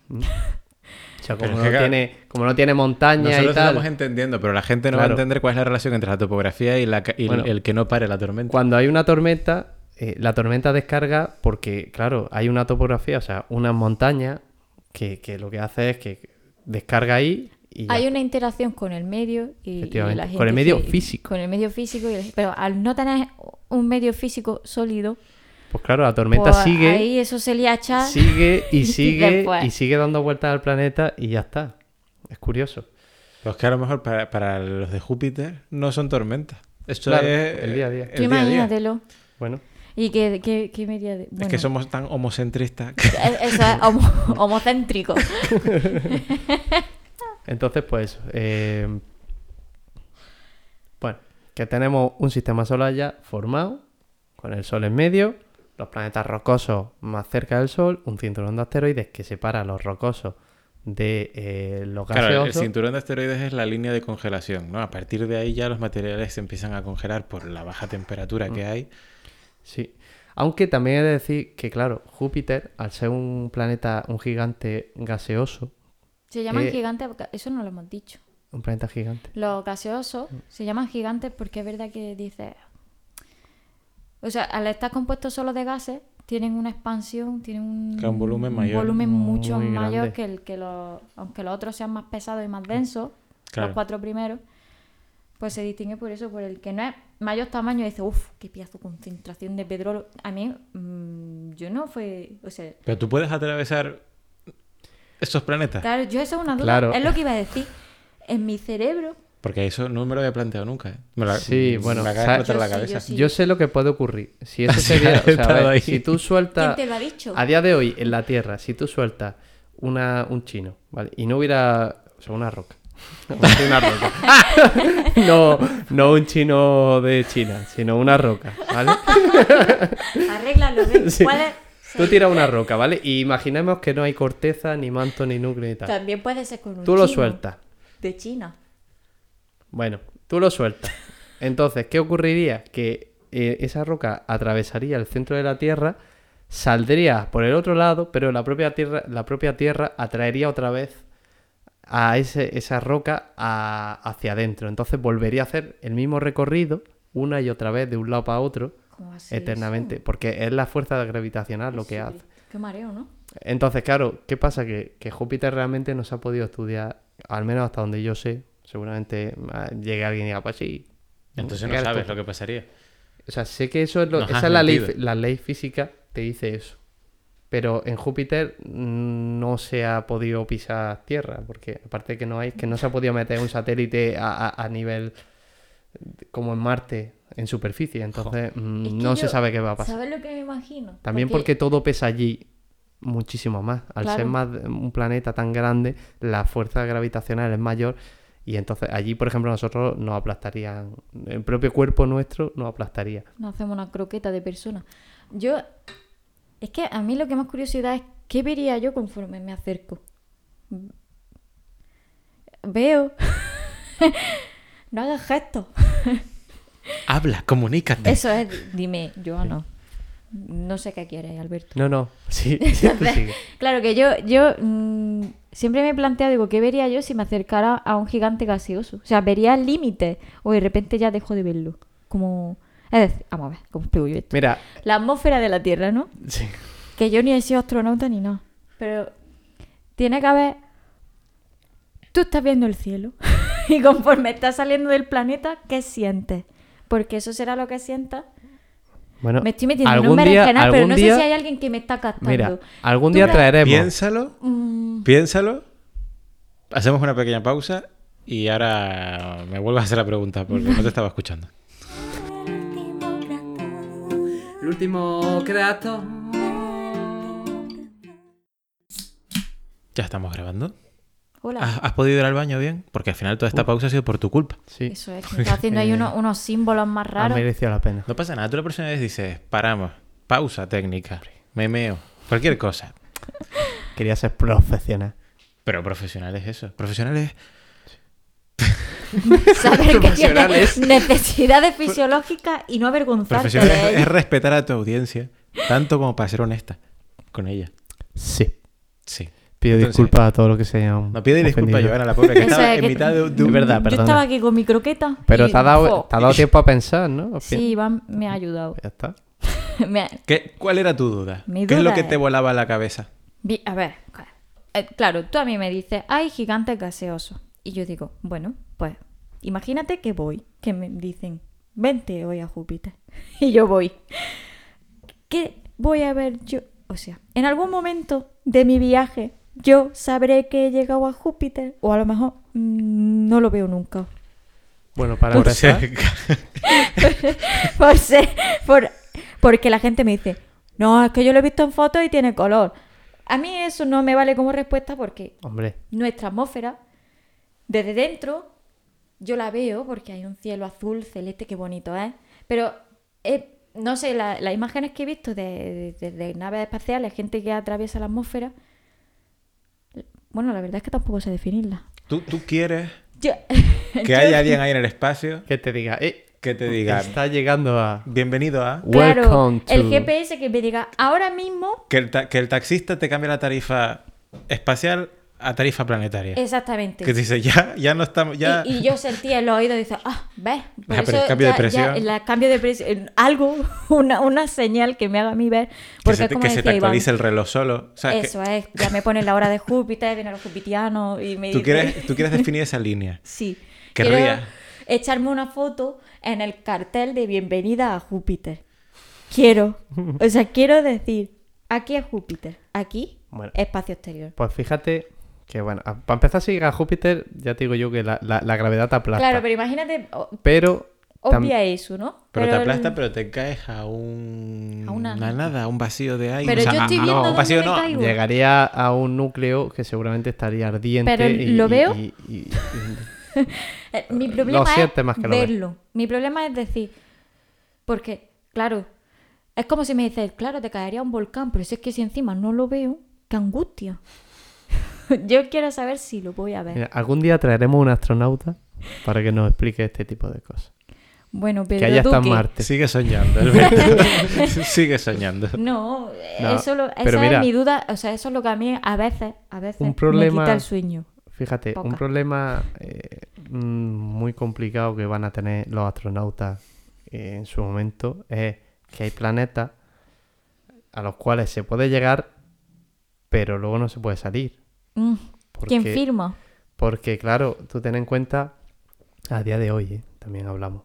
[SPEAKER 2] ¿Mm? O sea,
[SPEAKER 5] Pero
[SPEAKER 2] como
[SPEAKER 5] es que,
[SPEAKER 2] no,
[SPEAKER 5] claro,
[SPEAKER 2] tiene, como no tiene montaña
[SPEAKER 5] Nosotros
[SPEAKER 2] y tal.
[SPEAKER 5] estamos entendiendo, pero la gente no va
[SPEAKER 2] Claro.
[SPEAKER 5] a entender cuál es la relación entre la topografía y, la, ca- y el-
[SPEAKER 2] Bueno.
[SPEAKER 5] el que no pare la tormenta.
[SPEAKER 2] Cuando hay una tormenta, eh, la tormenta descarga porque, claro, hay una topografía, o sea, una montaña que, que lo que hace es que descarga ahí y ya.
[SPEAKER 1] Hay una interacción con el medio y, y
[SPEAKER 2] Efectivamente,
[SPEAKER 1] la gente
[SPEAKER 2] con el medio
[SPEAKER 1] se-
[SPEAKER 2] físico.
[SPEAKER 1] Con el medio físico. y la- pero al no tener un medio físico sólido,
[SPEAKER 2] Pues claro, la tormenta
[SPEAKER 1] pues
[SPEAKER 2] sigue,
[SPEAKER 1] ahí eso se liacha.
[SPEAKER 2] sigue y
[SPEAKER 1] Y
[SPEAKER 2] sigue
[SPEAKER 1] después.
[SPEAKER 2] y sigue dando vueltas al planeta y ya está. Es curioso.
[SPEAKER 5] Pues que a lo mejor para, para los de Júpiter no son tormentas. Esto
[SPEAKER 2] Claro,
[SPEAKER 5] es
[SPEAKER 2] el día a día.
[SPEAKER 5] el
[SPEAKER 1] Tú
[SPEAKER 5] día a día.
[SPEAKER 1] imagínatelo.
[SPEAKER 2] Bueno,
[SPEAKER 1] Y que, que, que media de-
[SPEAKER 5] Es
[SPEAKER 1] bueno,
[SPEAKER 5] que somos tan homocentristas.
[SPEAKER 1] eh, Eso es homo- homocéntrico.
[SPEAKER 2] entonces pues eh, bueno, que tenemos un sistema solar ya formado con el Sol en medio, los planetas rocosos más cerca del Sol, un cinturón de asteroides que separa los rocosos de eh, los
[SPEAKER 5] Claro, el
[SPEAKER 2] gaseosos.
[SPEAKER 5] cinturón de asteroides es la línea de congelación, ¿no? A partir de ahí ya los materiales se empiezan a congelar por la baja temperatura que hay.
[SPEAKER 2] Sí. Aunque también he de decir que, claro, Júpiter, al ser un planeta, un gigante gaseoso,
[SPEAKER 1] Se llaman
[SPEAKER 2] Eh,
[SPEAKER 1] gigantes, eso no lo hemos dicho.
[SPEAKER 2] un planeta gigante,
[SPEAKER 1] Los gaseosos se llaman gigantes porque es verdad que dice. O sea, al estar compuesto solo de gases, tienen una expansión, tienen un,
[SPEAKER 5] Claro, un volumen mayor.
[SPEAKER 1] volumen mucho
[SPEAKER 2] Muy grande.
[SPEAKER 1] mayor que el que los. Aunque los otros sean más pesados y más densos,
[SPEAKER 5] Claro.
[SPEAKER 1] los cuatro primeros, pues se distingue por eso, por el que no es mayor tamaño, dice, uff, qué piazo concentración de petróleo. A mí, mm, yo no fue. O sea,
[SPEAKER 5] Pero tú puedes atravesar esos planetas.
[SPEAKER 1] claro, yo eso es una duda.
[SPEAKER 2] Claro.
[SPEAKER 1] Es lo que iba a decir. En mi cerebro
[SPEAKER 5] Porque eso no me lo había planteado nunca. ¿eh? Me la-
[SPEAKER 2] Sí, bueno,
[SPEAKER 5] me acaba de
[SPEAKER 2] sa-
[SPEAKER 5] explotar
[SPEAKER 1] Yo
[SPEAKER 5] la
[SPEAKER 1] sí,
[SPEAKER 5] cabeza.
[SPEAKER 1] yo sí.
[SPEAKER 2] Yo sé lo que puede ocurrir. Si eso
[SPEAKER 5] Sí,
[SPEAKER 2] se viera- o sea, a
[SPEAKER 5] estaba
[SPEAKER 2] ver,
[SPEAKER 5] ahí.
[SPEAKER 2] si tú sueltas.
[SPEAKER 1] ¿Quién te lo ha dicho?
[SPEAKER 2] A día de hoy, en la Tierra, si tú sueltas una, un chino, ¿vale? Y no hubiera. O sea, una roca. Una roca. no, no un chino de China, sino una roca, ¿vale?
[SPEAKER 1] Arréglalo, ven.
[SPEAKER 2] Sí.
[SPEAKER 1] ¿Cuál es?
[SPEAKER 2] Tú tiras una roca, ¿vale? Y imaginemos que no hay corteza, ni manto, ni núcleo, ni tal.
[SPEAKER 1] También puede ser con un
[SPEAKER 2] Tú lo
[SPEAKER 1] chino,
[SPEAKER 2] sueltas.
[SPEAKER 1] De China.
[SPEAKER 2] Bueno, tú lo sueltas. Entonces, ¿qué ocurriría? Que eh, esa roca atravesaría el centro de la Tierra, saldría por el otro lado, pero la propia Tierra, la propia tierra atraería otra vez a ese- esa roca a- hacia adentro. Entonces volvería a hacer el mismo recorrido una y otra vez de un lado para otro
[SPEAKER 1] ¿Cómo así
[SPEAKER 2] eternamente,
[SPEAKER 1] eso?
[SPEAKER 2] porque es la fuerza gravitacional lo que
[SPEAKER 1] Sí.
[SPEAKER 2] hace.
[SPEAKER 1] Qué mareo, ¿no?
[SPEAKER 2] Entonces, claro, ¿qué pasa? Que, que Júpiter realmente no se ha podido estudiar, al menos hasta donde yo sé. Seguramente ah, llegue alguien y diga, pues sí.
[SPEAKER 5] Entonces
[SPEAKER 2] ¿qué
[SPEAKER 5] no
[SPEAKER 2] eres
[SPEAKER 5] sabes
[SPEAKER 2] tú?
[SPEAKER 5] lo que pasaría.
[SPEAKER 2] O sea, sé que eso es lo-
[SPEAKER 5] Nos
[SPEAKER 2] esa
[SPEAKER 5] has
[SPEAKER 2] es la ley,
[SPEAKER 5] mentido.
[SPEAKER 2] la ley física, te dice eso. Pero en Júpiter mm, no se ha podido pisar tierra, porque aparte que no hay, que no se ha podido meter un satélite a, a- a nivel de- como en Marte, en superficie. Entonces mm,
[SPEAKER 1] Es que
[SPEAKER 2] no se
[SPEAKER 1] yo-
[SPEAKER 2] sabe qué va a pasar.
[SPEAKER 1] ¿Sabes lo que me imagino?
[SPEAKER 2] También porque... todo pesa allí muchísimo más. Al ser
[SPEAKER 1] Claro.
[SPEAKER 2] más un planeta tan grande, la fuerza gravitacional es mayor. Y entonces allí, por ejemplo, nosotros nos aplastarían. El propio cuerpo nuestro nos aplastaría.
[SPEAKER 1] No hacemos una croqueta de persona. Yo. Es que a mí lo que más curiosidad es qué vería yo conforme me acerco. Veo. no hagas gestos.
[SPEAKER 5] Habla, comunícate.
[SPEAKER 1] Eso es, dime, yo no. No sé qué quieres, Alberto.
[SPEAKER 2] No, no. Sí, sí, tú sigue.
[SPEAKER 1] Claro que yo, yo mm, siempre me he planteado, digo, ¿qué vería yo si me acercara a un gigante gaseoso? O sea, vería el límite o de repente ya dejo de verlo. Como... Es decir, vamos a ver, ¿cómo explico yo esto?
[SPEAKER 2] Mira,
[SPEAKER 1] La atmósfera de la Tierra, ¿no?
[SPEAKER 2] sí.
[SPEAKER 1] Que yo ni he sido astronauta ni nada. Pero tiene que haber... Tú estás viendo el cielo y conforme estás saliendo del planeta, ¿qué sientes? Porque eso será lo que sientas.
[SPEAKER 2] Bueno,
[SPEAKER 1] Me estoy metiendo en
[SPEAKER 2] algún
[SPEAKER 1] un
[SPEAKER 2] día,
[SPEAKER 1] berenjenal, pero
[SPEAKER 2] algún
[SPEAKER 1] no
[SPEAKER 2] día-
[SPEAKER 1] sé si hay alguien que me está captando.
[SPEAKER 2] Mira, algún
[SPEAKER 1] Tú
[SPEAKER 2] día
[SPEAKER 1] me-
[SPEAKER 2] traeremos.
[SPEAKER 5] Piénsalo,
[SPEAKER 1] Mm,
[SPEAKER 5] piénsalo. Hacemos una pequeña pausa y ahora me vuelvas a hacer la pregunta porque no te estaba escuchando.
[SPEAKER 4] último gato.
[SPEAKER 3] El último grato.
[SPEAKER 5] ¿Ya estamos grabando?
[SPEAKER 1] hola.
[SPEAKER 5] ¿Has, has podido ir al baño bien? Porque al final toda esta pausa ha sido por tu culpa.
[SPEAKER 2] Sí,
[SPEAKER 1] Eso es, que está haciendo ahí uno- unos símbolos más
[SPEAKER 2] ha
[SPEAKER 1] raros.
[SPEAKER 2] merecido la pena.
[SPEAKER 5] No pasa nada, tú la próxima vez dices, paramos, pausa técnica, memeo, cualquier cosa.
[SPEAKER 2] Quería ser profesional.
[SPEAKER 5] Pero profesional es eso. Profesional es
[SPEAKER 1] Saber que
[SPEAKER 2] Profesionales.
[SPEAKER 1] tienes necesidades fisiológicas y no avergonzarte
[SPEAKER 5] Profesional
[SPEAKER 1] de
[SPEAKER 5] es,
[SPEAKER 1] ello.
[SPEAKER 5] es respetar a tu audiencia, tanto como para ser honesta con ella.
[SPEAKER 2] Sí.
[SPEAKER 5] Sí.
[SPEAKER 2] Pido
[SPEAKER 5] Entonces,
[SPEAKER 2] disculpas a todos los que se hayan.
[SPEAKER 5] No pide disculpas a
[SPEAKER 2] ofendido.
[SPEAKER 5] Joana, la pobre, que
[SPEAKER 1] Eso
[SPEAKER 5] estaba
[SPEAKER 1] es
[SPEAKER 5] en
[SPEAKER 1] que-
[SPEAKER 5] mitad de, de
[SPEAKER 2] Es
[SPEAKER 5] un...
[SPEAKER 2] verdad,
[SPEAKER 1] Yo
[SPEAKER 2] perdona.
[SPEAKER 1] estaba aquí con mi croqueta.
[SPEAKER 2] Pero
[SPEAKER 1] y-
[SPEAKER 2] te ha, dado,
[SPEAKER 1] ¡Jo!
[SPEAKER 2] te ha dado tiempo a pensar, ¿no? Al fin.
[SPEAKER 1] Sí, Iván me ha ayudado.
[SPEAKER 2] Ya está.
[SPEAKER 1] Me ha-
[SPEAKER 5] ¿Qué- ¿Cuál era tu duda?
[SPEAKER 1] Mi
[SPEAKER 5] ¿Qué es lo
[SPEAKER 1] duda
[SPEAKER 5] que
[SPEAKER 1] es-
[SPEAKER 5] te volaba la cabeza?
[SPEAKER 1] Vi- A ver, claro. Eh, claro, tú a mí me dices, hay gigantes gaseosos. Y yo digo, bueno, pues imagínate que voy, que me dicen, vente hoy a Júpiter. Y yo voy. ¿Qué voy a ver yo? O sea, en algún momento de mi viaje yo sabré que he llegado a Júpiter o a lo mejor mm, no lo veo nunca.
[SPEAKER 2] Bueno, para
[SPEAKER 5] Por
[SPEAKER 2] empezar,
[SPEAKER 5] cerca.
[SPEAKER 1] por ser, por, porque la gente me dice, no, es que yo lo he visto en fotos y tiene color. A mí eso no me vale como respuesta porque
[SPEAKER 2] hombre,
[SPEAKER 1] nuestra atmósfera, desde dentro, yo la veo porque hay un cielo azul, celeste, qué bonito es. Pero, eh, no sé, la- las imágenes que he visto de, de- de naves espaciales, gente que atraviesa la atmósfera, bueno, la verdad es que tampoco sé definirla.
[SPEAKER 5] ¿Tú, tú quieres
[SPEAKER 1] Yo-
[SPEAKER 5] que haya alguien ahí en el espacio
[SPEAKER 2] que te diga, eh,
[SPEAKER 5] que te diga,
[SPEAKER 2] está llegando a...
[SPEAKER 5] bienvenido a...
[SPEAKER 1] claro,
[SPEAKER 2] Welcome to-
[SPEAKER 1] el GPS que me diga, ahora mismo,
[SPEAKER 5] Que el, ta- que el taxista te cambie la tarifa espacial a tarifa planetaria.
[SPEAKER 1] exactamente.
[SPEAKER 5] Que te dice, ya, ya no estamos, ya...
[SPEAKER 1] Y, y yo sentía en los oídos, dice, ah, ves. Por
[SPEAKER 5] Ah, pero el cambio de presión.
[SPEAKER 1] el cambio de presión, el- algo, una, una señal que me haga a mí ver.
[SPEAKER 5] que
[SPEAKER 1] Porque
[SPEAKER 5] se te,
[SPEAKER 1] como
[SPEAKER 5] que se te
[SPEAKER 1] decía Iván,
[SPEAKER 5] actualice el reloj solo. O sea, que-
[SPEAKER 1] eso es, ya me ponen la hora de Júpiter, vienen los jupitianos y me
[SPEAKER 5] tú,
[SPEAKER 1] dicen-
[SPEAKER 5] quieres, tú quieres definir esa línea.
[SPEAKER 1] Sí.
[SPEAKER 5] que
[SPEAKER 1] Quiero
[SPEAKER 5] ría.
[SPEAKER 1] echarme una foto en el cartel de bienvenida a Júpiter. Quiero, o sea, quiero decir, aquí es Júpiter, aquí
[SPEAKER 2] Bueno.
[SPEAKER 1] espacio exterior.
[SPEAKER 2] Pues fíjate que, bueno, a- para empezar, si llega Júpiter, ya te digo yo que la, la- la gravedad te aplasta.
[SPEAKER 1] Claro, pero imagínate, o-
[SPEAKER 2] pero... tam-
[SPEAKER 1] obvia eso, ¿no?
[SPEAKER 5] Pero, te
[SPEAKER 1] el-
[SPEAKER 5] aplasta, pero te caes a un...
[SPEAKER 1] A una nada.
[SPEAKER 5] nada, a un vacío de aire.
[SPEAKER 1] Pero
[SPEAKER 5] O sea,
[SPEAKER 1] yo
[SPEAKER 5] a-
[SPEAKER 1] estoy
[SPEAKER 5] a-
[SPEAKER 1] viendo
[SPEAKER 5] no, un
[SPEAKER 1] dónde
[SPEAKER 5] vacío
[SPEAKER 1] me
[SPEAKER 5] no.
[SPEAKER 1] caigo.
[SPEAKER 2] Llegaría a un núcleo que seguramente estaría ardiente.
[SPEAKER 1] Pero
[SPEAKER 2] y-
[SPEAKER 1] lo
[SPEAKER 2] y-
[SPEAKER 1] veo.
[SPEAKER 2] y- y- y-
[SPEAKER 1] Eh, Mi problema
[SPEAKER 2] sientes
[SPEAKER 1] es
[SPEAKER 2] más que lo ves.
[SPEAKER 1] verlo. Mi problema es decir, porque, claro, es como si me dices, claro, te caería un volcán, pero si es que si encima no lo veo, qué angustia. Yo quiero saber si lo voy a ver.
[SPEAKER 2] Mira, algún día traeremos un astronauta para que nos explique este tipo de cosas.
[SPEAKER 1] Bueno, Pedro
[SPEAKER 2] que haya hasta
[SPEAKER 1] Duque.
[SPEAKER 2] Marte.
[SPEAKER 5] Sigue soñando, Alberto. Sigue soñando.
[SPEAKER 1] No, eh,
[SPEAKER 2] No,
[SPEAKER 1] eso lo-
[SPEAKER 2] pero
[SPEAKER 1] esa
[SPEAKER 2] mira.
[SPEAKER 1] es mi duda, o sea, eso es lo que a mí a veces, a veces
[SPEAKER 2] Un problema-
[SPEAKER 1] me quita el sueño.
[SPEAKER 2] Fíjate, un
[SPEAKER 1] Poca.
[SPEAKER 2] problema eh, mm, muy complicado que van a tener los astronautas eh, en su momento es que hay planetas a los cuales se puede llegar, pero luego no se puede salir.
[SPEAKER 1] Mm, ¿Quién
[SPEAKER 2] porque-
[SPEAKER 1] firma?
[SPEAKER 2] Porque, claro, tú ten en cuenta, a día de hoy, ¿eh? también hablamos,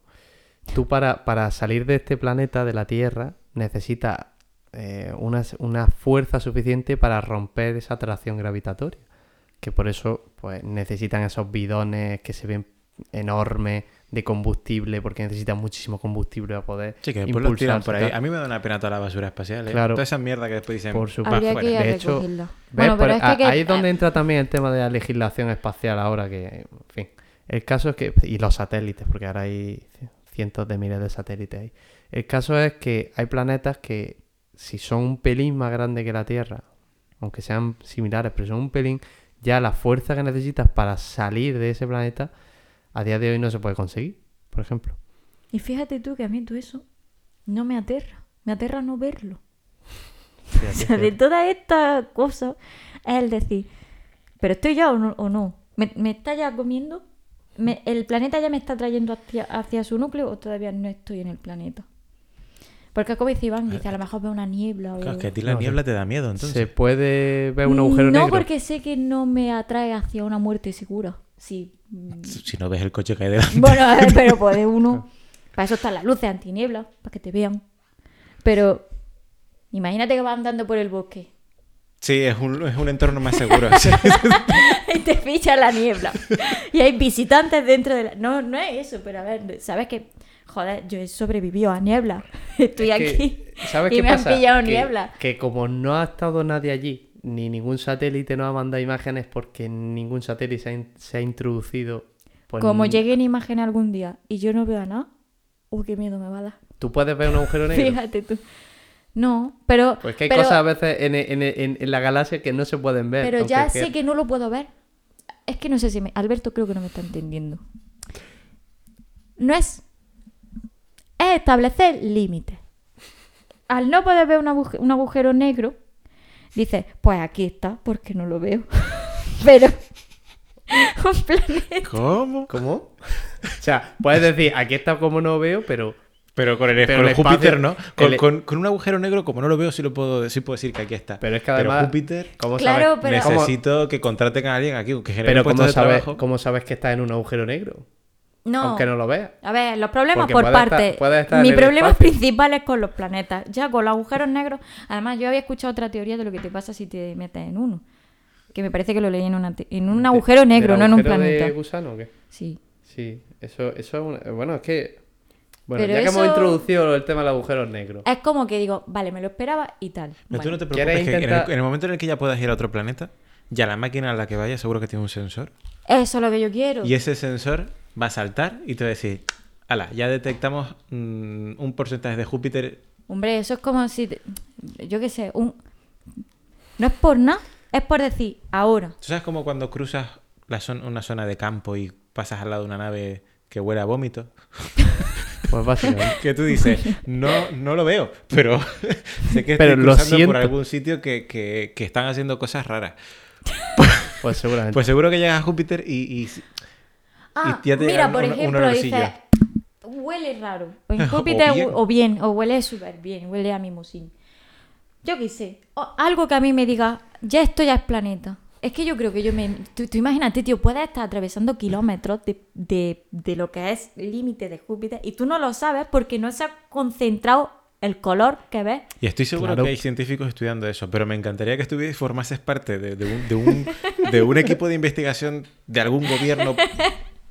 [SPEAKER 2] tú para, para salir de este planeta, de la Tierra, necesitas eh, una, una fuerza suficiente para romper esa atracción gravitatoria. Que por eso pues, necesitan esos bidones que se ven enormes de combustible, porque necesitan muchísimo combustible para poder
[SPEAKER 5] Sí, que después lo tiran
[SPEAKER 2] impulsarse,
[SPEAKER 5] por ahí.
[SPEAKER 2] tal.
[SPEAKER 5] A mí me da una pena toda la basura espacial. ¿eh?
[SPEAKER 2] Claro.
[SPEAKER 5] Toda esa mierda que después dicen.
[SPEAKER 2] Por supuesto.
[SPEAKER 1] Habría
[SPEAKER 5] va
[SPEAKER 1] que ir a
[SPEAKER 2] de hecho,
[SPEAKER 1] recogerlo.
[SPEAKER 2] ¿Ves?
[SPEAKER 1] bueno, pero
[SPEAKER 2] Por-
[SPEAKER 1] es
[SPEAKER 2] a-
[SPEAKER 1] que, que-
[SPEAKER 2] ahí es donde
[SPEAKER 1] eh,
[SPEAKER 2] entra también el tema de la legislación espacial ahora, que, en fin, el caso es que, y los satélites, porque ahora hay cientos de miles de satélites ahí. El caso es que hay planetas que, si son un pelín más grandes que la Tierra, aunque sean similares, pero son un pelín, ya la fuerza que necesitas para salir de ese planeta, a día de hoy no se puede conseguir, por ejemplo.
[SPEAKER 1] Y fíjate tú que a mí todo eso no me aterra, me aterra no verlo. O sea, de todas estas cosas es el decir, pero estoy ya o no, o no? ¿Me, me está ya comiendo, ¿Me- el planeta ya me está trayendo hacia, hacia su núcleo o todavía no estoy en el planeta. Porque como dice Iván, dice, a lo mejor veo una niebla o...
[SPEAKER 5] Claro, es que a ti la
[SPEAKER 2] No, sí.
[SPEAKER 5] niebla te da miedo, entonces.
[SPEAKER 2] se puede ver un agujero
[SPEAKER 1] no,
[SPEAKER 2] negro.
[SPEAKER 1] porque sé que no me atrae hacia una muerte segura. Sí. mm.
[SPEAKER 5] Si no ves el coche caer delante.
[SPEAKER 1] Bueno, a ver, pero puede uno. Para eso están las luces antinieblas, para que te vean. Pero imagínate que vas andando por el bosque
[SPEAKER 5] Sí, es un, es un entorno más seguro. Sí, sí, sí.
[SPEAKER 1] y te ficha la niebla. Y hay visitantes dentro de la. No, no es eso, pero a ver, sabes que. Joder, yo he sobrevivido a niebla. Estoy
[SPEAKER 2] Es que,
[SPEAKER 1] aquí.
[SPEAKER 2] ¿Sabes
[SPEAKER 1] y
[SPEAKER 2] qué
[SPEAKER 1] me
[SPEAKER 2] pasa?
[SPEAKER 1] han pillado
[SPEAKER 2] que,
[SPEAKER 1] niebla.
[SPEAKER 2] Que como no ha estado nadie allí, ni ningún satélite nos ha mandado imágenes porque ningún satélite se ha, in- se ha introducido. pues,
[SPEAKER 1] Como
[SPEAKER 2] n-
[SPEAKER 1] llegue en imagen algún día y yo no veo a nada, uy, qué miedo me va a dar.
[SPEAKER 2] Tú puedes ver un agujero negro.
[SPEAKER 1] Fíjate tú. No, pero.
[SPEAKER 2] Pues que hay
[SPEAKER 1] pero-
[SPEAKER 2] cosas a veces en, e, en- en- en la galaxia que no se pueden ver.
[SPEAKER 1] Pero
[SPEAKER 2] aunque
[SPEAKER 1] ya
[SPEAKER 2] que-
[SPEAKER 1] sé que no lo puedo ver. Es que no sé si me... Alberto creo que no me está entendiendo. No es... Es establecer límites. Al no poder ver un, aguj- un agujero negro, dices, pues aquí está, porque no lo veo. Pero... un planeta...
[SPEAKER 5] ¿Cómo?
[SPEAKER 2] ¿Cómo? o sea, puedes decir, aquí está como no veo, pero
[SPEAKER 5] Pero con
[SPEAKER 2] Pero
[SPEAKER 5] el, con
[SPEAKER 2] el e-
[SPEAKER 5] el Júpiter,
[SPEAKER 2] espacio-
[SPEAKER 5] ¿no? Con,
[SPEAKER 2] el-
[SPEAKER 5] con- con un agujero negro, como no lo veo, sí, lo puedo, sí puedo decir que aquí está.
[SPEAKER 2] pero es que además
[SPEAKER 5] Júpiter.
[SPEAKER 2] ¿cómo
[SPEAKER 1] Claro,
[SPEAKER 2] sabes?
[SPEAKER 1] pero-
[SPEAKER 2] ¿Cómo-
[SPEAKER 5] Necesito que contraten a alguien aquí, que genere
[SPEAKER 2] pero
[SPEAKER 5] un puesto
[SPEAKER 2] ¿cómo
[SPEAKER 5] de
[SPEAKER 2] sabes,
[SPEAKER 5] trabajo.
[SPEAKER 2] cómo sabes que estás en un agujero negro?
[SPEAKER 1] No.
[SPEAKER 2] Aunque no lo veas.
[SPEAKER 1] A ver, los problemas
[SPEAKER 2] Porque
[SPEAKER 1] por
[SPEAKER 2] puede estar-
[SPEAKER 1] parte.
[SPEAKER 2] puede estar
[SPEAKER 1] Mi
[SPEAKER 2] en el
[SPEAKER 1] problema
[SPEAKER 2] espacio.
[SPEAKER 1] principal es con los planetas. Ya con los agujeros negros. Además, yo había escuchado otra teoría de lo que te pasa si te metes en uno. Que me parece que lo leí en, una te- en un agujero
[SPEAKER 2] ¿Del
[SPEAKER 1] negro, no en un
[SPEAKER 2] agujero de
[SPEAKER 1] planeta.
[SPEAKER 2] gusano o qué?
[SPEAKER 1] Sí.
[SPEAKER 2] Sí, eso, eso es una- Bueno, es que. Bueno,
[SPEAKER 1] Pero
[SPEAKER 2] ya que hemos
[SPEAKER 1] eso- Ah.
[SPEAKER 2] introducido el tema del agujero negro.
[SPEAKER 1] Es como que digo, vale, me lo esperaba y tal.
[SPEAKER 5] No, tú
[SPEAKER 1] Bueno,
[SPEAKER 5] no te
[SPEAKER 2] ¿quieres
[SPEAKER 5] preocupes, que en el- en,
[SPEAKER 2] intentar-
[SPEAKER 5] el, momento en el que ya puedas ir a otro planeta, ya la máquina a la que vaya seguro que tiene un sensor.
[SPEAKER 1] Eso es lo que yo quiero.
[SPEAKER 5] Y ese sensor va a saltar y te va a decir, ala, ya detectamos mm, un porcentaje de Júpiter.
[SPEAKER 1] Hombre, eso es como si. te- Yo qué sé, un. No es por nada, es por decir, ahora.
[SPEAKER 5] ¿Tú sabes como cuando cruzas la zon- una zona de campo y pasas al lado de una nave que huele a vómito?
[SPEAKER 2] Pues básicamente.
[SPEAKER 5] Que tú dices, no, no lo veo, pero sé que
[SPEAKER 2] Pero
[SPEAKER 5] estoy
[SPEAKER 2] lo
[SPEAKER 5] cruzando
[SPEAKER 2] siento.
[SPEAKER 5] por algún sitio que, que- que están haciendo cosas raras.
[SPEAKER 2] Pues seguramente.
[SPEAKER 5] Pues seguro que llegas a Júpiter y, y-
[SPEAKER 1] Ah,
[SPEAKER 5] Y ya te
[SPEAKER 1] mira,
[SPEAKER 5] llegan
[SPEAKER 1] por
[SPEAKER 5] un- un
[SPEAKER 1] ejemplo,
[SPEAKER 5] olorcillo.
[SPEAKER 1] dice, huele raro. O en Júpiter,
[SPEAKER 5] O
[SPEAKER 1] o
[SPEAKER 5] bien.
[SPEAKER 1] bien, o, huele súper bien, huele a mimosín. Yo qué sé, o algo que a mí me diga, ya esto ya es planeta. Es que yo creo que yo me... Tú, tú imagínate, tío, puedes estar atravesando kilómetros de, de- de lo que es límite de Júpiter y tú no lo sabes porque no se ha concentrado el color que ves.
[SPEAKER 5] y estoy seguro
[SPEAKER 2] Claro.
[SPEAKER 5] que hay científicos estudiando eso, pero me encantaría que estuvies formases parte de, de un, de, un, de un equipo de investigación de algún gobierno,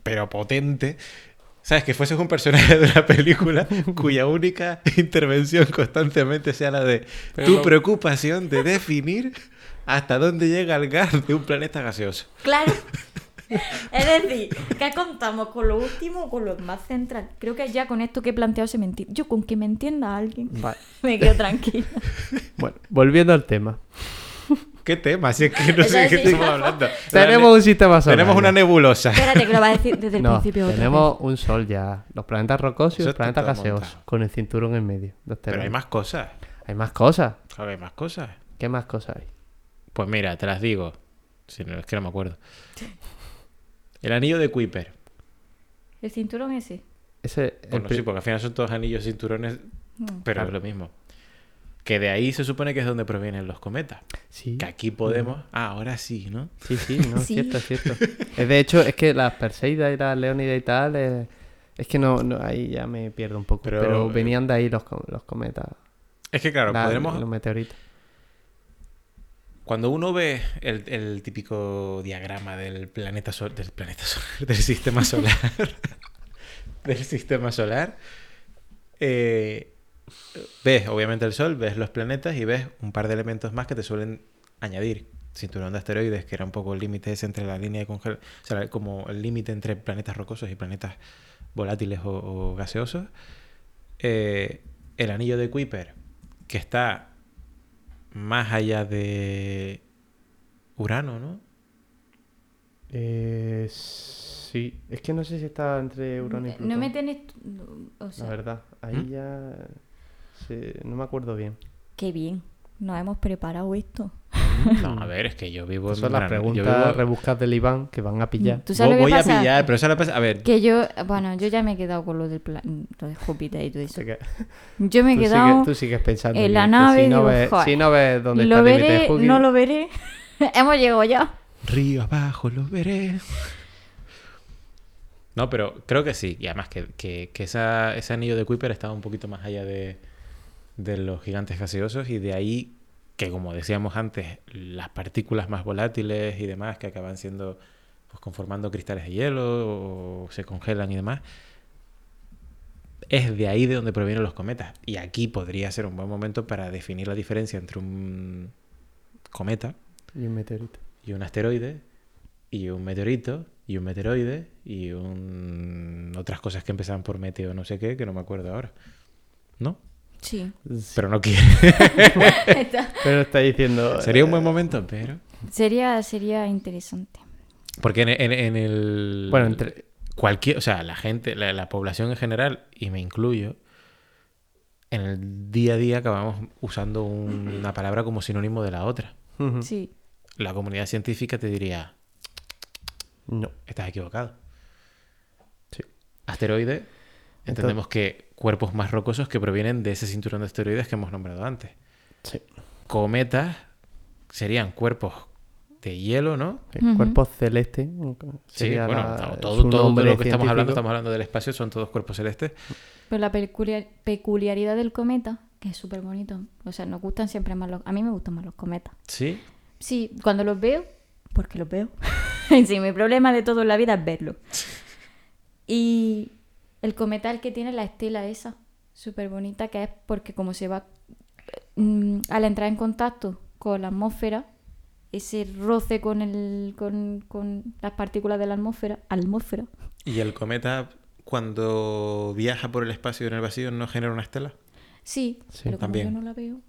[SPEAKER 5] pero potente. ¿Sabes? Que fueses un personaje de una película cuya única intervención constantemente sea la de tu preocupación de definir hasta dónde llega el gas de un planeta gaseoso.
[SPEAKER 1] Claro. Es decir, ¿qué contamos? ¿Con lo último o con lo más central? Creo que ya con esto que he planteado se me entiende. Yo, con que me entienda alguien,
[SPEAKER 2] Vale.
[SPEAKER 1] me quedo tranquila.
[SPEAKER 2] Bueno, volviendo al tema.
[SPEAKER 5] ¿Qué tema? Si es que no sé de qué
[SPEAKER 1] Entonces,
[SPEAKER 5] estamos hablando.
[SPEAKER 2] Tenemos un sistema solar.
[SPEAKER 5] Tenemos una nebulosa.
[SPEAKER 1] Espérate que lo vas a decir desde el
[SPEAKER 2] No,
[SPEAKER 1] principio. otra
[SPEAKER 2] tenemos un sol ya. Los planetas rocosos y
[SPEAKER 5] Eso
[SPEAKER 2] los
[SPEAKER 5] está
[SPEAKER 2] planetas
[SPEAKER 5] todo
[SPEAKER 2] gaseosos.
[SPEAKER 5] montado.
[SPEAKER 2] Con el cinturón en medio. Los
[SPEAKER 5] Pero hay
[SPEAKER 2] tenemos.
[SPEAKER 5] más cosas.
[SPEAKER 2] Hay más cosas.
[SPEAKER 5] Claro que hay más cosas.
[SPEAKER 2] ¿Qué más cosas hay?
[SPEAKER 5] Pues mira, te las digo. Si no, es que no me acuerdo. El anillo de Kuiper.
[SPEAKER 1] vez. El cinturón ese.
[SPEAKER 2] Ese, el
[SPEAKER 5] Bueno,
[SPEAKER 2] pri-
[SPEAKER 5] sí, porque al final son todos anillos cinturones,
[SPEAKER 1] Mm.
[SPEAKER 5] pero
[SPEAKER 2] Claro.
[SPEAKER 5] es lo mismo. Que de ahí se supone que es donde provienen los cometas.
[SPEAKER 2] sí.
[SPEAKER 5] pues, Que aquí podemos. Ah, ahora sí, ¿no?
[SPEAKER 2] Sí, sí, no,
[SPEAKER 1] Sí.
[SPEAKER 2] es cierto, es cierto. Es de hecho, es que las Perseidas y las Leónidas y tal, eh, es que no, no, ahí ya me pierdo un poco. Pero,
[SPEAKER 5] Pero, eh,
[SPEAKER 2] venían de ahí los, com- los cometas,
[SPEAKER 5] Es que claro,
[SPEAKER 2] la-
[SPEAKER 5] podremos.
[SPEAKER 2] los meteoritos.
[SPEAKER 5] Cuando uno ve el, el típico diagrama del planeta sol- del planeta solar, del sistema solar, del sistema solar, eh, ves obviamente el Sol, ves los planetas y ves un par de elementos más que te suelen añadir. Cinturón de asteroides, que era un poco el límite ese entre la línea de congel... O sea, como el límite entre planetas rocosos y planetas volátiles o, o gaseosos. Eh, el anillo de Kuiper, que está más allá de Urano, ¿no?
[SPEAKER 2] Eh, sí, es que no sé si está entre Urano y Plutón.
[SPEAKER 1] No me tenés. no, O
[SPEAKER 2] La
[SPEAKER 1] sea,
[SPEAKER 2] verdad, ahí
[SPEAKER 5] ¿Mm?
[SPEAKER 2] ya no me acuerdo bien.
[SPEAKER 1] qué bien. Nos hemos preparado esto.
[SPEAKER 5] No, a ver, es que yo vivo en
[SPEAKER 2] son las
[SPEAKER 5] Urano. Pues Yo
[SPEAKER 2] preguntas
[SPEAKER 5] vivo-
[SPEAKER 2] rebuscadas del Iván que van a pillar.
[SPEAKER 1] Mm, ¿Tú sabes lo
[SPEAKER 5] Vo-
[SPEAKER 1] que
[SPEAKER 5] voy
[SPEAKER 1] pasa?
[SPEAKER 5] a pillar, pero eso la pasa. A ver,
[SPEAKER 1] Que yo, bueno, yo ya me he quedado con lo, del pla- lo de Júpiter y todo eso.
[SPEAKER 2] Así que
[SPEAKER 1] Yo me he
[SPEAKER 2] tú,
[SPEAKER 1] quedado.
[SPEAKER 2] sigues, tú sigues pensando
[SPEAKER 1] en la
[SPEAKER 2] que
[SPEAKER 1] nave
[SPEAKER 2] si
[SPEAKER 1] y
[SPEAKER 2] no,
[SPEAKER 1] digo,
[SPEAKER 2] ves,
[SPEAKER 1] "Joder,
[SPEAKER 2] si no ves dónde
[SPEAKER 1] lo
[SPEAKER 2] está el límite de
[SPEAKER 1] veré,
[SPEAKER 2] Hooking,
[SPEAKER 1] no lo veré. Hemos llegado ya.
[SPEAKER 5] río abajo, lo veré. No, pero creo que sí. Y además que, que- que esa- ese anillo de Kuiper estaba un poquito más allá de, de los gigantes gaseosos y de ahí que, como decíamos antes, las partículas más volátiles y demás que acaban siendo, pues conformando cristales de hielo o se congelan y demás, es de ahí de donde provienen los cometas. Y aquí podría ser un buen momento para definir la diferencia entre un cometa
[SPEAKER 2] Y un meteorito.
[SPEAKER 5] y un asteroide y un meteorito y un meteoroide y un... otras cosas que empezaban por meteo no sé qué que no me acuerdo ahora no
[SPEAKER 1] Sí.
[SPEAKER 5] pero no quiero
[SPEAKER 2] Pero está diciendo... eh,
[SPEAKER 5] sería un buen momento pero
[SPEAKER 1] Sería, sería interesante.
[SPEAKER 5] porque en, en- en el
[SPEAKER 2] Bueno, entre-
[SPEAKER 5] cualquier o sea la gente la, la población en general y me incluyo en el día a día acabamos usando un- una palabra como sinónimo de la otra
[SPEAKER 2] Ujú.
[SPEAKER 1] Sí.
[SPEAKER 5] la comunidad científica te diría
[SPEAKER 2] No.
[SPEAKER 5] estás equivocado
[SPEAKER 2] Sí.
[SPEAKER 5] asteroide, entendemos que cuerpos más rocosos que provienen de ese cinturón de asteroides que hemos nombrado antes.
[SPEAKER 2] Sí.
[SPEAKER 5] Cometas serían cuerpos de hielo, ¿no?
[SPEAKER 1] Ujú.
[SPEAKER 2] Cuerpos celestes.
[SPEAKER 5] Sí,
[SPEAKER 2] sería
[SPEAKER 5] bueno,
[SPEAKER 2] la-
[SPEAKER 5] to-
[SPEAKER 2] su
[SPEAKER 5] todo, todo de
[SPEAKER 2] nombre
[SPEAKER 5] lo que estamos hablando,
[SPEAKER 2] científico.
[SPEAKER 5] estamos hablando del espacio, son todos cuerpos celestes.
[SPEAKER 1] Pero la peculiar- peculiaridad del cometa, que es súper bonito. O sea, nos gustan siempre más los... A mí me gustan más los cometas.
[SPEAKER 5] Sí.
[SPEAKER 1] Sí, cuando los veo, porque los veo. sí, mi problema de todo en la vida es verlos. Y el cometal que tiene la estela esa, súper bonita, que es porque como se va mm, al entrar en contacto con la atmósfera, ese roce con, el, con, con las partículas de la atmósfera, atmósfera,
[SPEAKER 5] ¿Y el cometa cuando viaja por el espacio en el vacío no genera una estela?
[SPEAKER 1] sí,
[SPEAKER 2] Sí,
[SPEAKER 1] pero como
[SPEAKER 5] también.
[SPEAKER 1] yo no la veo.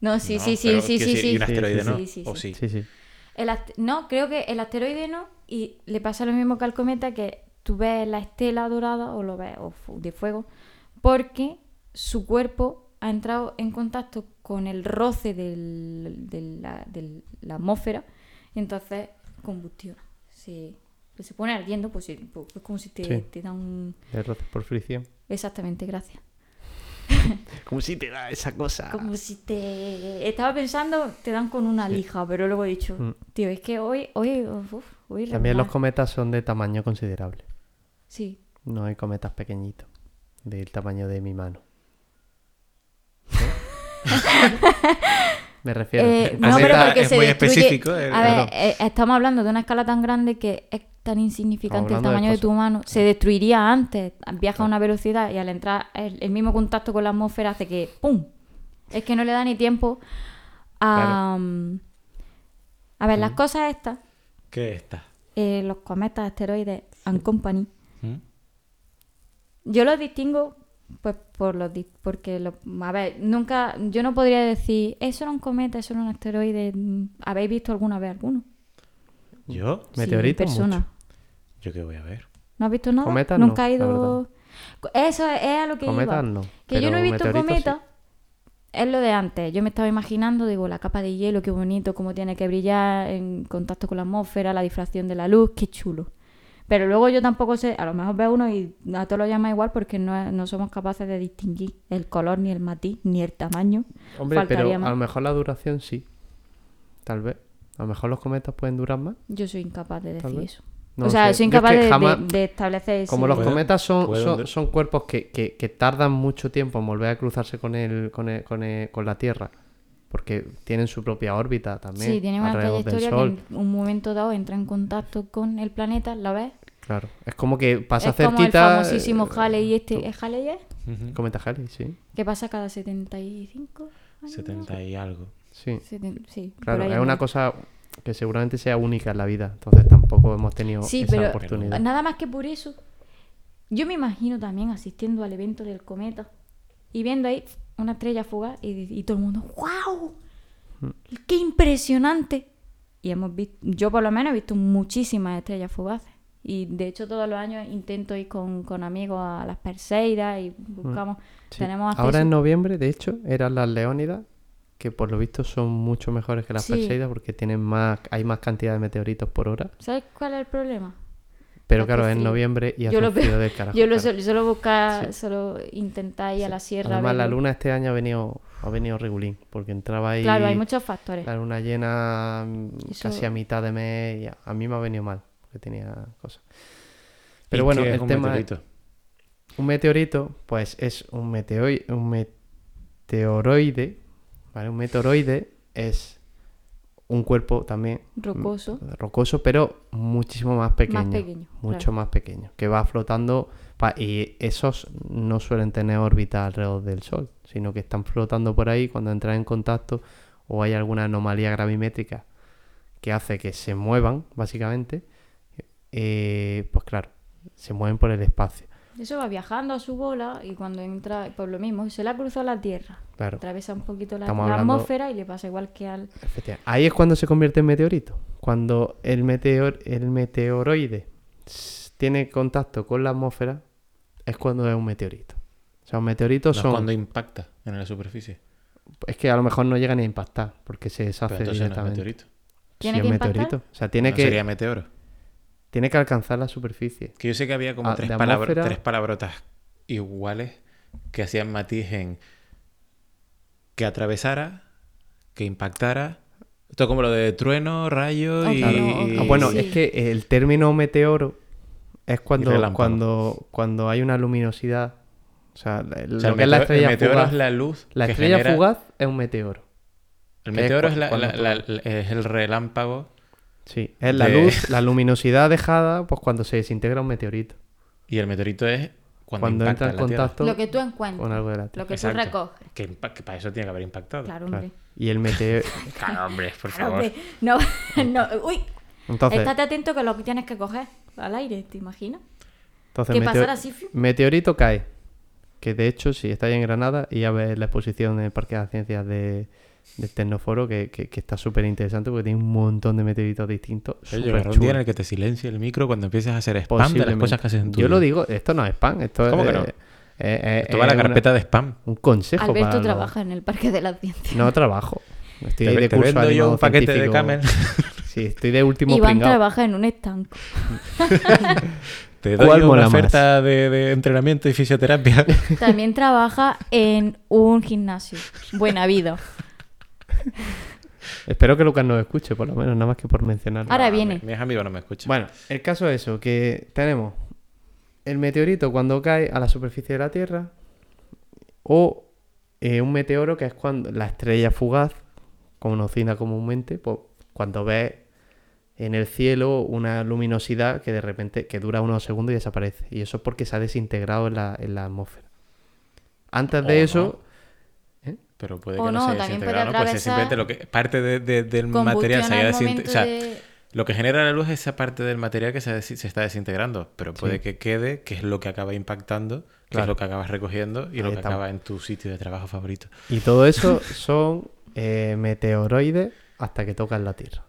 [SPEAKER 1] No, sí,
[SPEAKER 5] No,
[SPEAKER 1] sí, sí,
[SPEAKER 5] pero
[SPEAKER 1] sí,
[SPEAKER 5] quiero
[SPEAKER 1] sí,
[SPEAKER 5] decir,
[SPEAKER 1] sí.
[SPEAKER 5] Y un asteroide,
[SPEAKER 1] sí,
[SPEAKER 5] ¿no?
[SPEAKER 1] sí, sí,
[SPEAKER 5] ¿O
[SPEAKER 1] sí.
[SPEAKER 5] sí?
[SPEAKER 2] Sí, sí.
[SPEAKER 1] El ast- no, creo que el asteroide no, y le pasa lo mismo que al cometa, que tú ves la estela dorada o lo ves o fu- de fuego, porque su cuerpo ha entrado en contacto con el roce del, de, la, del- la atmósfera, y entonces combustiona. Se, pues se pone ardiendo, pues, sí, pues es como si te,
[SPEAKER 2] Sí.
[SPEAKER 1] te da un...
[SPEAKER 2] De roces por fricción.
[SPEAKER 1] Exactamente, gracias.
[SPEAKER 2] Como si te da esa cosa.
[SPEAKER 1] Como si te... Estaba pensando, te dan con una lija, pero luego he dicho,
[SPEAKER 2] Mm.
[SPEAKER 1] tío, es que hoy... hoy, uf, hoy
[SPEAKER 2] También
[SPEAKER 1] regular.
[SPEAKER 2] los cometas son de tamaño considerable.
[SPEAKER 1] Sí,
[SPEAKER 2] No hay cometas pequeñitos. Del tamaño de mi mano. Me refiero.
[SPEAKER 1] Eh,
[SPEAKER 5] Ah,
[SPEAKER 1] no,
[SPEAKER 5] sí,
[SPEAKER 1] pero
[SPEAKER 5] está-
[SPEAKER 1] porque
[SPEAKER 5] es
[SPEAKER 1] se
[SPEAKER 5] muy
[SPEAKER 1] destruye-
[SPEAKER 5] específico, eh,
[SPEAKER 1] A ver,
[SPEAKER 5] perdón.
[SPEAKER 1] eh, estamos hablando de una escala tan grande que es tan insignificante el
[SPEAKER 2] Estamos hablando
[SPEAKER 1] tamaño de,
[SPEAKER 2] de
[SPEAKER 1] tu
[SPEAKER 2] cosas.
[SPEAKER 1] mano. Se destruiría antes. Viaja a una velocidad y al entrar el, el mismo contacto con la atmósfera hace que ¡pum! Es que no le da ni tiempo a... mm, A ver, las cosas estas,
[SPEAKER 5] ¿Qué está?
[SPEAKER 1] eh, los
[SPEAKER 2] ¿Mm?
[SPEAKER 1] cometas, asteroides and company, yo los distingo Pues por los dis- porque lo- a ver, nunca yo no podría decir, eso era un cometa, eso era un asteroide. mm, ¿Habéis visto alguna vez alguno?
[SPEAKER 5] ¿Yo?
[SPEAKER 1] Sí,
[SPEAKER 2] Meteorito,
[SPEAKER 1] en persona.
[SPEAKER 2] mucho.
[SPEAKER 5] ¿Yo qué voy a ver?
[SPEAKER 1] ¿No has visto nada?
[SPEAKER 2] Cometas no,
[SPEAKER 1] nunca ha
[SPEAKER 2] la
[SPEAKER 1] ido Eso es, es a lo que
[SPEAKER 2] Cometas
[SPEAKER 1] iba.
[SPEAKER 2] no,
[SPEAKER 1] que yo
[SPEAKER 2] pero
[SPEAKER 1] no he visto
[SPEAKER 2] meteoritos
[SPEAKER 1] cometas. Es lo de antes. Yo me estaba imaginando, digo, la capa de hielo, qué bonito, cómo tiene que brillar en contacto con la atmósfera, la difracción de la luz, qué chulo. Pero luego yo tampoco sé, a lo mejor veo uno y a todos lo llama igual porque no, es- no somos capaces de distinguir el color, ni el matiz, ni el tamaño.
[SPEAKER 2] Hombre,
[SPEAKER 1] Faltaría
[SPEAKER 2] pero
[SPEAKER 1] más.
[SPEAKER 2] a lo mejor la duración sí. Tal vez. A lo mejor los cometas pueden durar más.
[SPEAKER 1] Yo soy incapaz de
[SPEAKER 2] Tal
[SPEAKER 1] decir
[SPEAKER 2] vez.
[SPEAKER 1] eso.
[SPEAKER 2] No
[SPEAKER 1] o sea,
[SPEAKER 2] sé. Yo
[SPEAKER 1] soy
[SPEAKER 2] es
[SPEAKER 1] incapaz
[SPEAKER 2] que
[SPEAKER 1] de,
[SPEAKER 2] jamás-
[SPEAKER 1] de- de establecer
[SPEAKER 2] Como
[SPEAKER 1] ese-
[SPEAKER 2] los
[SPEAKER 5] Pueden-
[SPEAKER 2] cometas son,
[SPEAKER 5] pueden
[SPEAKER 2] son,
[SPEAKER 5] durar.
[SPEAKER 2] son cuerpos que, que- que tardan mucho tiempo en volver a cruzarse con, el, con, el- con, el- con la Tierra. Porque tienen su propia órbita también.
[SPEAKER 1] Sí, tiene una
[SPEAKER 2] alrededor del
[SPEAKER 1] trayectoria que
[SPEAKER 2] Sol.
[SPEAKER 1] en un momento dado entra en contacto con el planeta, ¿la ves?
[SPEAKER 2] Claro. Es como que pasa
[SPEAKER 1] es como el
[SPEAKER 2] cerquita.
[SPEAKER 1] famosísimo
[SPEAKER 2] eh,
[SPEAKER 1] Halley este. ¿Es Halley eh?
[SPEAKER 2] Cometa Halley, sí.
[SPEAKER 1] Que pasa cada 75 años.
[SPEAKER 5] 70 y algo.
[SPEAKER 2] Sí.
[SPEAKER 1] Seten- sí, por
[SPEAKER 2] Claro,
[SPEAKER 1] ahí
[SPEAKER 2] es
[SPEAKER 1] anda.
[SPEAKER 2] una cosa que seguramente sea única en la vida. Entonces tampoco hemos tenido
[SPEAKER 1] Sí,
[SPEAKER 2] esa
[SPEAKER 1] pero
[SPEAKER 2] oportunidad.
[SPEAKER 1] nada más que por eso. Yo me imagino también asistiendo al evento del cometa y viendo ahí una estrella fugaz y, y todo el mundo, ¡wow!
[SPEAKER 2] Mm.
[SPEAKER 1] ¡Qué impresionante! Y hemos visto, yo por lo menos he visto muchísimas estrellas fugaces. Y de hecho todos los años intento ir con, con amigos a las Perseidas y
[SPEAKER 2] Mm.
[SPEAKER 1] buscamos,
[SPEAKER 2] Sí.
[SPEAKER 1] tenemos acceso.
[SPEAKER 2] Ahora en noviembre, de hecho, eran las leónidas, que por lo visto son mucho mejores que las
[SPEAKER 1] Sí.
[SPEAKER 2] Perseidas porque tienen más, hay más cantidad de meteoritos por hora.
[SPEAKER 1] ¿Sabes cuál es el problema?
[SPEAKER 2] Pero
[SPEAKER 1] Hace
[SPEAKER 2] claro, es en
[SPEAKER 1] frío.
[SPEAKER 2] noviembre y hace
[SPEAKER 1] yo lo
[SPEAKER 2] frío
[SPEAKER 1] veo-
[SPEAKER 2] del carajo.
[SPEAKER 1] Yo lo
[SPEAKER 2] claro.
[SPEAKER 1] suelo, suelo buscar, solo intentar ir a la sierra. a
[SPEAKER 2] Además, la
[SPEAKER 1] verlo.
[SPEAKER 2] luna este año ha venido, ha venido regulín, porque entraba ahí
[SPEAKER 1] Claro, hay muchos factores.
[SPEAKER 2] la luna llena mm,
[SPEAKER 1] Eso-
[SPEAKER 2] casi a mitad de mes y a, a mí me ha venido mal, porque tenía cosas.
[SPEAKER 5] ¿Y
[SPEAKER 2] Pero bueno,
[SPEAKER 5] qué es
[SPEAKER 2] el
[SPEAKER 5] un
[SPEAKER 2] tema...
[SPEAKER 5] meteorito?
[SPEAKER 2] Un meteorito, pues es un, meteoi- un meteoroide, ¿vale? Un meteoroide es un cuerpo también
[SPEAKER 1] Rocoso.
[SPEAKER 2] mm, rocoso, pero muchísimo más pequeño.
[SPEAKER 1] pequeño,
[SPEAKER 2] Mucho
[SPEAKER 1] claro.
[SPEAKER 2] más pequeño. Que va flotando. pa- y esos no suelen tener órbita alrededor del Sol, sino que están flotando por ahí cuando entran en contacto o hay alguna anomalía gravimétrica que hace que se muevan, básicamente. eh, pues claro, se mueven por el espacio.
[SPEAKER 1] Eso va viajando a su bola y cuando entra, por lo mismo, se la cruzó la Tierra.
[SPEAKER 2] Claro.
[SPEAKER 1] Atraviesa un poquito la,
[SPEAKER 2] Estamos
[SPEAKER 1] la
[SPEAKER 2] hablando-
[SPEAKER 1] atmósfera y le pasa igual que al...
[SPEAKER 2] Efectivamente. Ahí es cuando se convierte en meteorito. Cuando el, meteor, el meteoroide s- tiene contacto con la atmósfera, es cuando es un meteorito. O sea, un meteorito
[SPEAKER 5] No,
[SPEAKER 2] son.
[SPEAKER 5] cuando impacta en la superficie.
[SPEAKER 2] Es que a lo mejor no llega ni a impactar, porque se deshace
[SPEAKER 5] Pero entonces no es
[SPEAKER 2] directamente.
[SPEAKER 5] meteorito.
[SPEAKER 1] ¿Tiene
[SPEAKER 2] Sí,
[SPEAKER 1] que
[SPEAKER 2] es
[SPEAKER 1] impactar?
[SPEAKER 2] meteorito. O sea, tiene,
[SPEAKER 5] No
[SPEAKER 2] que,
[SPEAKER 5] Sería meteoro.
[SPEAKER 2] tiene que alcanzar la superficie.
[SPEAKER 5] Que yo sé que había como
[SPEAKER 2] Ah,
[SPEAKER 5] tres,
[SPEAKER 2] de
[SPEAKER 5] palabra-
[SPEAKER 2] atmósfera.
[SPEAKER 5] tres palabrotas iguales que hacían matiz en que atravesara, que impactara. Esto como lo de trueno, rayo
[SPEAKER 1] Ok,
[SPEAKER 5] y,
[SPEAKER 1] no,
[SPEAKER 5] y-
[SPEAKER 1] ok.
[SPEAKER 2] Ah, bueno,
[SPEAKER 1] Sí.
[SPEAKER 2] es que el término meteoro es
[SPEAKER 5] Y
[SPEAKER 2] cuando,
[SPEAKER 5] relámpago.
[SPEAKER 2] cuando, cuando hay una luminosidad. O sea, la-
[SPEAKER 5] O
[SPEAKER 2] lo
[SPEAKER 5] sea, el
[SPEAKER 2] que es la
[SPEAKER 5] meteoro- el
[SPEAKER 2] estrella
[SPEAKER 5] meteoro
[SPEAKER 2] fugaz.
[SPEAKER 5] es la luz.
[SPEAKER 2] La
[SPEAKER 5] que
[SPEAKER 2] estrella
[SPEAKER 5] genera-
[SPEAKER 2] fugaz es un meteoro.
[SPEAKER 5] El
[SPEAKER 2] que es
[SPEAKER 5] meteoro
[SPEAKER 2] cu-
[SPEAKER 5] es, la-
[SPEAKER 2] cuando
[SPEAKER 5] la- la- la- es el relámpago
[SPEAKER 2] Sí, es la
[SPEAKER 5] de-
[SPEAKER 2] luz, la luminosidad dejada pues cuando se desintegra un meteorito.
[SPEAKER 5] y el meteorito es cuando,
[SPEAKER 2] Cuando,
[SPEAKER 5] impacta
[SPEAKER 2] entra en
[SPEAKER 5] la Tierra.
[SPEAKER 2] contacto
[SPEAKER 1] Lo que tú encuentras.
[SPEAKER 2] con algo de la Tierra.
[SPEAKER 1] Lo que
[SPEAKER 5] Exacto.
[SPEAKER 1] tú recoges.
[SPEAKER 5] Que, impa- que para eso tiene que haber impactado.
[SPEAKER 1] Claro,
[SPEAKER 2] Claro.
[SPEAKER 1] hombre.
[SPEAKER 2] Y el meteorito...
[SPEAKER 5] Claro, hombre, por
[SPEAKER 1] Claro,
[SPEAKER 5] favor.
[SPEAKER 1] hombre. No, no. Uy,
[SPEAKER 2] Entonces,
[SPEAKER 1] estate atento que lo que tienes que coger al aire, ¿te imaginas?
[SPEAKER 2] entonces
[SPEAKER 1] que
[SPEAKER 2] meteo-
[SPEAKER 1] pasara así, fiu.
[SPEAKER 2] meteorito cae. Que de hecho, si estáis en Granada, y a ver la exposición en el Parque de las Ciencias de, del Tecnoforo, que, que- que está súper interesante porque tiene un montón de meteoritos distintos.
[SPEAKER 5] Oye,
[SPEAKER 2] súper
[SPEAKER 5] llegará un día en
[SPEAKER 2] chulos.
[SPEAKER 5] el que te silencie el micro cuando empiezas a hacer spam de las
[SPEAKER 2] Posiblemente.
[SPEAKER 5] cosas que haces en tu
[SPEAKER 2] Yo lo
[SPEAKER 5] vida.
[SPEAKER 2] digo, esto no es spam, esto
[SPEAKER 5] ¿Cómo
[SPEAKER 2] es...
[SPEAKER 5] que no?
[SPEAKER 2] eh, eh,
[SPEAKER 5] Esto va a la
[SPEAKER 2] es una-
[SPEAKER 5] carpeta de spam.
[SPEAKER 2] Un consejo para
[SPEAKER 1] Alberto
[SPEAKER 2] los-
[SPEAKER 1] trabaja en el Parque de las Ciencias.
[SPEAKER 2] No trabajo. Estoy
[SPEAKER 5] Te,
[SPEAKER 2] de
[SPEAKER 5] te
[SPEAKER 2] curso
[SPEAKER 5] vendo yo
[SPEAKER 2] animado
[SPEAKER 5] un paquete
[SPEAKER 2] científico.
[SPEAKER 5] de camel.
[SPEAKER 2] Sí, estoy de último
[SPEAKER 1] Iván
[SPEAKER 2] pringao.
[SPEAKER 1] trabaja en un estanco.
[SPEAKER 5] Te doy
[SPEAKER 2] ¿Cuál
[SPEAKER 5] yo
[SPEAKER 2] mola
[SPEAKER 5] una
[SPEAKER 2] más?
[SPEAKER 5] oferta de, de entrenamiento y fisioterapia.
[SPEAKER 1] También trabaja en un gimnasio. Buena vida.
[SPEAKER 2] Espero que Lucas nos escuche, por lo menos, nada más que por mencionarlo.
[SPEAKER 1] Ahora
[SPEAKER 5] Ah,
[SPEAKER 1] viene.
[SPEAKER 5] mi- Mis amigos no me escuchan.
[SPEAKER 2] Bueno, el caso es eso, que tenemos el meteorito cuando cae a la superficie de la Tierra o eh, un meteoro que es cuando la estrella fugaz, conocida comúnmente, pues, cuando ves en el cielo una luminosidad que de repente que dura unos segundos y desaparece. Y eso es porque se ha desintegrado en la, en la atmósfera. Antes de
[SPEAKER 5] O
[SPEAKER 2] eso,
[SPEAKER 5] Pero puede
[SPEAKER 1] O
[SPEAKER 5] que no,
[SPEAKER 1] no,
[SPEAKER 5] se haya
[SPEAKER 1] también
[SPEAKER 5] desintegrado,
[SPEAKER 1] puede
[SPEAKER 5] ¿no? Pues es
[SPEAKER 1] atravesar
[SPEAKER 5] simplemente lo que parte de- de- del
[SPEAKER 1] Combustión
[SPEAKER 5] material se haya
[SPEAKER 1] al
[SPEAKER 5] desinte-
[SPEAKER 1] momento
[SPEAKER 5] o sea,
[SPEAKER 1] de-
[SPEAKER 5] Lo que genera la luz es esa parte del material que se, desi- se está desintegrando, pero puede
[SPEAKER 2] Sí.
[SPEAKER 5] que quede, que es lo que acaba impactando, que es
[SPEAKER 2] Claro.
[SPEAKER 5] lo que acabas recogiendo y
[SPEAKER 2] Ahí
[SPEAKER 5] lo que
[SPEAKER 2] estamos.
[SPEAKER 5] acaba en tu sitio de trabajo favorito.
[SPEAKER 2] Y todo eso son eh, meteoroides hasta que tocan la Tierra.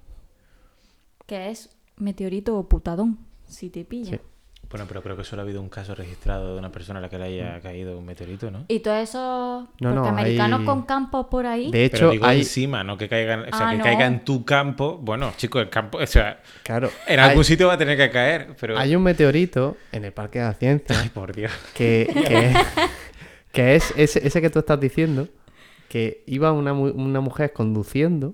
[SPEAKER 1] Que es meteorito o putadón, si te pilla.
[SPEAKER 2] Sí.
[SPEAKER 5] Bueno, pero creo que solo ha habido un caso registrado de una persona a la que le haya
[SPEAKER 2] Mm.
[SPEAKER 5] caído un meteorito, ¿no?
[SPEAKER 1] Y todos esos
[SPEAKER 2] No, no,
[SPEAKER 1] porque americanos
[SPEAKER 2] hay-
[SPEAKER 1] con campos por ahí.
[SPEAKER 2] De
[SPEAKER 5] Pero
[SPEAKER 2] hecho,
[SPEAKER 5] digo
[SPEAKER 2] hay...
[SPEAKER 5] encima, no que caiga, en- o sea,
[SPEAKER 1] Ah,
[SPEAKER 5] que
[SPEAKER 1] no.
[SPEAKER 5] caiga en tu campo. Bueno, chico, el campo, o sea,
[SPEAKER 2] Claro,
[SPEAKER 5] en
[SPEAKER 2] hay-
[SPEAKER 5] algún sitio va a tener que caer, pero
[SPEAKER 2] hay un meteorito en el Parque de la Ciencia
[SPEAKER 5] Ay, por Dios.
[SPEAKER 2] que, que, que es ese, ese que tú estás diciendo, que iba una, mu- una mujer conduciendo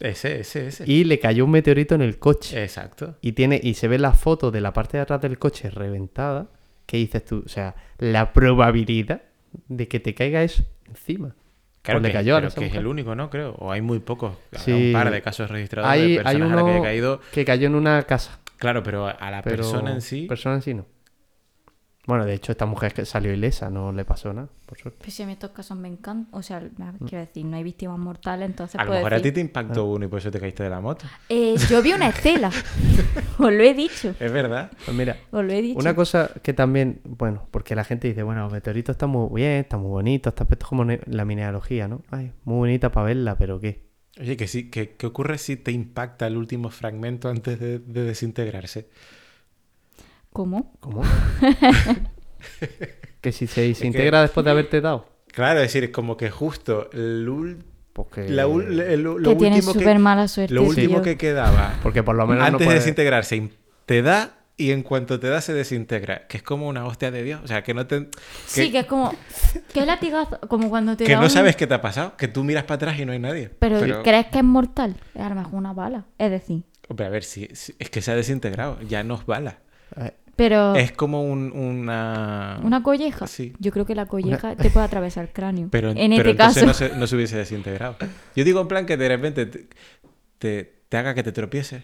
[SPEAKER 5] Ese, ese, ese.
[SPEAKER 2] y le cayó un meteorito en el
[SPEAKER 5] Eh.
[SPEAKER 2] coche.
[SPEAKER 5] Exacto.
[SPEAKER 2] Y, tiene, y se ve la foto de la parte de atrás del coche reventada. ¿Qué dices tú? O sea, la probabilidad de que te caiga es encima.
[SPEAKER 5] Claro
[SPEAKER 2] Pues le
[SPEAKER 5] que,
[SPEAKER 2] cayó a
[SPEAKER 5] pero
[SPEAKER 2] esa
[SPEAKER 5] que es
[SPEAKER 2] mujer.
[SPEAKER 5] el único, ¿no? Creo. O hay muy pocos. Habrá
[SPEAKER 2] Sí.
[SPEAKER 5] Un par de casos registrados
[SPEAKER 2] Hay,
[SPEAKER 5] de
[SPEAKER 2] hay
[SPEAKER 5] personas a
[SPEAKER 2] uno
[SPEAKER 5] las que haya caído.
[SPEAKER 2] que cayó en una casa.
[SPEAKER 5] Claro, pero a- a la
[SPEAKER 2] pero
[SPEAKER 5] persona en sí.
[SPEAKER 2] Persona en sí no. Bueno, de hecho, esta mujer que salió ilesa, no le pasó nada, por suerte.
[SPEAKER 1] Pues si a mí estos casos me encantan. O sea, me- quiero decir, no hay víctimas mortales, entonces
[SPEAKER 5] Mm. A lo
[SPEAKER 1] puedo
[SPEAKER 5] mejor a ti
[SPEAKER 1] decir,
[SPEAKER 5] te impactó
[SPEAKER 2] Ah.
[SPEAKER 5] uno y por eso te caíste de la moto.
[SPEAKER 1] eh, yo vi una estela. os lo he dicho.
[SPEAKER 5] Es verdad.
[SPEAKER 2] Pues mira,
[SPEAKER 1] Os lo he dicho.
[SPEAKER 2] Una cosa que también, bueno, porque la gente dice, bueno, los meteoritos están muy bien, está muy bonito, está es como ne- la mineralogía, ¿no? Ay, muy bonita para verla, pero ¿qué?
[SPEAKER 5] Oye, que sí, que, ¿qué ocurre si te impacta el último fragmento antes de, de desintegrarse?
[SPEAKER 1] ¿Cómo?
[SPEAKER 2] ¿Cómo? que si se
[SPEAKER 5] que-
[SPEAKER 2] desintegra después de haberte dado.
[SPEAKER 5] Claro, es decir, es como que justo el ul-
[SPEAKER 2] Porque,
[SPEAKER 5] la ul-
[SPEAKER 2] Eh,
[SPEAKER 5] el- lo
[SPEAKER 1] que tienes
[SPEAKER 5] último
[SPEAKER 1] súper mala suerte.
[SPEAKER 5] Lo último
[SPEAKER 1] tío.
[SPEAKER 5] que quedaba
[SPEAKER 2] porque por lo menos
[SPEAKER 5] antes
[SPEAKER 2] no puede...
[SPEAKER 5] de desintegrarse im- te da y en cuanto te da se desintegra, que es como una hostia de Dios, o sea, que no te
[SPEAKER 1] Sí, que es como. ¿Qué latigazo? Como cuando te
[SPEAKER 5] que
[SPEAKER 1] da
[SPEAKER 5] no
[SPEAKER 1] un-
[SPEAKER 5] sabes qué te ha pasado, que tú miras para atrás y no hay nadie.
[SPEAKER 1] Pero, crees que es mortal. Es a lo mejor una bala. Es decir.
[SPEAKER 5] Hombre, a ver, si, si- es que se ha desintegrado, ya nos bala.
[SPEAKER 2] Eh,
[SPEAKER 1] Pero.
[SPEAKER 5] Es como un- una
[SPEAKER 1] Oh. Una colleja.
[SPEAKER 5] Ah. Sí.
[SPEAKER 1] Yo creo que la colleja te puede atravesar el cráneo.
[SPEAKER 5] Pero
[SPEAKER 1] en
[SPEAKER 5] pero
[SPEAKER 1] este
[SPEAKER 5] entonces
[SPEAKER 1] caso.
[SPEAKER 5] no se, no se hubiese desintegrado. Yo digo en plan que de repente te, te- te haga que te tropieces.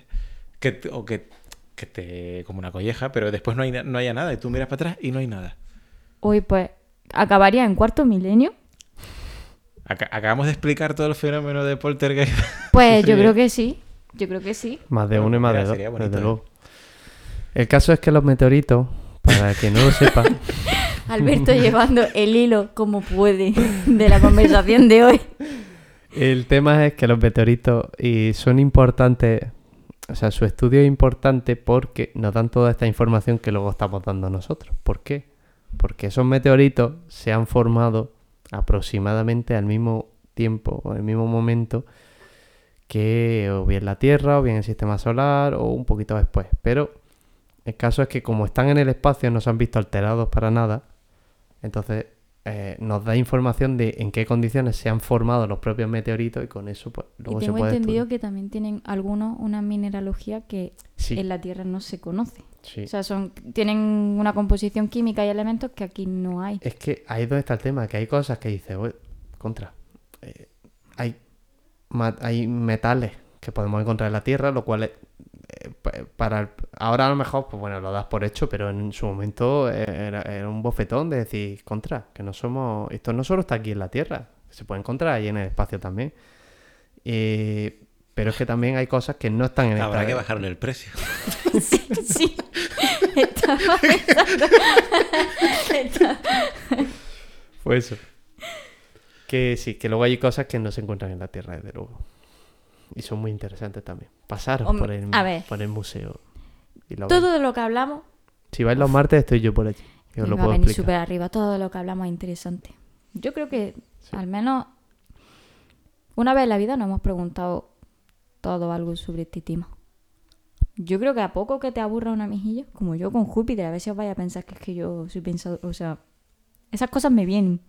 [SPEAKER 5] Que, te- o que, que te. como una colleja, pero después no, hay, na- no haya nada. Y tú miras para atrás y no hay nada.
[SPEAKER 1] Uy, pues. Acabaría en cuarto milenio.
[SPEAKER 5] Aca- acabamos de explicar todo el fenómeno de poltergeist.
[SPEAKER 1] Pues yo creo que sí. Yo creo que sí.
[SPEAKER 2] Más de
[SPEAKER 5] Bueno,
[SPEAKER 2] uno y más
[SPEAKER 5] mira,
[SPEAKER 2] de dos,
[SPEAKER 5] sería bonito,
[SPEAKER 2] desde
[SPEAKER 5] ¿eh?
[SPEAKER 2] luego. El caso es que los meteoritos, para el que no lo sepa,
[SPEAKER 1] Alberto llevando el hilo como puede de la conversación de hoy.
[SPEAKER 2] El tema es que los meteoritos y son importantes, o sea, su estudio es importante porque nos dan toda esta información que luego estamos dando nosotros. ¿Por qué? Porque esos meteoritos se han formado aproximadamente al mismo tiempo o al mismo momento que o bien la Tierra o bien el Sistema Solar o un poquito después. Pero el caso es que como están en el espacio no se han visto alterados para nada, entonces eh, nos da información de en qué condiciones se han formado los propios meteoritos y con eso pues, luego
[SPEAKER 1] Y
[SPEAKER 2] se
[SPEAKER 1] tengo
[SPEAKER 2] puede
[SPEAKER 1] entendido
[SPEAKER 2] estudiar.
[SPEAKER 1] que también tienen algunos una mineralogía que
[SPEAKER 2] Sí,
[SPEAKER 1] en la Tierra no se conoce.
[SPEAKER 2] sí.
[SPEAKER 1] O sea, son, tienen una composición química y elementos que aquí no hay.
[SPEAKER 2] Es que ahí es donde está el tema, que hay cosas que dices, "Ué, contra. eh, hay, ma- hay metales que podemos encontrar en la Tierra, lo cual es, eh, pa- para el- ahora a lo mejor, pues bueno, lo das por hecho, pero en su momento eh, era, era un bofetón de decir, contra, que no somos, esto no solo está aquí en la Tierra, se puede encontrar ahí en el espacio también. Eh, pero es que también hay cosas que no están en
[SPEAKER 5] Habrá
[SPEAKER 2] esta-
[SPEAKER 5] que bajarle el precio.
[SPEAKER 1] Sí, sí. Estaba pensando. Estaba-
[SPEAKER 2] Fue eso. Que sí, que luego hay cosas que no se encuentran en la Tierra, desde luego. Y son muy interesantes también. Pasaros
[SPEAKER 1] Hombre,
[SPEAKER 2] por, el,
[SPEAKER 1] a ver.
[SPEAKER 2] por el museo. Y lo veis.
[SPEAKER 1] Todo lo que hablamos
[SPEAKER 2] Si vais los martes, estoy yo por allí. y os
[SPEAKER 1] me
[SPEAKER 2] lo
[SPEAKER 1] va
[SPEAKER 2] puedo
[SPEAKER 1] a venir
[SPEAKER 2] explicar.
[SPEAKER 1] súper arriba. Todo lo que hablamos es interesante. Yo creo que al menos una vez en la vida nos hemos preguntado todo algo sobre este tema. Yo creo que a poco que te aburra una mejilla, como yo con Júpiter, a veces os vais a pensar que es que yo soy pensado, o sea, esas cosas me vienen.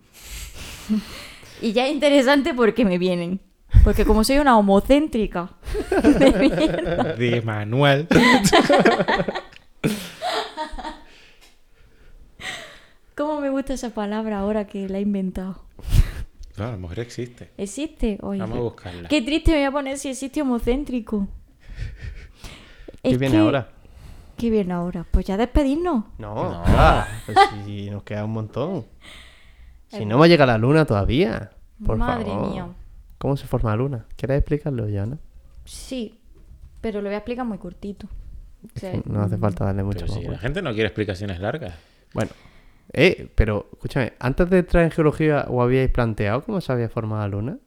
[SPEAKER 1] y ya es interesante porque me vienen. Porque como soy una homocéntrica,
[SPEAKER 5] De manual.
[SPEAKER 1] ¿cómo me gusta esa palabra ahora que la he inventado?
[SPEAKER 5] No, a lo mejor existe.
[SPEAKER 1] ¿Existe? Oye,
[SPEAKER 5] Vamos a buscarla.
[SPEAKER 1] Qué triste me voy a poner si existe homocéntrico.
[SPEAKER 2] ¿Qué
[SPEAKER 1] Es
[SPEAKER 2] viene
[SPEAKER 1] que-
[SPEAKER 2] ahora?
[SPEAKER 1] ¿Qué viene ahora? Pues ya despedirnos.
[SPEAKER 2] No.
[SPEAKER 5] No.
[SPEAKER 2] ah, pues si nos queda un montón. Si no hemos llegado a la luna todavía. Por
[SPEAKER 1] Madre
[SPEAKER 2] favor.
[SPEAKER 1] mía.
[SPEAKER 2] ¿Cómo se forma la luna? ¿Quieres explicarlo, Joana?
[SPEAKER 1] Sí. Pero lo voy a explicar muy cortito. O sea,
[SPEAKER 2] No hace falta darle mucho
[SPEAKER 5] Pero
[SPEAKER 2] más
[SPEAKER 5] si la
[SPEAKER 2] vuelta.
[SPEAKER 5] gente no quiere explicaciones largas.
[SPEAKER 2] Bueno, eh, pero escúchame, antes de entrar en geología, ¿o habíais planteado cómo se había formado la luna?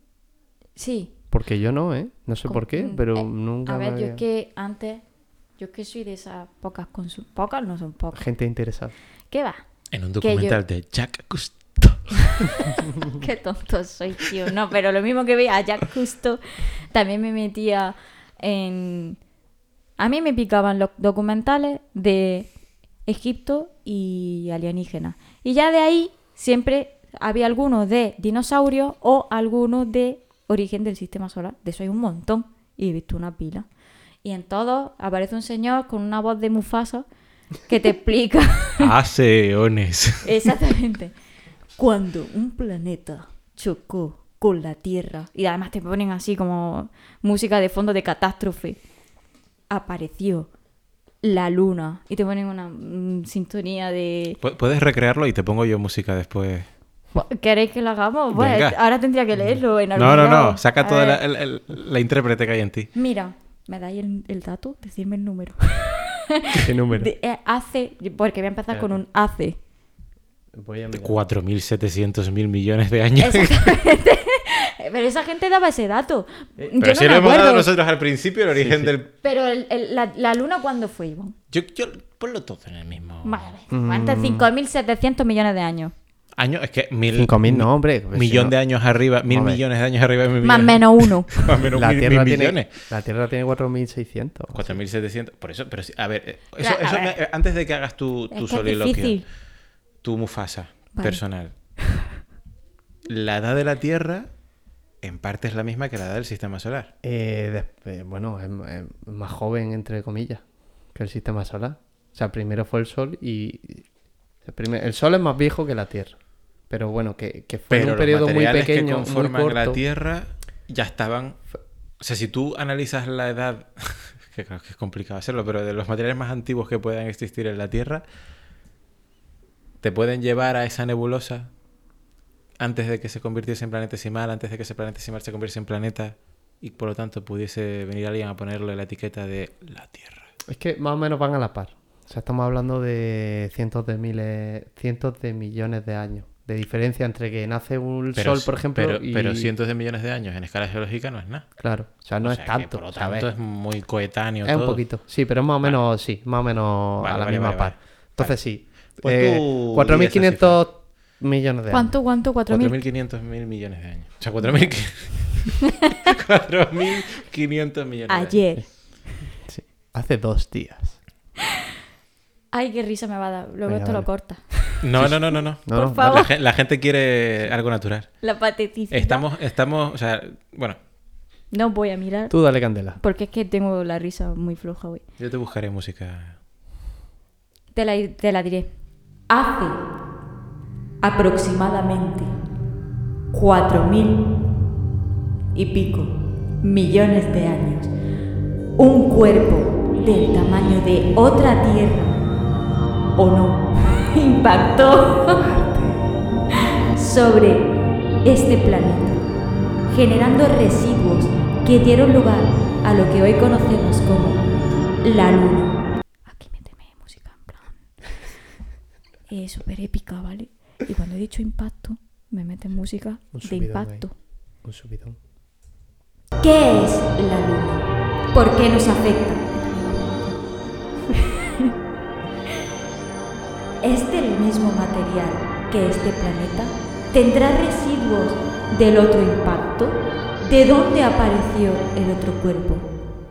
[SPEAKER 1] sí.
[SPEAKER 2] Porque yo no, ¿eh? No sé
[SPEAKER 1] con-
[SPEAKER 2] por qué,
[SPEAKER 1] mm,
[SPEAKER 2] pero
[SPEAKER 1] eh,
[SPEAKER 2] nunca.
[SPEAKER 1] A
[SPEAKER 2] me
[SPEAKER 1] ver, yo
[SPEAKER 2] había-
[SPEAKER 1] es que antes. Yo es que soy de esas pocas consu- Pocas no son pocas.
[SPEAKER 2] Gente interesada.
[SPEAKER 1] ¿Qué va?
[SPEAKER 5] En un
[SPEAKER 1] Que yo-
[SPEAKER 5] documental de Jack Cousteau.
[SPEAKER 1] Qué tonto soy, tío. No, pero lo mismo que veía a Jack Justo, también me metía en... A mí me picaban los documentales de Egipto y alienígenas. Y ya de ahí siempre había algunos de dinosaurios o algunos de origen del sistema solar. De eso hay un montón. Y he visto una pila. Y en todos aparece un señor con una voz de Mufasa que te explica...
[SPEAKER 5] Hace eones.
[SPEAKER 1] Exactamente. Cuando un planeta chocó con la Tierra, y además te ponen así como música de fondo de catástrofe, apareció la luna y te ponen una mm, sintonía de...
[SPEAKER 5] Pu- Puedes recrearlo y te pongo yo música después.
[SPEAKER 1] ¿Queréis que lo hagamos? Pues,
[SPEAKER 5] Venga.
[SPEAKER 1] ahora tendría que leerlo en algún
[SPEAKER 5] No, no,
[SPEAKER 1] lado.
[SPEAKER 5] no. Saca
[SPEAKER 1] A
[SPEAKER 5] toda la,
[SPEAKER 1] ver.
[SPEAKER 5] el- el- la intérprete que hay en ti.
[SPEAKER 1] Mira, ¿me dais el, el dato? Decidme el número.
[SPEAKER 2] ¿Qué número?
[SPEAKER 1] De- eh, hace... Porque voy a empezar con un hace.
[SPEAKER 2] Voy a mirar.
[SPEAKER 5] 4.700.000 millones de años.
[SPEAKER 1] Exactamente. Pero esa gente daba ese dato. Yo
[SPEAKER 5] Eh, Pero
[SPEAKER 1] no
[SPEAKER 5] si
[SPEAKER 1] me
[SPEAKER 5] lo hemos dado
[SPEAKER 1] acuerdo.
[SPEAKER 5] nosotros al principio, el origen del...
[SPEAKER 1] Pero el- el- la, la luna, ¿cuándo fue, Iván?
[SPEAKER 5] Yo, yo ponlo todo en el mismo
[SPEAKER 1] Vale,
[SPEAKER 5] Mm.
[SPEAKER 1] antes 5.700 millones de años.
[SPEAKER 5] año. Es que mil...
[SPEAKER 2] 5.000, no, hombre. pues si
[SPEAKER 5] Millón
[SPEAKER 2] no-
[SPEAKER 5] de años arriba, mil
[SPEAKER 2] Hombre.
[SPEAKER 5] millones de años arriba. mil
[SPEAKER 1] Más
[SPEAKER 5] millones-
[SPEAKER 1] menos uno.
[SPEAKER 5] Más o menos
[SPEAKER 2] La
[SPEAKER 5] mil,
[SPEAKER 2] Tierra,
[SPEAKER 5] mil
[SPEAKER 2] tiene,
[SPEAKER 5] millones.
[SPEAKER 2] la Tierra tiene 4.600.
[SPEAKER 5] 4.700. Por eso, pero sí, a ver, eh, eso,
[SPEAKER 1] Claro, a
[SPEAKER 5] eso
[SPEAKER 1] ver.
[SPEAKER 5] me- eh, antes de que hagas tu,
[SPEAKER 1] Es
[SPEAKER 5] tu
[SPEAKER 1] que es
[SPEAKER 5] soliloquio,
[SPEAKER 1] difícil.
[SPEAKER 5] tu Mufasa
[SPEAKER 1] Vale.
[SPEAKER 5] personal. La edad de la Tierra en parte es la misma que la edad del sistema solar.
[SPEAKER 2] Eh, des- eh, bueno, es, es más joven, entre comillas, que el sistema solar. O sea, primero fue el Sol y. y- El, primer- el Sol es más viejo que la Tierra. Pero bueno, que, que fue en
[SPEAKER 5] Pero
[SPEAKER 2] un periodo
[SPEAKER 5] los
[SPEAKER 2] muy
[SPEAKER 5] materiales que
[SPEAKER 2] pequeño, muy
[SPEAKER 5] conforman
[SPEAKER 2] corto.
[SPEAKER 5] la Tierra ya estaban. O sea, si tú analizas la edad, que claro que es complicado hacerlo, pero de los materiales más antiguos que puedan existir en la Tierra, te pueden llevar a esa nebulosa antes de que se convirtiese en planetesimal, antes de que ese planetesimal se convirtiese en planeta y por lo tanto pudiese venir alguien a ponerle la etiqueta de la Tierra.
[SPEAKER 2] Es que más o menos van a la par. O sea, estamos hablando de cientos de miles, cientos de millones de años. De diferencia entre que nace un sol, por ejemplo,
[SPEAKER 5] pero,
[SPEAKER 2] y...
[SPEAKER 5] pero cientos de millones de años en escala geológica no es nada.
[SPEAKER 2] Claro, o sea, no
[SPEAKER 5] O
[SPEAKER 2] es
[SPEAKER 5] sea que,
[SPEAKER 2] tanto.
[SPEAKER 5] por lo
[SPEAKER 2] ¿sabes?
[SPEAKER 5] tanto, es muy coetáneo.
[SPEAKER 2] Es un
[SPEAKER 5] todo.
[SPEAKER 2] poquito, sí, pero es más o menos, sí, más o menos
[SPEAKER 5] Vale,
[SPEAKER 2] a la
[SPEAKER 5] vale,
[SPEAKER 2] misma
[SPEAKER 5] vale,
[SPEAKER 2] par.
[SPEAKER 5] vale.
[SPEAKER 2] Entonces sí,
[SPEAKER 5] Pues
[SPEAKER 2] eh,
[SPEAKER 5] tú
[SPEAKER 2] 4.500 millones de años.
[SPEAKER 1] ¿Cuánto, cuánto? ¿4.000?
[SPEAKER 5] 4.500 mil millones de años. O sea, 4.000 4.500 millones. de años.
[SPEAKER 1] Ayer.
[SPEAKER 2] Sí, Hace dos días.
[SPEAKER 1] Ay, qué risa me va a dar. Luego
[SPEAKER 2] Venga,
[SPEAKER 1] esto lo
[SPEAKER 2] vale.
[SPEAKER 1] corta.
[SPEAKER 5] No, no, no, no, no.
[SPEAKER 2] No,
[SPEAKER 1] Por
[SPEAKER 2] no,
[SPEAKER 1] favor.
[SPEAKER 5] La, gen- la gente quiere algo natural.
[SPEAKER 1] La pateticidad.
[SPEAKER 5] Estamos, estamos, o sea, bueno,
[SPEAKER 1] No voy a mirar
[SPEAKER 2] Tú dale candela.
[SPEAKER 1] porque es que tengo la risa muy floja hoy.
[SPEAKER 5] yo te buscaré música.
[SPEAKER 1] Te la, te la diré. Hace aproximadamente 4.000 y pico millones de años, un cuerpo del tamaño de otra tierra, o no, impactó sobre este planeta, generando residuos que dieron lugar a lo que hoy conocemos como la luna. Aquí méteme música en plan. Eh, súper épica, ¿vale? Y cuando he dicho impacto, me meten música
[SPEAKER 2] Un
[SPEAKER 1] de
[SPEAKER 2] subidón ahí.
[SPEAKER 1] impacto.
[SPEAKER 2] Un subidón.
[SPEAKER 1] ¿Qué es la luna? ¿Por qué nos afecta? ¿Es del mismo material que este planeta? ¿Tendrá residuos del otro impacto? ¿De dónde apareció el otro cuerpo?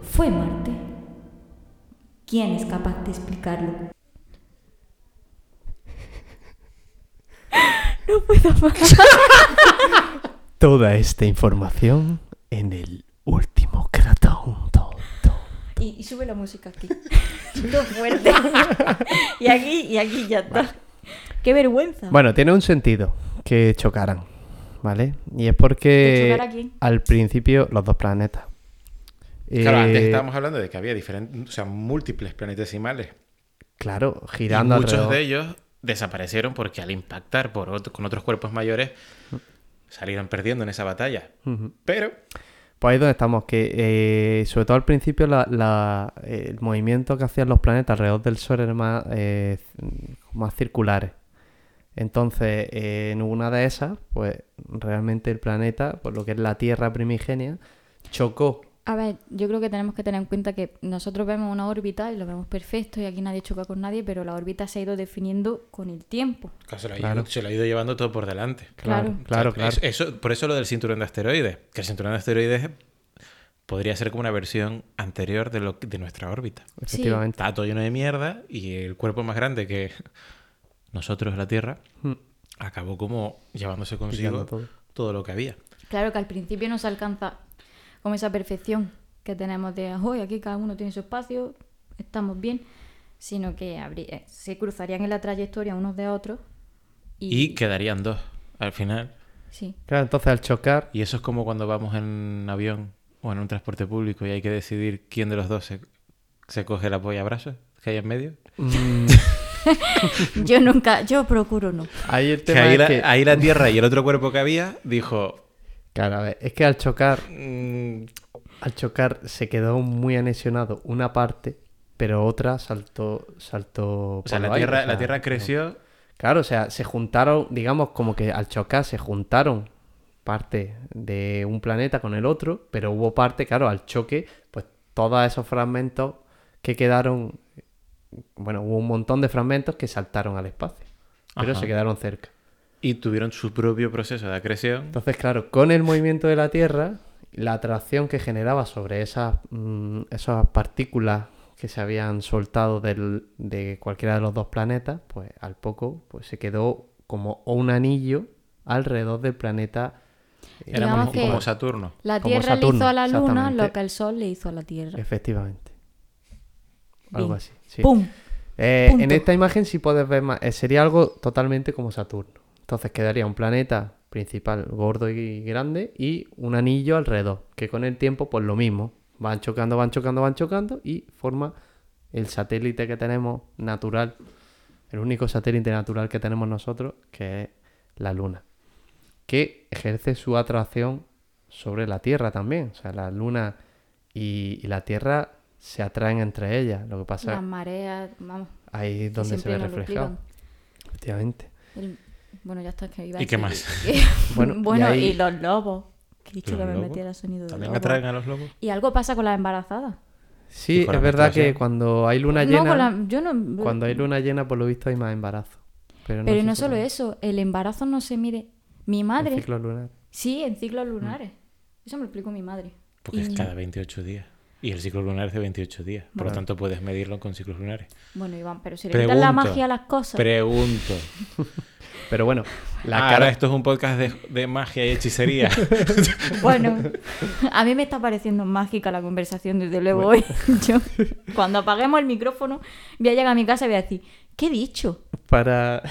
[SPEAKER 1] ¿Fue Marte? ¿Quién es capaz de explicarlo? No puedo más.
[SPEAKER 2] Toda esta información en el último cratón.
[SPEAKER 1] Y, y sube la música aquí. Lo fuerte. y aquí, y aquí ya está. Qué vergüenza.
[SPEAKER 2] Bueno, tiene un sentido que chocaran, ¿vale? Y es
[SPEAKER 1] ¿Que
[SPEAKER 2] porque
[SPEAKER 1] chocara quién?
[SPEAKER 2] al principio los dos planetas.
[SPEAKER 5] Claro,
[SPEAKER 2] Eh,
[SPEAKER 5] antes estábamos hablando de que había diferentes, o sea, múltiples planetesimales.
[SPEAKER 2] Claro,
[SPEAKER 5] Y
[SPEAKER 2] girando
[SPEAKER 5] muchos
[SPEAKER 2] alrededor.
[SPEAKER 5] de ellos desaparecieron porque al impactar por otro- con otros cuerpos mayores salieron perdiendo en esa batalla.
[SPEAKER 2] Ujú.
[SPEAKER 5] Pero
[SPEAKER 2] Pues ahí es donde estamos, que eh, sobre todo al principio la- la- eh, el movimiento que hacían los planetas alrededor del Sol era más, eh, c- más circulares. Entonces, eh, en una de esas, pues realmente el planeta, por lo que es la Tierra primigenia, chocó.
[SPEAKER 6] A ver, yo creo que tenemos que tener en cuenta que nosotros vemos una órbita y lo vemos perfecto y aquí nadie choca con nadie, pero la órbita se ha ido definiendo con el tiempo.
[SPEAKER 5] Claro, se, lo ha
[SPEAKER 2] Claro.
[SPEAKER 5] ido, se lo ha ido llevando todo por delante.
[SPEAKER 6] Claro.
[SPEAKER 2] claro,
[SPEAKER 5] O sea,
[SPEAKER 2] claro.
[SPEAKER 5] es- eso, por eso lo del cinturón de asteroides. Que el cinturón de asteroides podría ser como una versión anterior de, lo, que- de nuestra órbita.
[SPEAKER 2] Efectivamente.
[SPEAKER 5] Está todo lleno de mierda y el cuerpo más grande que nosotros, la Tierra,
[SPEAKER 2] Mm.
[SPEAKER 5] acabó como llevándose
[SPEAKER 2] Pillando
[SPEAKER 5] consigo
[SPEAKER 2] todo.
[SPEAKER 5] todo. lo que había.
[SPEAKER 6] Claro que al principio no se alcanza con esa perfección que tenemos de, hoy aquí cada uno tiene su espacio, estamos bien, sino que habrí- eh, se cruzarían en la trayectoria unos de otros
[SPEAKER 5] Y...
[SPEAKER 6] y,
[SPEAKER 5] quedarían dos al final.
[SPEAKER 6] sí.
[SPEAKER 2] Claro, entonces al chocar,
[SPEAKER 5] Y eso es como cuando vamos en avión o en un transporte público y hay que decidir quién de los dos se, se coge la polla a brazos que hay en medio.
[SPEAKER 2] mm,
[SPEAKER 6] Yo nunca, yo procuro no.
[SPEAKER 2] ahí el
[SPEAKER 5] Que
[SPEAKER 2] tema
[SPEAKER 5] ahí,
[SPEAKER 2] es
[SPEAKER 5] la,
[SPEAKER 2] que...
[SPEAKER 5] ahí la Tierra y el otro cuerpo que había dijo...
[SPEAKER 2] Claro, a ver, es que al chocar
[SPEAKER 5] "Mm,
[SPEAKER 2] Al chocar se quedó muy anexionado una parte, pero otra saltó, saltó.
[SPEAKER 5] O sea,
[SPEAKER 2] por
[SPEAKER 5] la
[SPEAKER 2] los aires,
[SPEAKER 5] tierra,
[SPEAKER 2] o
[SPEAKER 5] la
[SPEAKER 2] sea,
[SPEAKER 5] tierra
[SPEAKER 2] no.
[SPEAKER 5] creció
[SPEAKER 2] Claro, o sea, se juntaron, digamos, como que al chocar se juntaron parte de un planeta con el otro, pero hubo parte, claro, al choque, pues todos esos fragmentos que quedaron, bueno, hubo un montón de fragmentos que saltaron al espacio, pero
[SPEAKER 5] Ajá.
[SPEAKER 2] se quedaron cerca.
[SPEAKER 5] y tuvieron su propio proceso de acreción.
[SPEAKER 2] Entonces, claro, con el movimiento de la Tierra, la atracción que generaba sobre esas, mm, esas partículas que se habían soltado del- de cualquiera de los dos planetas, pues al poco pues, se quedó como un anillo alrededor del planeta. eh,
[SPEAKER 6] Era Digamos
[SPEAKER 5] Éramos
[SPEAKER 6] que-
[SPEAKER 5] como Saturno.
[SPEAKER 6] La
[SPEAKER 2] Como
[SPEAKER 6] Tierra le
[SPEAKER 2] Saturno,
[SPEAKER 6] hizo a la Luna
[SPEAKER 2] exactamente.
[SPEAKER 6] lo que el Sol le hizo a la Tierra.
[SPEAKER 2] Efectivamente. Algo
[SPEAKER 6] Bien.
[SPEAKER 2] así. sí.
[SPEAKER 6] ¡Pum!
[SPEAKER 2] Eh, en
[SPEAKER 6] Punto.
[SPEAKER 2] esta imagen sí puedes ver más. eh, sería algo totalmente como Saturno. Entonces quedaría un planeta principal gordo y grande y un anillo alrededor, que con el tiempo pues lo mismo. Van chocando, van chocando, van chocando y forma el satélite que tenemos natural, el único satélite natural que tenemos nosotros, que es la Luna, que ejerce su atracción sobre la Tierra también. O sea, la Luna y, y la Tierra se atraen entre ellas. Lo que pasa
[SPEAKER 6] Las mareas, vamos.
[SPEAKER 2] Ahí es
[SPEAKER 6] que
[SPEAKER 2] donde se
[SPEAKER 6] siempre
[SPEAKER 2] ve
[SPEAKER 6] nos lo
[SPEAKER 2] reflejado.
[SPEAKER 6] explican.
[SPEAKER 2] Efectivamente.
[SPEAKER 6] El- Bueno, ya está que iba a
[SPEAKER 5] ¿Y qué
[SPEAKER 6] decir-
[SPEAKER 5] más?
[SPEAKER 2] Bueno,
[SPEAKER 6] bueno,
[SPEAKER 2] y
[SPEAKER 6] y,
[SPEAKER 2] ahí-
[SPEAKER 6] los lobos. Que he dicho
[SPEAKER 5] ¿Los
[SPEAKER 6] que me
[SPEAKER 5] lobos?
[SPEAKER 6] metiera el sonido de
[SPEAKER 5] También
[SPEAKER 6] lobo.
[SPEAKER 5] atraen a los lobos.
[SPEAKER 6] Y algo pasa con las embarazadas.
[SPEAKER 2] Sí,
[SPEAKER 5] Y con
[SPEAKER 2] es
[SPEAKER 5] la
[SPEAKER 2] verdad que
[SPEAKER 5] menstruación.
[SPEAKER 2] cuando hay luna
[SPEAKER 6] No,
[SPEAKER 2] llena,
[SPEAKER 6] con la- yo no-
[SPEAKER 2] cuando hay luna llena, por lo visto hay más embarazo. Pero no,
[SPEAKER 6] Pero
[SPEAKER 2] sé
[SPEAKER 6] no
[SPEAKER 2] si
[SPEAKER 6] solo
[SPEAKER 2] con-
[SPEAKER 6] eso, el embarazo no se mide. Mi
[SPEAKER 2] con
[SPEAKER 6] madre,
[SPEAKER 2] ciclo Mm. lunar.
[SPEAKER 6] sí, en ciclos lunares. Eso me lo explicó mi madre.
[SPEAKER 5] Porque
[SPEAKER 6] Y-
[SPEAKER 5] es cada 28 días. Y el ciclo lunar es de 28 días. Por lo tanto, puedes medirlo con ciclos lunares.
[SPEAKER 6] Bueno, Iván, pero si le quitas la magia a las cosas.
[SPEAKER 5] Pregunto.
[SPEAKER 2] Pero bueno, la
[SPEAKER 5] Ah,
[SPEAKER 2] cara
[SPEAKER 5] Ahora esto es un podcast de, de magia y hechicería.
[SPEAKER 6] Bueno, a mí me está pareciendo mágica la conversación, desde luego hoy. Yo, cuando apaguemos el micrófono, voy a llegar a mi casa y voy a decir, ¿qué he dicho?
[SPEAKER 2] para...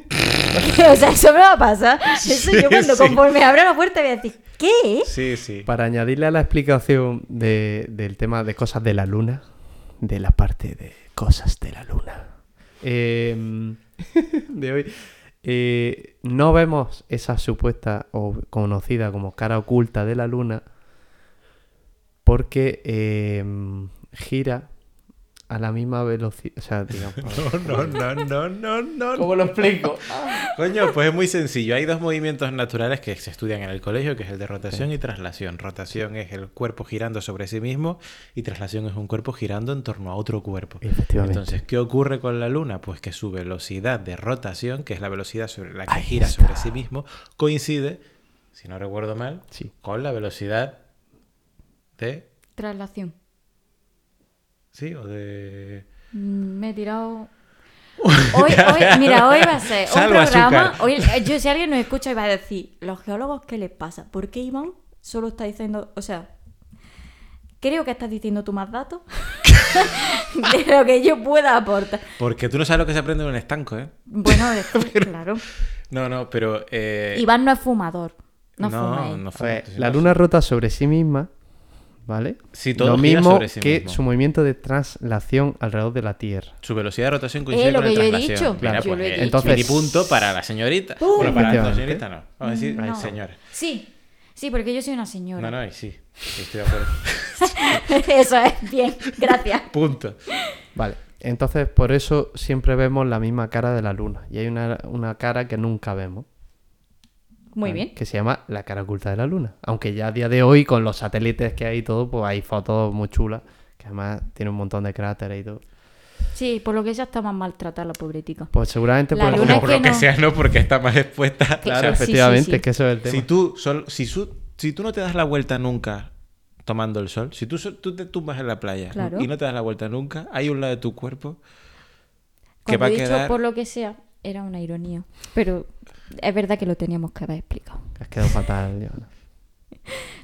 [SPEAKER 6] o sea, eso me va a pasar. Eso
[SPEAKER 5] Sí,
[SPEAKER 6] yo cuando
[SPEAKER 5] sí.
[SPEAKER 6] conforme abra la puerta voy a decir, ¿qué?
[SPEAKER 5] sí, sí.
[SPEAKER 2] para añadirle a la explicación de- del tema de cosas de la luna, de la parte de cosas de la luna eh, de hoy, eh, no vemos esa supuesta o conocida como cara oculta de la luna porque eh, gira a la misma velocidad. O sea, digamos,
[SPEAKER 5] No, no, no, no, no.
[SPEAKER 2] ¿Cómo lo explico?
[SPEAKER 5] Coño, pues es muy sencillo. Hay dos movimientos naturales que se estudian en el colegio, que es el de rotación y traslación. Rotación es el cuerpo girando sobre sí mismo y traslación es un cuerpo girando en torno a otro cuerpo.
[SPEAKER 2] Efectivamente.
[SPEAKER 5] Entonces, ¿qué ocurre con la Luna? Pues que su velocidad de rotación, que es la velocidad sobre la que
[SPEAKER 2] Ahí
[SPEAKER 5] gira
[SPEAKER 2] está.
[SPEAKER 5] sobre sí mismo, coincide, si no recuerdo mal,
[SPEAKER 2] Sí.
[SPEAKER 5] con la velocidad de...
[SPEAKER 6] Traslación.
[SPEAKER 5] Sí, o de...
[SPEAKER 6] Mm, Me he tirado. Hoy, hoy- mira, hoy va a ser un
[SPEAKER 5] Salva
[SPEAKER 6] programa.
[SPEAKER 5] azúcar.
[SPEAKER 6] Hoy, eh, yo, si alguien nos escucha, y va a decir: ¿Los geólogos qué les pasa? ¿Por qué Iván solo está diciendo.? O sea, creo que estás diciendo tú más datos de lo que yo pueda aportar.
[SPEAKER 5] Porque tú no sabes lo que se aprende en un estanco, ¿eh?
[SPEAKER 6] Bueno, es que, claro.
[SPEAKER 5] No, no, pero... eh,
[SPEAKER 6] Iván no es fumador. No, fuméis.
[SPEAKER 5] no
[SPEAKER 2] A ver,
[SPEAKER 5] fumes.
[SPEAKER 2] la luna rota sobre sí misma, ¿vale?
[SPEAKER 5] Sí, todo
[SPEAKER 2] Lo
[SPEAKER 5] gira
[SPEAKER 2] mismo
[SPEAKER 5] sobre sí
[SPEAKER 2] que
[SPEAKER 5] mismo.
[SPEAKER 2] su movimiento de traslación alrededor de la Tierra.
[SPEAKER 5] Su velocidad de rotación coincide
[SPEAKER 6] Eh, lo
[SPEAKER 5] con el
[SPEAKER 6] que yo he
[SPEAKER 5] traslación.
[SPEAKER 6] dicho.
[SPEAKER 5] Mira,
[SPEAKER 6] Claro.
[SPEAKER 5] pues,
[SPEAKER 6] Yo lo he
[SPEAKER 5] eh,
[SPEAKER 6] dicho. Uh.
[SPEAKER 2] Entonces-
[SPEAKER 5] mini punto para la señorita. Bueno, para la
[SPEAKER 2] Efectivamente.
[SPEAKER 5] señorita no. Vamos a decir,
[SPEAKER 6] No.
[SPEAKER 5] señores.
[SPEAKER 6] Sí. Sí, porque yo soy una señora.
[SPEAKER 5] No, no, y sí. Estoy de acuerdo.
[SPEAKER 6] Eso es, bien, gracias.
[SPEAKER 5] Punto.
[SPEAKER 2] Vale, entonces por eso siempre vemos la misma cara de la luna. Y hay una, una cara que nunca vemos.
[SPEAKER 6] Muy
[SPEAKER 2] ¿vale?
[SPEAKER 6] bien.
[SPEAKER 2] Que se llama la cara oculta de la luna. Aunque ya a día de hoy, con los satélites que hay y todo, pues hay fotos muy chulas. Que además tiene un montón de cráteres y todo.
[SPEAKER 6] Sí, por lo que ella está más maltratada, la pobre tica.
[SPEAKER 2] Pues seguramente
[SPEAKER 6] La
[SPEAKER 2] por
[SPEAKER 6] luna
[SPEAKER 2] eso-
[SPEAKER 6] es
[SPEAKER 5] Por lo
[SPEAKER 6] que
[SPEAKER 5] que
[SPEAKER 6] no.
[SPEAKER 5] sea, no, porque está más expuesta.
[SPEAKER 6] Que-
[SPEAKER 2] Claro,
[SPEAKER 6] Sí, sí,
[SPEAKER 2] efectivamente,
[SPEAKER 6] sí.
[SPEAKER 2] es que eso es el tema.
[SPEAKER 5] Si tú, sol- si, su- si tú no te das la vuelta nunca tomando el sol, si tú, sol- tú te tumbas en la playa
[SPEAKER 6] Claro.
[SPEAKER 5] y no te das la vuelta nunca, hay un lado de tu cuerpo que
[SPEAKER 6] Cuando
[SPEAKER 5] va a
[SPEAKER 6] he dicho
[SPEAKER 5] quedar...
[SPEAKER 6] por lo que sea, era una ironía. Pero es verdad que lo teníamos que haber explicado.
[SPEAKER 2] Has quedado fatal, Joana.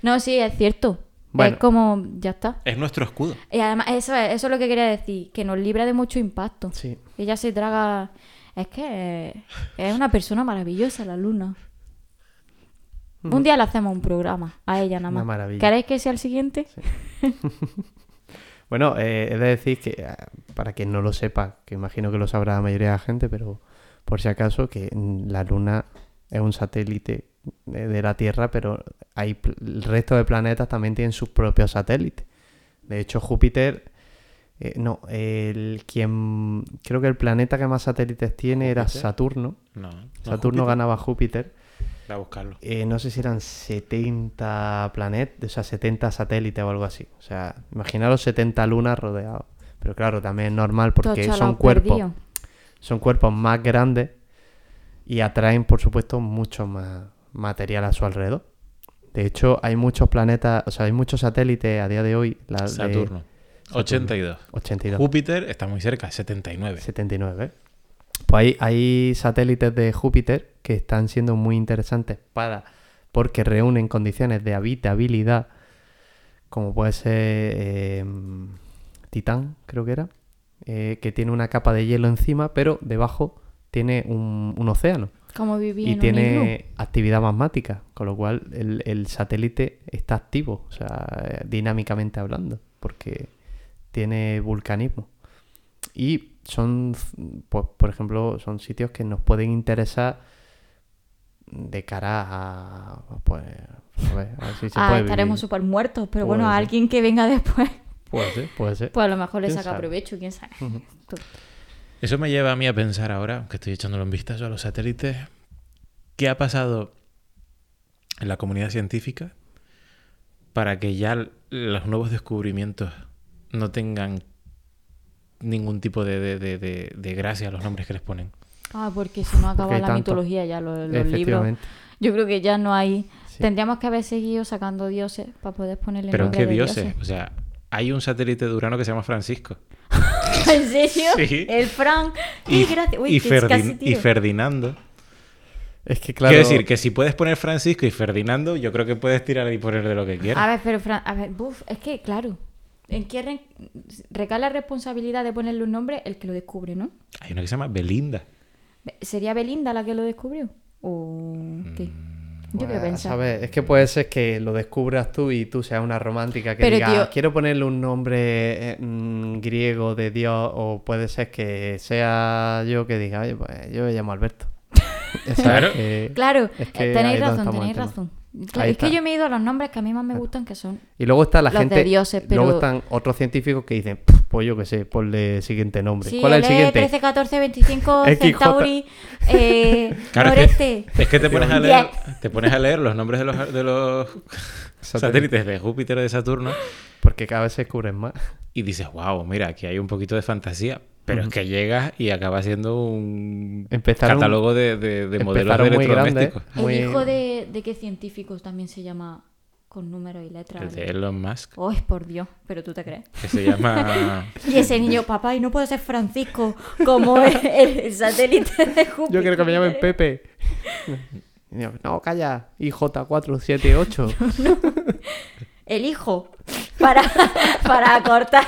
[SPEAKER 6] No, sí, es cierto.
[SPEAKER 2] Bueno.
[SPEAKER 6] Es como, ya está.
[SPEAKER 5] Es nuestro escudo.
[SPEAKER 6] Y además, eso es, eso es lo que quería decir, que nos libra de mucho impacto.
[SPEAKER 2] Sí.
[SPEAKER 6] Ella se traga... Es que es una persona maravillosa, la luna. Un día le hacemos un programa a ella nada
[SPEAKER 2] Mm. Una
[SPEAKER 6] más.
[SPEAKER 2] maravilla.
[SPEAKER 6] ¿Queréis que sea el siguiente?
[SPEAKER 2] Bueno, eh, he de decir que, ah, para quien no lo sepa, que imagino que lo sabrá la mayoría de la gente, pero por si acaso, que mm, la Luna es un satélite de de la Tierra, pero hay pl- el resto de planetas también tienen sus propios satélites. De hecho, Júpiter, eh, no, el quien creo que el planeta que más satélites tiene era
[SPEAKER 5] ¿Júpiter?
[SPEAKER 2] Saturno.
[SPEAKER 5] No. no,
[SPEAKER 2] Saturno
[SPEAKER 5] Júpiter.
[SPEAKER 2] ganaba a Júpiter.
[SPEAKER 5] Voy a buscarlo.
[SPEAKER 2] Eh, no sé si eran 70 planetas, o sea, 70 satélites o algo así. O sea, imaginaros 70 lunas rodeados. Pero claro, también es normal porque
[SPEAKER 6] Tocho,
[SPEAKER 2] son
[SPEAKER 6] lo
[SPEAKER 2] cuerpos,
[SPEAKER 6] perdió.
[SPEAKER 2] son cuerpos más grandes y atraen, por supuesto, mucho más material a su alrededor. De hecho, hay muchos planetas, o sea, hay muchos satélites a día de hoy. la de
[SPEAKER 5] Saturno. 82.
[SPEAKER 2] 82.
[SPEAKER 5] Júpiter está muy cerca, 79.
[SPEAKER 2] 79. ¿eh? Pues hay, hay satélites de Júpiter que están siendo muy interesantes para porque reúnen condiciones de habitabilidad, como puede ser eh, Titán, creo que era, eh, que tiene una capa de hielo encima, pero debajo tiene un, un océano
[SPEAKER 6] Como vivía
[SPEAKER 2] y
[SPEAKER 6] en un iglú.
[SPEAKER 2] tiene actividad magmática, con lo cual el, el satélite está activo, o sea, eh, dinámicamente hablando, porque tiene vulcanismo. Y son, pues, por ejemplo, son sitios que nos pueden interesar de cara a... Pues, a ver, a ver si se
[SPEAKER 6] Ah,
[SPEAKER 2] puede
[SPEAKER 6] estaremos
[SPEAKER 2] vivir.
[SPEAKER 6] súper muertos, pero
[SPEAKER 2] Puede
[SPEAKER 6] bueno, a
[SPEAKER 2] ser.
[SPEAKER 6] alguien que venga después,
[SPEAKER 2] Puede ser, puede ser.
[SPEAKER 6] pues a lo mejor le
[SPEAKER 2] ¿Quién
[SPEAKER 6] saca
[SPEAKER 2] sabe? Mm.
[SPEAKER 6] provecho, quién sabe. Tú.
[SPEAKER 5] Eso me lleva a mí a pensar ahora, que estoy echándolo en vistazo a los satélites, qué ha pasado en la comunidad científica para que ya l- los nuevos descubrimientos no tengan ningún tipo de, de- de- de- de gracia a los nombres que les ponen.
[SPEAKER 6] Ah, porque si no acaba
[SPEAKER 2] hay
[SPEAKER 6] la
[SPEAKER 2] tanto.
[SPEAKER 6] mitología ya, lo- los, libros.
[SPEAKER 2] Efectivamente.
[SPEAKER 6] Yo creo que ya no hay...
[SPEAKER 2] Sí.
[SPEAKER 6] Tendríamos que haber seguido sacando dioses para poder ponerle
[SPEAKER 5] Pero
[SPEAKER 6] nombre
[SPEAKER 5] qué
[SPEAKER 6] de
[SPEAKER 5] dioses, o sea, hay un satélite de Urano que se llama Francisco.
[SPEAKER 6] ¿En serio?
[SPEAKER 5] Sí.
[SPEAKER 6] El Frank. Y, gracias. Uy,
[SPEAKER 5] y
[SPEAKER 6] que
[SPEAKER 5] Ferdin-
[SPEAKER 6] casi
[SPEAKER 5] y
[SPEAKER 6] tiro.
[SPEAKER 5] Ferdinando.
[SPEAKER 2] Es que claro...
[SPEAKER 5] Quiero decir que si puedes poner Francisco y Ferdinando, yo creo que puedes tirar y poner de lo que quieras.
[SPEAKER 6] A ver, pero Fran, a ver, buf, es que claro, ¿en quién re- recae la responsabilidad de ponerle un nombre el que lo descubre, no?
[SPEAKER 5] Hay una que se llama Belinda.
[SPEAKER 6] ¿Sería Belinda la que lo descubrió? ¿O qué? Yo
[SPEAKER 2] Mm, Bueno,
[SPEAKER 6] quiero pensar.
[SPEAKER 2] ¿sabes? Pues, Es que puede ser que lo descubras tú y tú seas una romántica que
[SPEAKER 6] Pero,
[SPEAKER 2] diga,
[SPEAKER 6] tío-
[SPEAKER 2] quiero ponerle un nombre eh, mm, griego de Dios, o puede ser que sea yo que diga, oye, pues yo me llamo Alberto. ¿Sabes?
[SPEAKER 5] Claro.
[SPEAKER 2] Que-
[SPEAKER 6] Claro,
[SPEAKER 2] Es que
[SPEAKER 6] eh,
[SPEAKER 2] ahí
[SPEAKER 6] tenéis
[SPEAKER 2] es donde
[SPEAKER 6] razón,
[SPEAKER 2] estamos
[SPEAKER 6] tenéis
[SPEAKER 2] en el
[SPEAKER 6] razón.
[SPEAKER 2] tema.
[SPEAKER 6] Claro,
[SPEAKER 2] Ahí
[SPEAKER 6] es que
[SPEAKER 2] está.
[SPEAKER 6] yo me he ido a los nombres que a mí más me gustan, que son...
[SPEAKER 2] Y luego está la
[SPEAKER 6] Los de
[SPEAKER 2] gente.
[SPEAKER 6] dioses, pero-
[SPEAKER 2] Luego están otros científicos que dicen, "Pff, pues yo qué sé, ponle siguiente nombre.
[SPEAKER 6] Sí,
[SPEAKER 2] ¿Cuál es el
[SPEAKER 6] LE,
[SPEAKER 2] siguiente?
[SPEAKER 6] 13, 14, 25,
[SPEAKER 2] XJ.
[SPEAKER 6] Centauri, eh,
[SPEAKER 5] Claro, es que,
[SPEAKER 6] Noreste.
[SPEAKER 5] es que te pones a leer,
[SPEAKER 6] Yes.
[SPEAKER 5] te pones a leer los nombres de los, de los satélites de Júpiter o de Saturno
[SPEAKER 2] Porque cada vez se descubren más.
[SPEAKER 5] y dices, wow, mira, aquí hay un poquito de fantasía. Pero es que llegas y acaba siendo un
[SPEAKER 2] Empezaron-
[SPEAKER 5] catálogo de, de- de modelos de
[SPEAKER 2] Empezaron muy grandes.
[SPEAKER 5] electrodomésticos.
[SPEAKER 6] El
[SPEAKER 2] muy-
[SPEAKER 6] hijo de, de qué científico también se llama con números y letras.
[SPEAKER 5] El de Elon Musk,
[SPEAKER 6] Oh, es por Dios, pero tú te crees.
[SPEAKER 5] que se llama...
[SPEAKER 6] Y ese niño, papá, y no puede ser Francisco como el, el satélite de Júpiter.
[SPEAKER 2] Yo quiero que me llamen Pepe. Y yo, No, calla, IJ478.
[SPEAKER 6] El hijo, para, para acortar.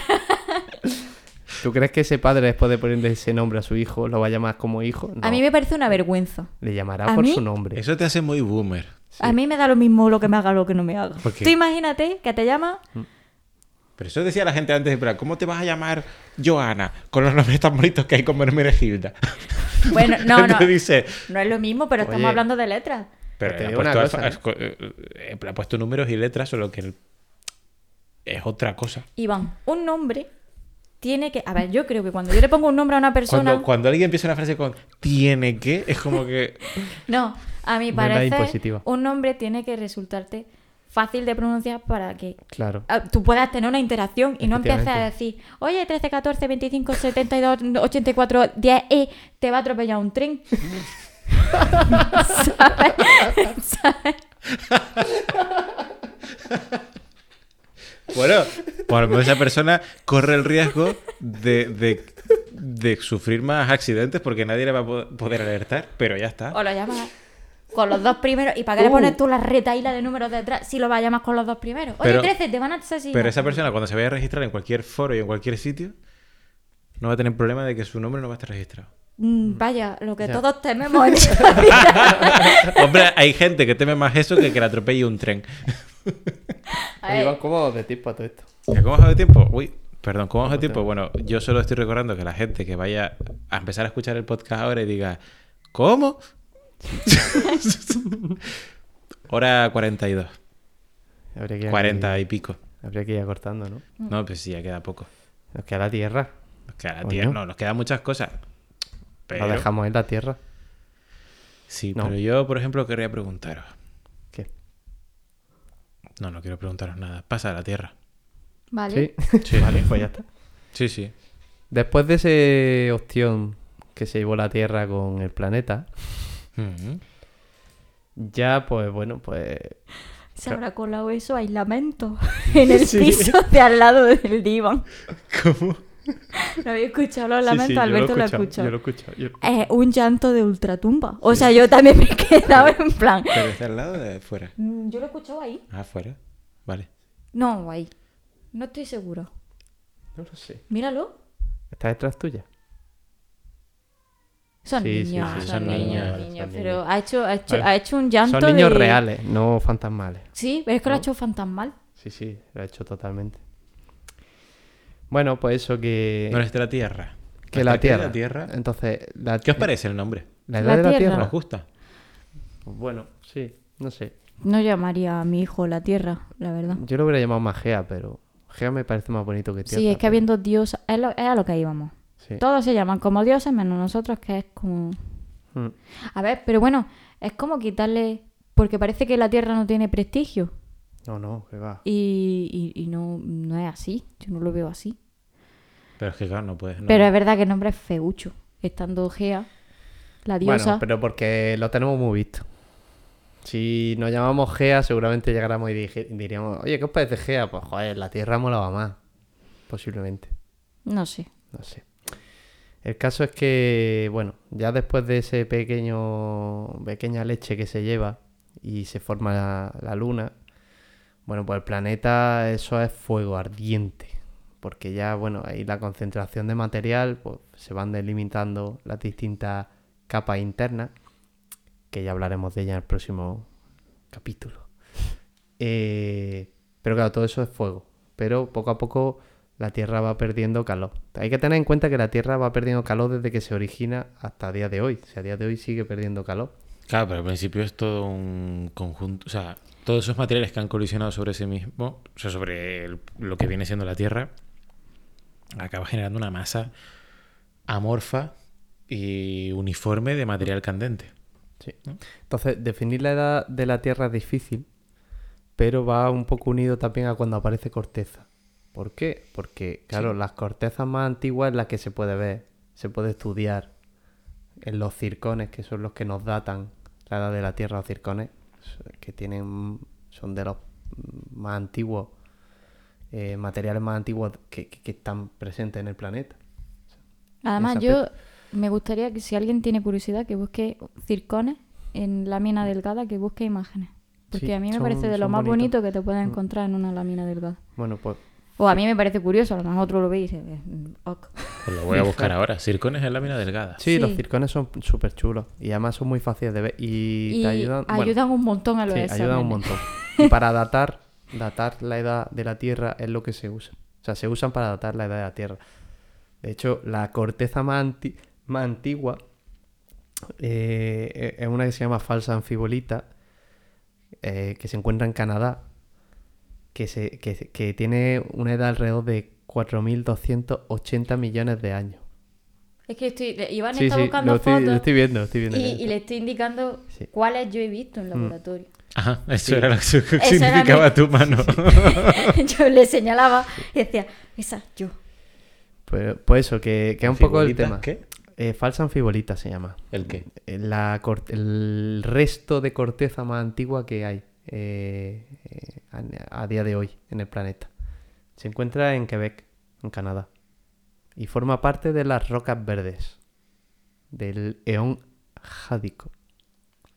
[SPEAKER 2] ¿Tú crees que ese padre, después de ponerle ese nombre a su hijo, lo va a llamar como hijo? No.
[SPEAKER 6] A mí me parece una vergüenza.
[SPEAKER 2] Le llamará
[SPEAKER 6] ¿A
[SPEAKER 2] por
[SPEAKER 6] mí?
[SPEAKER 2] su nombre.
[SPEAKER 5] Eso te hace muy boomer.
[SPEAKER 6] A mí me da lo mismo lo que me haga o lo que no me haga.
[SPEAKER 5] ¿Por qué?
[SPEAKER 6] Tú imagínate que te llama
[SPEAKER 5] Pero eso decía la gente antes, pero ¿cómo te vas a llamar Joana con los nombres tan bonitos que hay como Hermenegilda?
[SPEAKER 6] Bueno, no, no.
[SPEAKER 5] Entonces dice,
[SPEAKER 6] No es lo mismo, pero
[SPEAKER 2] Oye.
[SPEAKER 6] estamos hablando de letras.
[SPEAKER 5] Pero
[SPEAKER 2] te
[SPEAKER 5] ha
[SPEAKER 2] digo
[SPEAKER 5] puesto,
[SPEAKER 2] una cosa,
[SPEAKER 5] alfa- eh, ha puesto números y letras, solo que el- es otra cosa.
[SPEAKER 6] Iván, un nombre tiene que. A ver, yo creo que cuando yo le pongo un nombre a una persona.
[SPEAKER 5] Cuando, cuando alguien empieza una frase con tiene que, es como que.
[SPEAKER 6] No, a mi
[SPEAKER 2] No era
[SPEAKER 6] parecer,
[SPEAKER 2] impositiva.
[SPEAKER 6] un nombre tiene que resultarte fácil de pronunciar para que
[SPEAKER 2] Claro.
[SPEAKER 6] ah, tú puedas tener una interacción y no empieces a
[SPEAKER 2] Efectivamente.
[SPEAKER 6] decir, oye, 13, 14, 25, 72, 84, 10, y eh", te va a atropellar un tren. ¿Sabes? ¿Sabes?
[SPEAKER 5] Bueno, por lo menos esa persona corre el riesgo de, de- de sufrir más accidentes porque nadie le va a po- poder alertar, pero ya está.
[SPEAKER 6] O lo llamas con los dos primeros. ¿Y para
[SPEAKER 2] Uh.
[SPEAKER 6] qué le pones tú la retaíla de números detrás si lo vas a llamar con los dos primeros? Oye,
[SPEAKER 5] Pero-
[SPEAKER 6] 13, te van a asesinar.
[SPEAKER 5] Pero esa persona cuando se vaya a registrar en cualquier foro y en cualquier sitio, no va a tener problema de que su nombre no va a estar registrado.
[SPEAKER 6] Mm, vaya, lo que
[SPEAKER 5] Ya.
[SPEAKER 6] todos tememos en esta vida.
[SPEAKER 5] Hombre, hay gente que teme más eso que que le atropelle un tren.
[SPEAKER 6] A ver,
[SPEAKER 2] ¿cómo de tipo a todo esto?
[SPEAKER 5] ¿Ya ¿Cómo vamos de tiempo? Uy, perdón, ¿cómo vamos de tiempo? Bueno, yo solo estoy recordando que la gente que vaya a empezar a escuchar el podcast ahora y diga, ¿cómo? Hora 42,
[SPEAKER 2] Habría que ir-
[SPEAKER 5] 40 y pico.
[SPEAKER 2] Habría que ir acortando, ¿no?
[SPEAKER 5] No, pues sí, ya queda poco.
[SPEAKER 2] Nos queda la tierra.
[SPEAKER 5] Nos queda
[SPEAKER 2] Coño.
[SPEAKER 5] tierra, no, nos quedan muchas cosas. Pero,
[SPEAKER 2] La dejamos en la tierra.
[SPEAKER 5] Sí,
[SPEAKER 2] No.
[SPEAKER 5] pero yo, por ejemplo, quería preguntaros.
[SPEAKER 2] ¿Qué?
[SPEAKER 5] No, no quiero preguntaros nada. Pasa a la tierra.
[SPEAKER 6] vale.
[SPEAKER 2] Sí.
[SPEAKER 5] Sí.
[SPEAKER 2] vale, pues ya está.
[SPEAKER 5] Sí, sí.
[SPEAKER 2] Después de ese opción que se llevó la tierra con el planeta,
[SPEAKER 5] Ujú.
[SPEAKER 2] ya pues bueno, pues
[SPEAKER 6] Se habrá colado eso aislamiento en el piso de al lado del diván.
[SPEAKER 5] ¿Cómo?
[SPEAKER 6] ¿No habéis escuchado los lamentos?
[SPEAKER 2] yo
[SPEAKER 6] Alberto lo
[SPEAKER 2] he escuchado,
[SPEAKER 6] escuchó.
[SPEAKER 2] Yo lo escucho.
[SPEAKER 6] Eh, un llanto de ultratumba. O sea, yo también me he quedado en plan.
[SPEAKER 5] ¿Pero está al lado de fuera?
[SPEAKER 6] "Mm, ¿Yo lo he escuchado ahí?
[SPEAKER 5] Ah, fuera. Vale.
[SPEAKER 6] No, ahí. No estoy seguro.
[SPEAKER 2] No lo sé.
[SPEAKER 6] Míralo.
[SPEAKER 2] Está detrás tuya.
[SPEAKER 6] Son
[SPEAKER 2] Sí, sí,
[SPEAKER 6] niños,
[SPEAKER 2] sí,
[SPEAKER 6] son,
[SPEAKER 2] son
[SPEAKER 6] niños,
[SPEAKER 2] niños,
[SPEAKER 6] niños,
[SPEAKER 2] son
[SPEAKER 6] Pero
[SPEAKER 2] niños.
[SPEAKER 6] ha hecho, ha hecho,
[SPEAKER 2] Vale.
[SPEAKER 6] ha hecho un llanto.
[SPEAKER 2] Son niños
[SPEAKER 6] de-
[SPEAKER 2] reales, no fantasmales.
[SPEAKER 6] Sí, pero es que lo ha hecho fantasmal.
[SPEAKER 2] Sí, sí, lo ha hecho totalmente. Bueno, pues eso que,
[SPEAKER 5] No es de la tierra.
[SPEAKER 2] que la,
[SPEAKER 5] Nuestra querida
[SPEAKER 2] tierra. Entonces, la,
[SPEAKER 5] ¿Qué os parece el nombre?
[SPEAKER 2] La
[SPEAKER 6] La
[SPEAKER 2] edad de la
[SPEAKER 6] Tierra.
[SPEAKER 2] tierra.
[SPEAKER 5] ¿Os gusta?
[SPEAKER 2] Pues Bueno, sí, no sé.
[SPEAKER 6] No llamaría a mi hijo la tierra, la verdad.
[SPEAKER 2] Yo lo hubiera llamado más Gea, pero Gea me parece más bonito que tierra.
[SPEAKER 6] Sí, es que
[SPEAKER 2] pero-
[SPEAKER 6] habiendo dios es, lo- es a lo que íbamos.
[SPEAKER 2] Sí.
[SPEAKER 6] Todos se llaman como dioses, menos nosotros, que es como.
[SPEAKER 2] Mm.
[SPEAKER 6] A ver, pero bueno, es como quitarle. Porque parece que la tierra no tiene prestigio.
[SPEAKER 2] No, no, que va.
[SPEAKER 6] Y, y- y no, no es así. Yo no lo veo así.
[SPEAKER 5] Pero es que claro, no puedes. no-
[SPEAKER 6] Pero es verdad que el nombre es feucho. Estando Gea, la diosa.
[SPEAKER 2] Bueno, pero porque lo tenemos muy visto. Si nos llamamos Gea, seguramente llegáramos y dije- diríamos, oye, ¿qué os parece Gea? Pues joder, la Tierra molaba más. Posiblemente.
[SPEAKER 6] No sé.
[SPEAKER 2] No sé. El caso es que, bueno, ya después de ese pequeño. pequeña leche que se lleva y se forma la, la luna. Bueno, pues el planeta, eso es fuego ardiente. Porque ya, bueno, ahí la concentración de material, pues se van delimitando las distintas capas internas. Que ya hablaremos de ella en el próximo capítulo. Eh, pero claro, todo eso es fuego. Pero poco a poco la Tierra va perdiendo calor. Hay que tener en cuenta que la Tierra va perdiendo calor desde que se origina hasta día de hoy. O sea, a día de hoy sigue perdiendo calor.
[SPEAKER 5] Claro, pero al principio es todo un conjunto. O sea, todos esos materiales que han colisionado sobre sí mismo, o sea, sobre el- lo que viene siendo la Tierra, acaba generando una masa amorfa y uniforme de material candente.
[SPEAKER 2] Entonces, definir la edad de la Tierra es difícil, pero va un poco unido también a cuando aparece corteza. ¿Por qué? Porque, claro, las cortezas más antiguas es la que se puede ver, se puede estudiar en los circones, que son los que nos datan la edad de la Tierra, los circones, que tienen, son de los más antiguos, eh, materiales más antiguos que- que- que están presentes en el planeta.
[SPEAKER 6] Además,
[SPEAKER 2] Esa
[SPEAKER 6] yo me gustaría que si alguien tiene curiosidad, que busque circones en lámina delgada, que busque imágenes. Porque
[SPEAKER 2] Sí,
[SPEAKER 6] a mí me
[SPEAKER 2] son-
[SPEAKER 6] parece de lo
[SPEAKER 2] son
[SPEAKER 6] más
[SPEAKER 2] bonitos. Mm.
[SPEAKER 6] bonito que te puedes encontrar en una lámina delgada.
[SPEAKER 2] Bueno, pues
[SPEAKER 6] O a mí me parece curioso, a lo mejor otro lo ve y dice, "Mm, ok".
[SPEAKER 5] Pues lo voy a buscar ahora. Circones en lámina delgada.
[SPEAKER 2] Sí, los
[SPEAKER 6] Sí.
[SPEAKER 2] circones son súper chulos y además son muy fáciles de ver y,
[SPEAKER 6] Y
[SPEAKER 2] te ayudan. bueno,
[SPEAKER 6] un montón a los
[SPEAKER 2] sí,
[SPEAKER 6] exámenes.
[SPEAKER 2] ayudan un montón. Y para datar, datar la edad de la Tierra es lo que se usa. O sea, se usan para datar la edad de la Tierra. De hecho, la corteza más, anti- más antigua eh, es una que se llama falsa anfibolita, eh, que se encuentra en Canadá, que, se, que, se- que tiene una edad alrededor de 4.280 millones de años.
[SPEAKER 6] Es que estoy, le- Iván
[SPEAKER 2] Sí,
[SPEAKER 6] está
[SPEAKER 2] sí,
[SPEAKER 6] buscando
[SPEAKER 2] lo estoy,
[SPEAKER 6] fotos
[SPEAKER 2] lo estoy viendo, estoy viendo.
[SPEAKER 6] y, y le estoy indicando
[SPEAKER 2] Sí. Mm.
[SPEAKER 6] cuáles yo he visto en laboratorio.
[SPEAKER 5] Ajá, eso era lo que su- que
[SPEAKER 6] Eso era
[SPEAKER 5] significaba
[SPEAKER 6] mi-
[SPEAKER 5] tu mano.
[SPEAKER 6] yo le señalaba y decía, esa, yo.
[SPEAKER 2] Pues, pues eso, que, que es un poco el
[SPEAKER 5] ¿Fibolitas
[SPEAKER 2] tema.
[SPEAKER 5] qué?
[SPEAKER 2] Eh, falsa anfibolita se llama. Eh,
[SPEAKER 5] ¿El qué?
[SPEAKER 2] La cor- el resto de corteza más antigua que hay eh, eh, a, a día de hoy en el planeta. Se encuentra en Quebec, en Canadá. Y forma parte de las rocas verdes del eón jádico.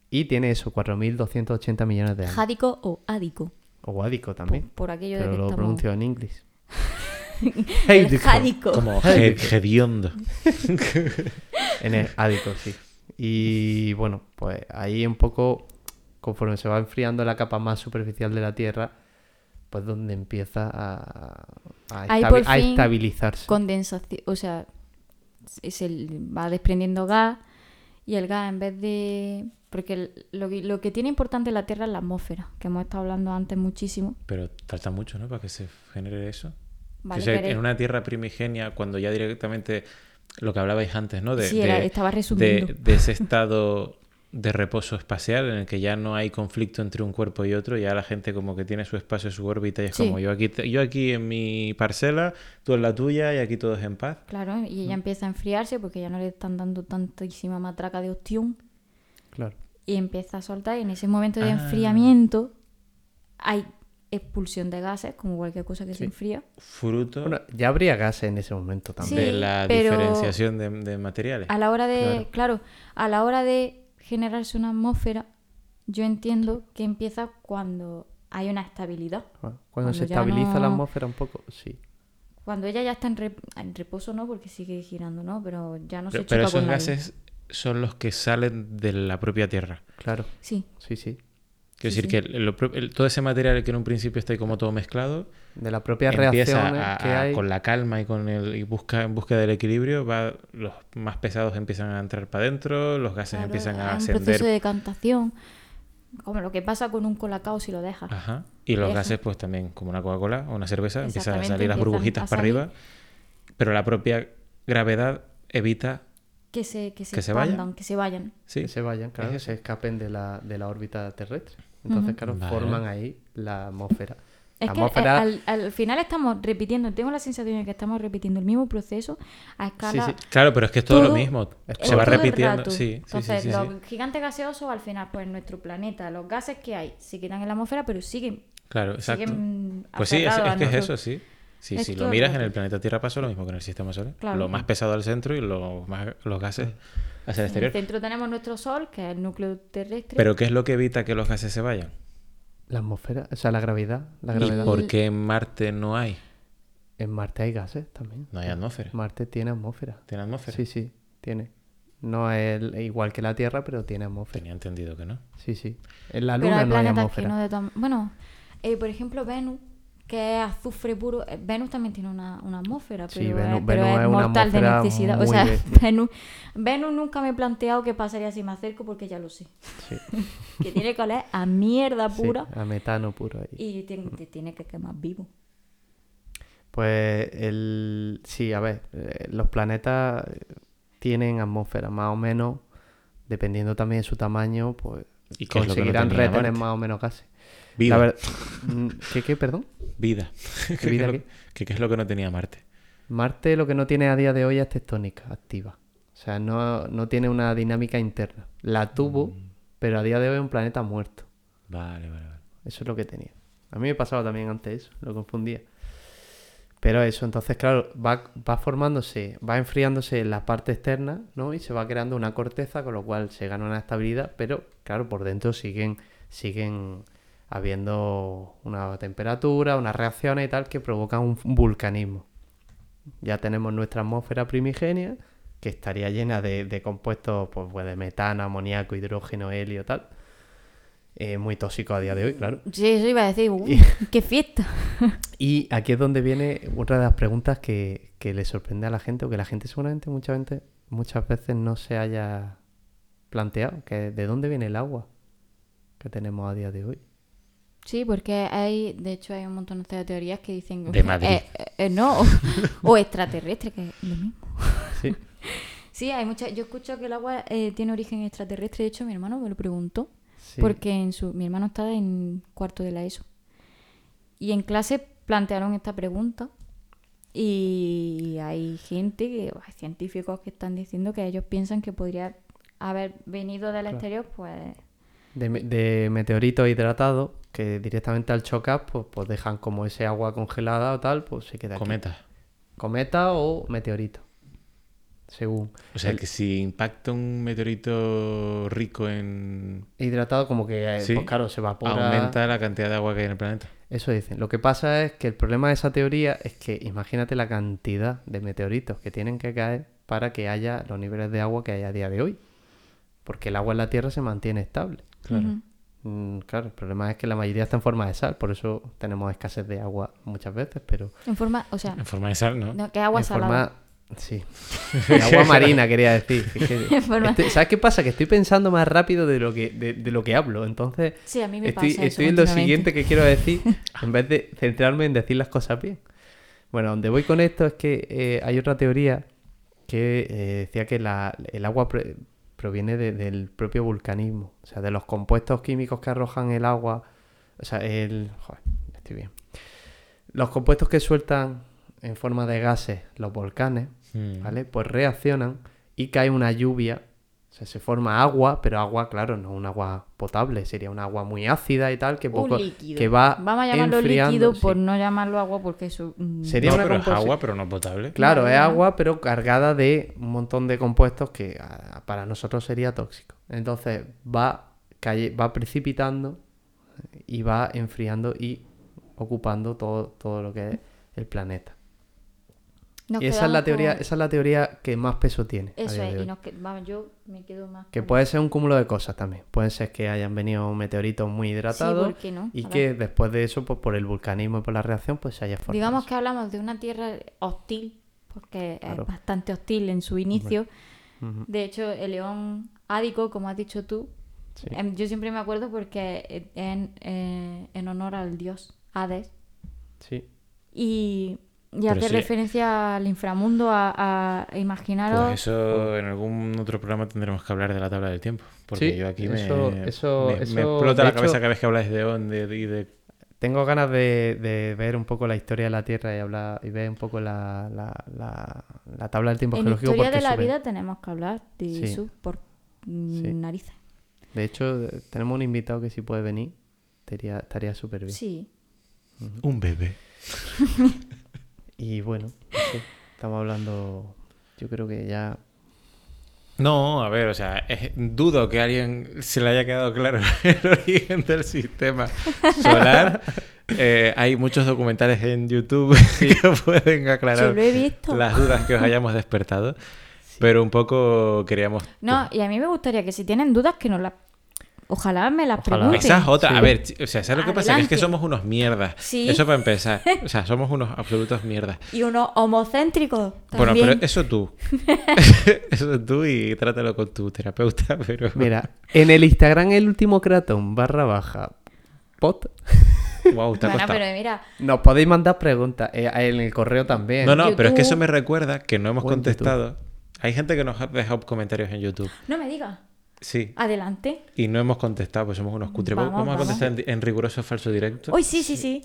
[SPEAKER 2] Y tiene eso, 4.280 millones de años.
[SPEAKER 6] Jádico o ádico.
[SPEAKER 2] o jádico también.
[SPEAKER 6] Por aquello
[SPEAKER 2] Pero
[SPEAKER 6] de que
[SPEAKER 2] lo
[SPEAKER 6] estamos...
[SPEAKER 2] pronuncio en inglés.
[SPEAKER 6] El
[SPEAKER 2] Jádico.
[SPEAKER 6] jádico.
[SPEAKER 5] Como he- Oh, hediondo.
[SPEAKER 2] En el ádico, sí. Y bueno, pues ahí un poco, conforme se va enfriando la capa más superficial de la Tierra, pues donde empieza a, a
[SPEAKER 6] Ahí
[SPEAKER 2] estabi-
[SPEAKER 6] por
[SPEAKER 2] a
[SPEAKER 6] fin
[SPEAKER 2] estabilizarse.
[SPEAKER 6] Condensación, o sea, es el, va desprendiendo gas y el gas en vez de... Porque el- lo, que- lo que tiene importante la Tierra es la atmósfera, que hemos estado hablando antes muchísimo.
[SPEAKER 5] Pero falta mucho, ¿no? Para que se genere eso.
[SPEAKER 6] Vale,
[SPEAKER 5] o sea,
[SPEAKER 6] pero-
[SPEAKER 5] en una tierra primigenia, cuando ya directamente lo que hablabais antes, ¿no?
[SPEAKER 6] Sí, era- estaba resumiendo.
[SPEAKER 5] De, de ese estado de reposo espacial en el que ya no hay conflicto entre un cuerpo y otro, ya la gente como que tiene su espacio, su órbita y es
[SPEAKER 6] Sí.
[SPEAKER 5] como yo aquí, te- yo aquí en mi parcela, tú en la tuya y aquí todos en paz.
[SPEAKER 6] Claro, y
[SPEAKER 5] Mm.
[SPEAKER 6] ella empieza a enfriarse porque ya no le están dando tantísima matraca de ostión
[SPEAKER 2] Claro.
[SPEAKER 6] y empieza a soltar y en ese momento de
[SPEAKER 5] Ah.
[SPEAKER 6] enfriamiento hay expulsión de gases como cualquier cosa que se enfría.
[SPEAKER 5] Fruto
[SPEAKER 2] Bueno, ya habría gases en ese momento también.
[SPEAKER 5] de
[SPEAKER 6] Sí,
[SPEAKER 5] la
[SPEAKER 6] pero-
[SPEAKER 5] diferenciación de, de materiales.
[SPEAKER 6] A la hora de, claro. a la hora de generarse una atmósfera, yo entiendo que empieza cuando hay una estabilidad.
[SPEAKER 2] Cuando,
[SPEAKER 6] Cuando
[SPEAKER 2] se
[SPEAKER 6] ya
[SPEAKER 2] estabiliza
[SPEAKER 6] no-
[SPEAKER 2] la atmósfera un poco, sí.
[SPEAKER 6] Cuando ella ya está en, rep- en reposo, no, porque sigue girando, ¿no? Pero ya no pues, se
[SPEAKER 5] pero
[SPEAKER 6] choca
[SPEAKER 5] pero
[SPEAKER 6] con
[SPEAKER 5] esos
[SPEAKER 6] nadie.
[SPEAKER 5] gases son los que salen de la propia tierra.
[SPEAKER 2] Claro,
[SPEAKER 6] Sí,
[SPEAKER 2] sí, sí.
[SPEAKER 5] Quiero
[SPEAKER 6] Sí,
[SPEAKER 5] decir
[SPEAKER 6] sí.
[SPEAKER 5] que el- lo pro- el- todo ese material que en un principio está ahí como todo mezclado,
[SPEAKER 2] De las propias
[SPEAKER 5] empieza
[SPEAKER 2] reacciones
[SPEAKER 5] a-
[SPEAKER 2] que
[SPEAKER 5] a-
[SPEAKER 2] hay.
[SPEAKER 5] con la calma y con el y busca, en búsqueda del equilibrio, va, los más pesados empiezan a entrar para adentro, los gases
[SPEAKER 6] claro,
[SPEAKER 5] empiezan a
[SPEAKER 6] hay un
[SPEAKER 5] ascender.
[SPEAKER 6] proceso de decantación, como lo que pasa con un colacao si lo dejas.
[SPEAKER 5] Ajá. Y los
[SPEAKER 6] Deja.
[SPEAKER 5] gases, pues también, como una Coca-Cola o una cerveza, empiezan a
[SPEAKER 6] Exactamente,
[SPEAKER 5] salir las
[SPEAKER 6] empiezan
[SPEAKER 5] burbujitas
[SPEAKER 6] a
[SPEAKER 5] para
[SPEAKER 6] salir.
[SPEAKER 5] arriba, pero la propia gravedad evita,
[SPEAKER 6] Que se, que se
[SPEAKER 5] Que se vayan.
[SPEAKER 6] expandan, que se vayan.
[SPEAKER 5] ¿sí?
[SPEAKER 2] que se vayan, claro,
[SPEAKER 5] Es
[SPEAKER 2] que
[SPEAKER 5] eso.
[SPEAKER 2] se escapen de la, de la órbita terrestre. Entonces, claro,
[SPEAKER 5] Vale.
[SPEAKER 2] forman ahí la atmósfera.
[SPEAKER 6] Es
[SPEAKER 2] la
[SPEAKER 6] que
[SPEAKER 2] atmósfera
[SPEAKER 6] al, al final estamos repitiendo, tengo la sensación de que estamos repitiendo el mismo proceso a escala.
[SPEAKER 2] sí.
[SPEAKER 5] Claro, pero es que es todo, lo
[SPEAKER 6] Todo-
[SPEAKER 5] mismo.
[SPEAKER 2] es
[SPEAKER 5] Se va
[SPEAKER 6] todo el
[SPEAKER 5] repitiendo.
[SPEAKER 6] rato.
[SPEAKER 5] Sí, sí, sí,
[SPEAKER 6] Entonces,
[SPEAKER 5] sí, sí.
[SPEAKER 6] los gigantes gaseosos al final, pues en nuestro planeta, los gases que hay se quedan en la atmósfera, pero siguen.
[SPEAKER 5] Claro, exacto.
[SPEAKER 6] siguen
[SPEAKER 5] Pues sí, es, es
[SPEAKER 6] aferrados mm, a
[SPEAKER 5] que es eso,
[SPEAKER 6] nosotros.
[SPEAKER 5] sí. Sí,
[SPEAKER 6] Es
[SPEAKER 5] si lo
[SPEAKER 6] todo el
[SPEAKER 5] miras en
[SPEAKER 6] rato.
[SPEAKER 5] el planeta Tierra pasa lo mismo que en el sistema solar.
[SPEAKER 6] Claro.
[SPEAKER 5] Lo más pesado al centro y lo más, los gases hacia el
[SPEAKER 6] En el
[SPEAKER 5] exterior.
[SPEAKER 6] centro tenemos nuestro Sol, que es el núcleo terrestre.
[SPEAKER 5] Pero ¿qué es lo que evita que los gases se vayan?
[SPEAKER 2] La atmósfera, o sea, la gravedad. La
[SPEAKER 5] ¿Y
[SPEAKER 2] gravedad.
[SPEAKER 5] por qué en Marte no hay?
[SPEAKER 2] En Marte hay gases también.
[SPEAKER 5] No hay atmósfera.
[SPEAKER 2] Marte tiene atmósfera.
[SPEAKER 5] ¿Tiene atmósfera?
[SPEAKER 2] Sí, sí, tiene. No es el- igual que la Tierra, pero tiene atmósfera.
[SPEAKER 5] Tenía entendido que no.
[SPEAKER 2] Sí, sí. En la
[SPEAKER 6] Pero
[SPEAKER 2] Luna
[SPEAKER 6] hay
[SPEAKER 2] no hay
[SPEAKER 6] planetas que
[SPEAKER 2] atmósfera.
[SPEAKER 6] no de tan- Bueno, eh, por ejemplo, Venus, que es azufre puro. eh, Venus también tiene una, una atmósfera,
[SPEAKER 2] Sí,
[SPEAKER 6] pero,
[SPEAKER 2] Venus-
[SPEAKER 6] es, pero
[SPEAKER 2] Venus
[SPEAKER 6] es
[SPEAKER 2] es una
[SPEAKER 6] mortal de
[SPEAKER 2] atmósfera
[SPEAKER 6] necesidad. O
[SPEAKER 2] muy
[SPEAKER 6] sea,
[SPEAKER 2] bestia.
[SPEAKER 6] Venus, Venus nunca me he planteado qué pasaría si me acerco porque ya lo sé.
[SPEAKER 2] Sí,
[SPEAKER 6] Que tiene que oler a mierda
[SPEAKER 2] sí,
[SPEAKER 6] pura
[SPEAKER 2] a metano puro ahí.
[SPEAKER 6] y te, te tiene que quemar vivo.
[SPEAKER 2] Pues el... Sí, a ver, eh, los planetas eh, tienen atmósfera, más o menos, dependiendo también de su tamaño, pues
[SPEAKER 5] ¿Y qué es lo que no
[SPEAKER 2] conseguirán
[SPEAKER 5] tenía
[SPEAKER 2] retener
[SPEAKER 5] Marte?
[SPEAKER 2] más o menos gases.
[SPEAKER 5] Vida.
[SPEAKER 2] La ver- Mm, ¿Qué, qué, perdón?
[SPEAKER 5] Vida. ¿Qué, qué
[SPEAKER 2] vida
[SPEAKER 5] es lo-
[SPEAKER 2] qué?
[SPEAKER 5] qué- qué es lo que no tenía Marte?
[SPEAKER 2] Marte lo que no tiene a día de hoy es tectónica activa. O sea, no, no tiene una dinámica interna. La tuvo, pero a día de hoy es un planeta muerto.
[SPEAKER 5] Vale, vale, vale.
[SPEAKER 2] Eso es lo que tenía. A mí me pasaba también antes eso, lo confundía. Pero eso, entonces, claro, va, va formándose, va enfriándose la parte externa, ¿no? Y se va creando una corteza, con lo cual se gana una estabilidad, pero claro, por dentro siguen, siguen habiendo una temperatura, unas reacciones y tal que provocan un vulcanismo. Ya tenemos nuestra atmósfera primigenia, que estaría llena de, de compuestos, pues, pues, de metano, amoníaco, hidrógeno, helio, tal. Eh, muy tóxico a día de hoy, claro.
[SPEAKER 6] Sí, eso iba a decir, "Uh,
[SPEAKER 2] Y-
[SPEAKER 6] ¡qué fiesta!
[SPEAKER 2] Y aquí es donde viene otra de las preguntas que, que le sorprende a la gente, o que la gente seguramente muchas veces, muchas veces no se haya planteado, que es, de dónde viene el agua que tenemos a día de hoy.
[SPEAKER 6] Sí, porque hay, de hecho, hay un montón de teorías que dicen...
[SPEAKER 5] De Madrid.
[SPEAKER 6] Eh, eh, eh, no, o, o extraterrestre, que es lo mismo.
[SPEAKER 2] Sí.
[SPEAKER 6] Sí, hay muchas... Yo escucho que el agua eh, tiene origen extraterrestre. De hecho, mi hermano me lo preguntó.
[SPEAKER 2] Sí.
[SPEAKER 6] Porque en su, mi hermano está en cuarto de la ESO. Y en clase plantearon esta pregunta. Y hay gente, que, hay científicos que están diciendo que ellos piensan que podría haber venido del exterior, pues...
[SPEAKER 2] De, me- de meteorito hidratado que directamente al chocar pues, pues dejan como ese agua congelada o tal, pues se queda aquí.
[SPEAKER 5] Cometas.
[SPEAKER 2] Cometa o meteorito. Según.
[SPEAKER 5] O sea, que si impacta un meteorito rico en...
[SPEAKER 2] Hidratado como que, eh,
[SPEAKER 5] Sí.
[SPEAKER 2] pues claro, se evapora.
[SPEAKER 5] Aumenta la cantidad de agua que hay en el planeta.
[SPEAKER 2] Eso dicen. Lo que pasa es que el problema de esa teoría es que imagínate la cantidad de meteoritos que tienen que caer para que haya los niveles de agua que hay a día de hoy. Porque el agua en la Tierra se mantiene estable.
[SPEAKER 5] Claro.
[SPEAKER 2] Mm, claro, el problema es que la mayoría está en forma de sal, por eso tenemos escasez de agua muchas veces, pero
[SPEAKER 6] En forma, o sea,
[SPEAKER 5] En forma de sal, ¿no?
[SPEAKER 6] no, que agua
[SPEAKER 2] en
[SPEAKER 6] salada.
[SPEAKER 2] forma... Sí. De agua marina, quería decir. Es que
[SPEAKER 6] En forma-
[SPEAKER 2] estoy- ¿Sabes qué pasa? Que estoy pensando más rápido de lo que, de, de lo que hablo, entonces...
[SPEAKER 6] Sí, a mí me
[SPEAKER 2] estoy,
[SPEAKER 6] pasa eso
[SPEAKER 2] estoy en lo
[SPEAKER 6] continuamente.
[SPEAKER 2] siguiente que quiero decir, en vez de centrarme en decir las cosas bien. Bueno, donde voy con esto es que eh, hay otra teoría que eh, decía que la- el agua pre- proviene de- del propio vulcanismo, o sea, de los compuestos químicos que arrojan el agua, o sea, el... Joder, ya estoy bien. Los compuestos que sueltan en forma de gases los volcanes,
[SPEAKER 5] Mm.
[SPEAKER 2] ¿vale? Pues reaccionan y cae una lluvia. O sea, se forma agua, pero agua, claro, no un agua potable, sería un agua muy ácida y tal, que poco
[SPEAKER 6] un líquido.
[SPEAKER 2] que va
[SPEAKER 6] Vamos a llamarlo
[SPEAKER 2] enfriando,
[SPEAKER 6] líquido
[SPEAKER 2] sí.
[SPEAKER 6] por no llamarlo agua porque eso... mm,
[SPEAKER 2] Sería
[SPEAKER 5] No,
[SPEAKER 2] una
[SPEAKER 5] pero es
[SPEAKER 2] composi-
[SPEAKER 5] agua, pero no potable.
[SPEAKER 2] Claro, es
[SPEAKER 6] Vale.
[SPEAKER 2] agua, pero cargada de un montón de compuestos que a- para nosotros sería tóxico. Entonces va, calle- va precipitando y va enfriando y ocupando todo, todo lo que es el planeta.
[SPEAKER 6] nos
[SPEAKER 2] Y esa es, la
[SPEAKER 6] quedamos
[SPEAKER 2] teoría,
[SPEAKER 6] con-
[SPEAKER 2] esa es la teoría que más peso tiene. a
[SPEAKER 6] Eso
[SPEAKER 2] día de
[SPEAKER 6] es, y
[SPEAKER 2] hoy.
[SPEAKER 6] nos que- vamos, yo me quedo más...
[SPEAKER 2] Que
[SPEAKER 6] con-
[SPEAKER 2] puede ser un cúmulo de cosas también. Pueden ser que hayan venido meteoritos muy hidratados
[SPEAKER 6] ¿por qué no?
[SPEAKER 2] y
[SPEAKER 6] A
[SPEAKER 2] que después de eso, pues, por el vulcanismo y por la reacción, pues se haya formado.
[SPEAKER 6] Digamos
[SPEAKER 2] eso.
[SPEAKER 6] que hablamos de una tierra hostil, porque
[SPEAKER 2] Claro.
[SPEAKER 6] es bastante hostil en su inicio. De hecho, el león ádico, como has dicho tú,
[SPEAKER 2] Sí.
[SPEAKER 6] em, yo siempre me acuerdo porque eh, en, eh, en honor al dios Hades,
[SPEAKER 2] Sí.
[SPEAKER 6] y, y
[SPEAKER 5] Pero
[SPEAKER 6] hace
[SPEAKER 5] sí.
[SPEAKER 6] referencia al inframundo, a, a imaginaros...
[SPEAKER 5] Pues eso en algún otro programa tendremos que hablar de la tabla del tiempo. Porque
[SPEAKER 2] Sí,
[SPEAKER 5] yo aquí me,
[SPEAKER 2] eso- eso-
[SPEAKER 5] me- me
[SPEAKER 2] eso,
[SPEAKER 5] explota
[SPEAKER 2] de
[SPEAKER 5] la
[SPEAKER 2] hecho-
[SPEAKER 5] cabeza cada vez que habláis de ON de- y de
[SPEAKER 2] Tengo ganas de, de ver un poco la historia de la Tierra y hablar y ver un poco la, la- la- la tabla del tiempo
[SPEAKER 6] en
[SPEAKER 2] geológico.
[SPEAKER 6] historia
[SPEAKER 2] porque
[SPEAKER 6] de la
[SPEAKER 2] suben.
[SPEAKER 6] vida tenemos que hablar de
[SPEAKER 2] Sí.
[SPEAKER 6] eso por mm,
[SPEAKER 2] Sí.
[SPEAKER 6] narices.
[SPEAKER 2] De hecho, eh, tenemos un invitado que si puede venir, estaría- estaría súper bien.
[SPEAKER 6] Sí.
[SPEAKER 5] un bebé.
[SPEAKER 2] Y bueno, no sé, estamos hablando, yo creo que ya...
[SPEAKER 5] No, a ver, o sea, es- dudo que a alguien se le haya quedado claro el origen del sistema solar. Eh, hay muchos documentales en YouTube que pueden aclarar
[SPEAKER 6] Yo lo he visto.
[SPEAKER 5] las dudas que os hayamos despertado. Pero un poco queríamos...
[SPEAKER 6] No, y a mí me gustaría que si tienen dudas que nos las... Ojalá me las
[SPEAKER 2] Ojalá.
[SPEAKER 6] pregunten.
[SPEAKER 5] Esa es otra.
[SPEAKER 2] Sí.
[SPEAKER 5] A ver, chi- o sea, ¿sabes lo que pasa? Que es que
[SPEAKER 6] Ah, Adelante.
[SPEAKER 5] somos unos mierdas.
[SPEAKER 6] Sí.
[SPEAKER 5] Eso para empezar. O sea, somos unos absolutos mierdas.
[SPEAKER 6] Y uno homocéntrico
[SPEAKER 5] Bueno,
[SPEAKER 6] también.
[SPEAKER 5] pero eso tú. eso tú y trátalo con tu terapeuta, pero...
[SPEAKER 2] Mira, en el Instagram el último Kraton barra baja pot
[SPEAKER 5] Wow, te ha
[SPEAKER 6] Bueno,
[SPEAKER 5] costado.
[SPEAKER 6] pero mira,
[SPEAKER 2] Nos podéis mandar preguntas eh, en el correo también.
[SPEAKER 5] No, no, pero es que
[SPEAKER 6] YouTube.
[SPEAKER 5] eso me recuerda que no hemos
[SPEAKER 2] O en
[SPEAKER 5] contestado. Hay gente que nos ha dejado comentarios en YouTube.
[SPEAKER 6] no me digas.
[SPEAKER 5] Sí.
[SPEAKER 6] Adelante.
[SPEAKER 5] Y no hemos contestado, pues somos unos cutres. Vamos,
[SPEAKER 6] Vamos,
[SPEAKER 5] a
[SPEAKER 6] vamos.
[SPEAKER 5] contestar en, en riguroso falso directo.
[SPEAKER 6] Hoy sí, sí, sí.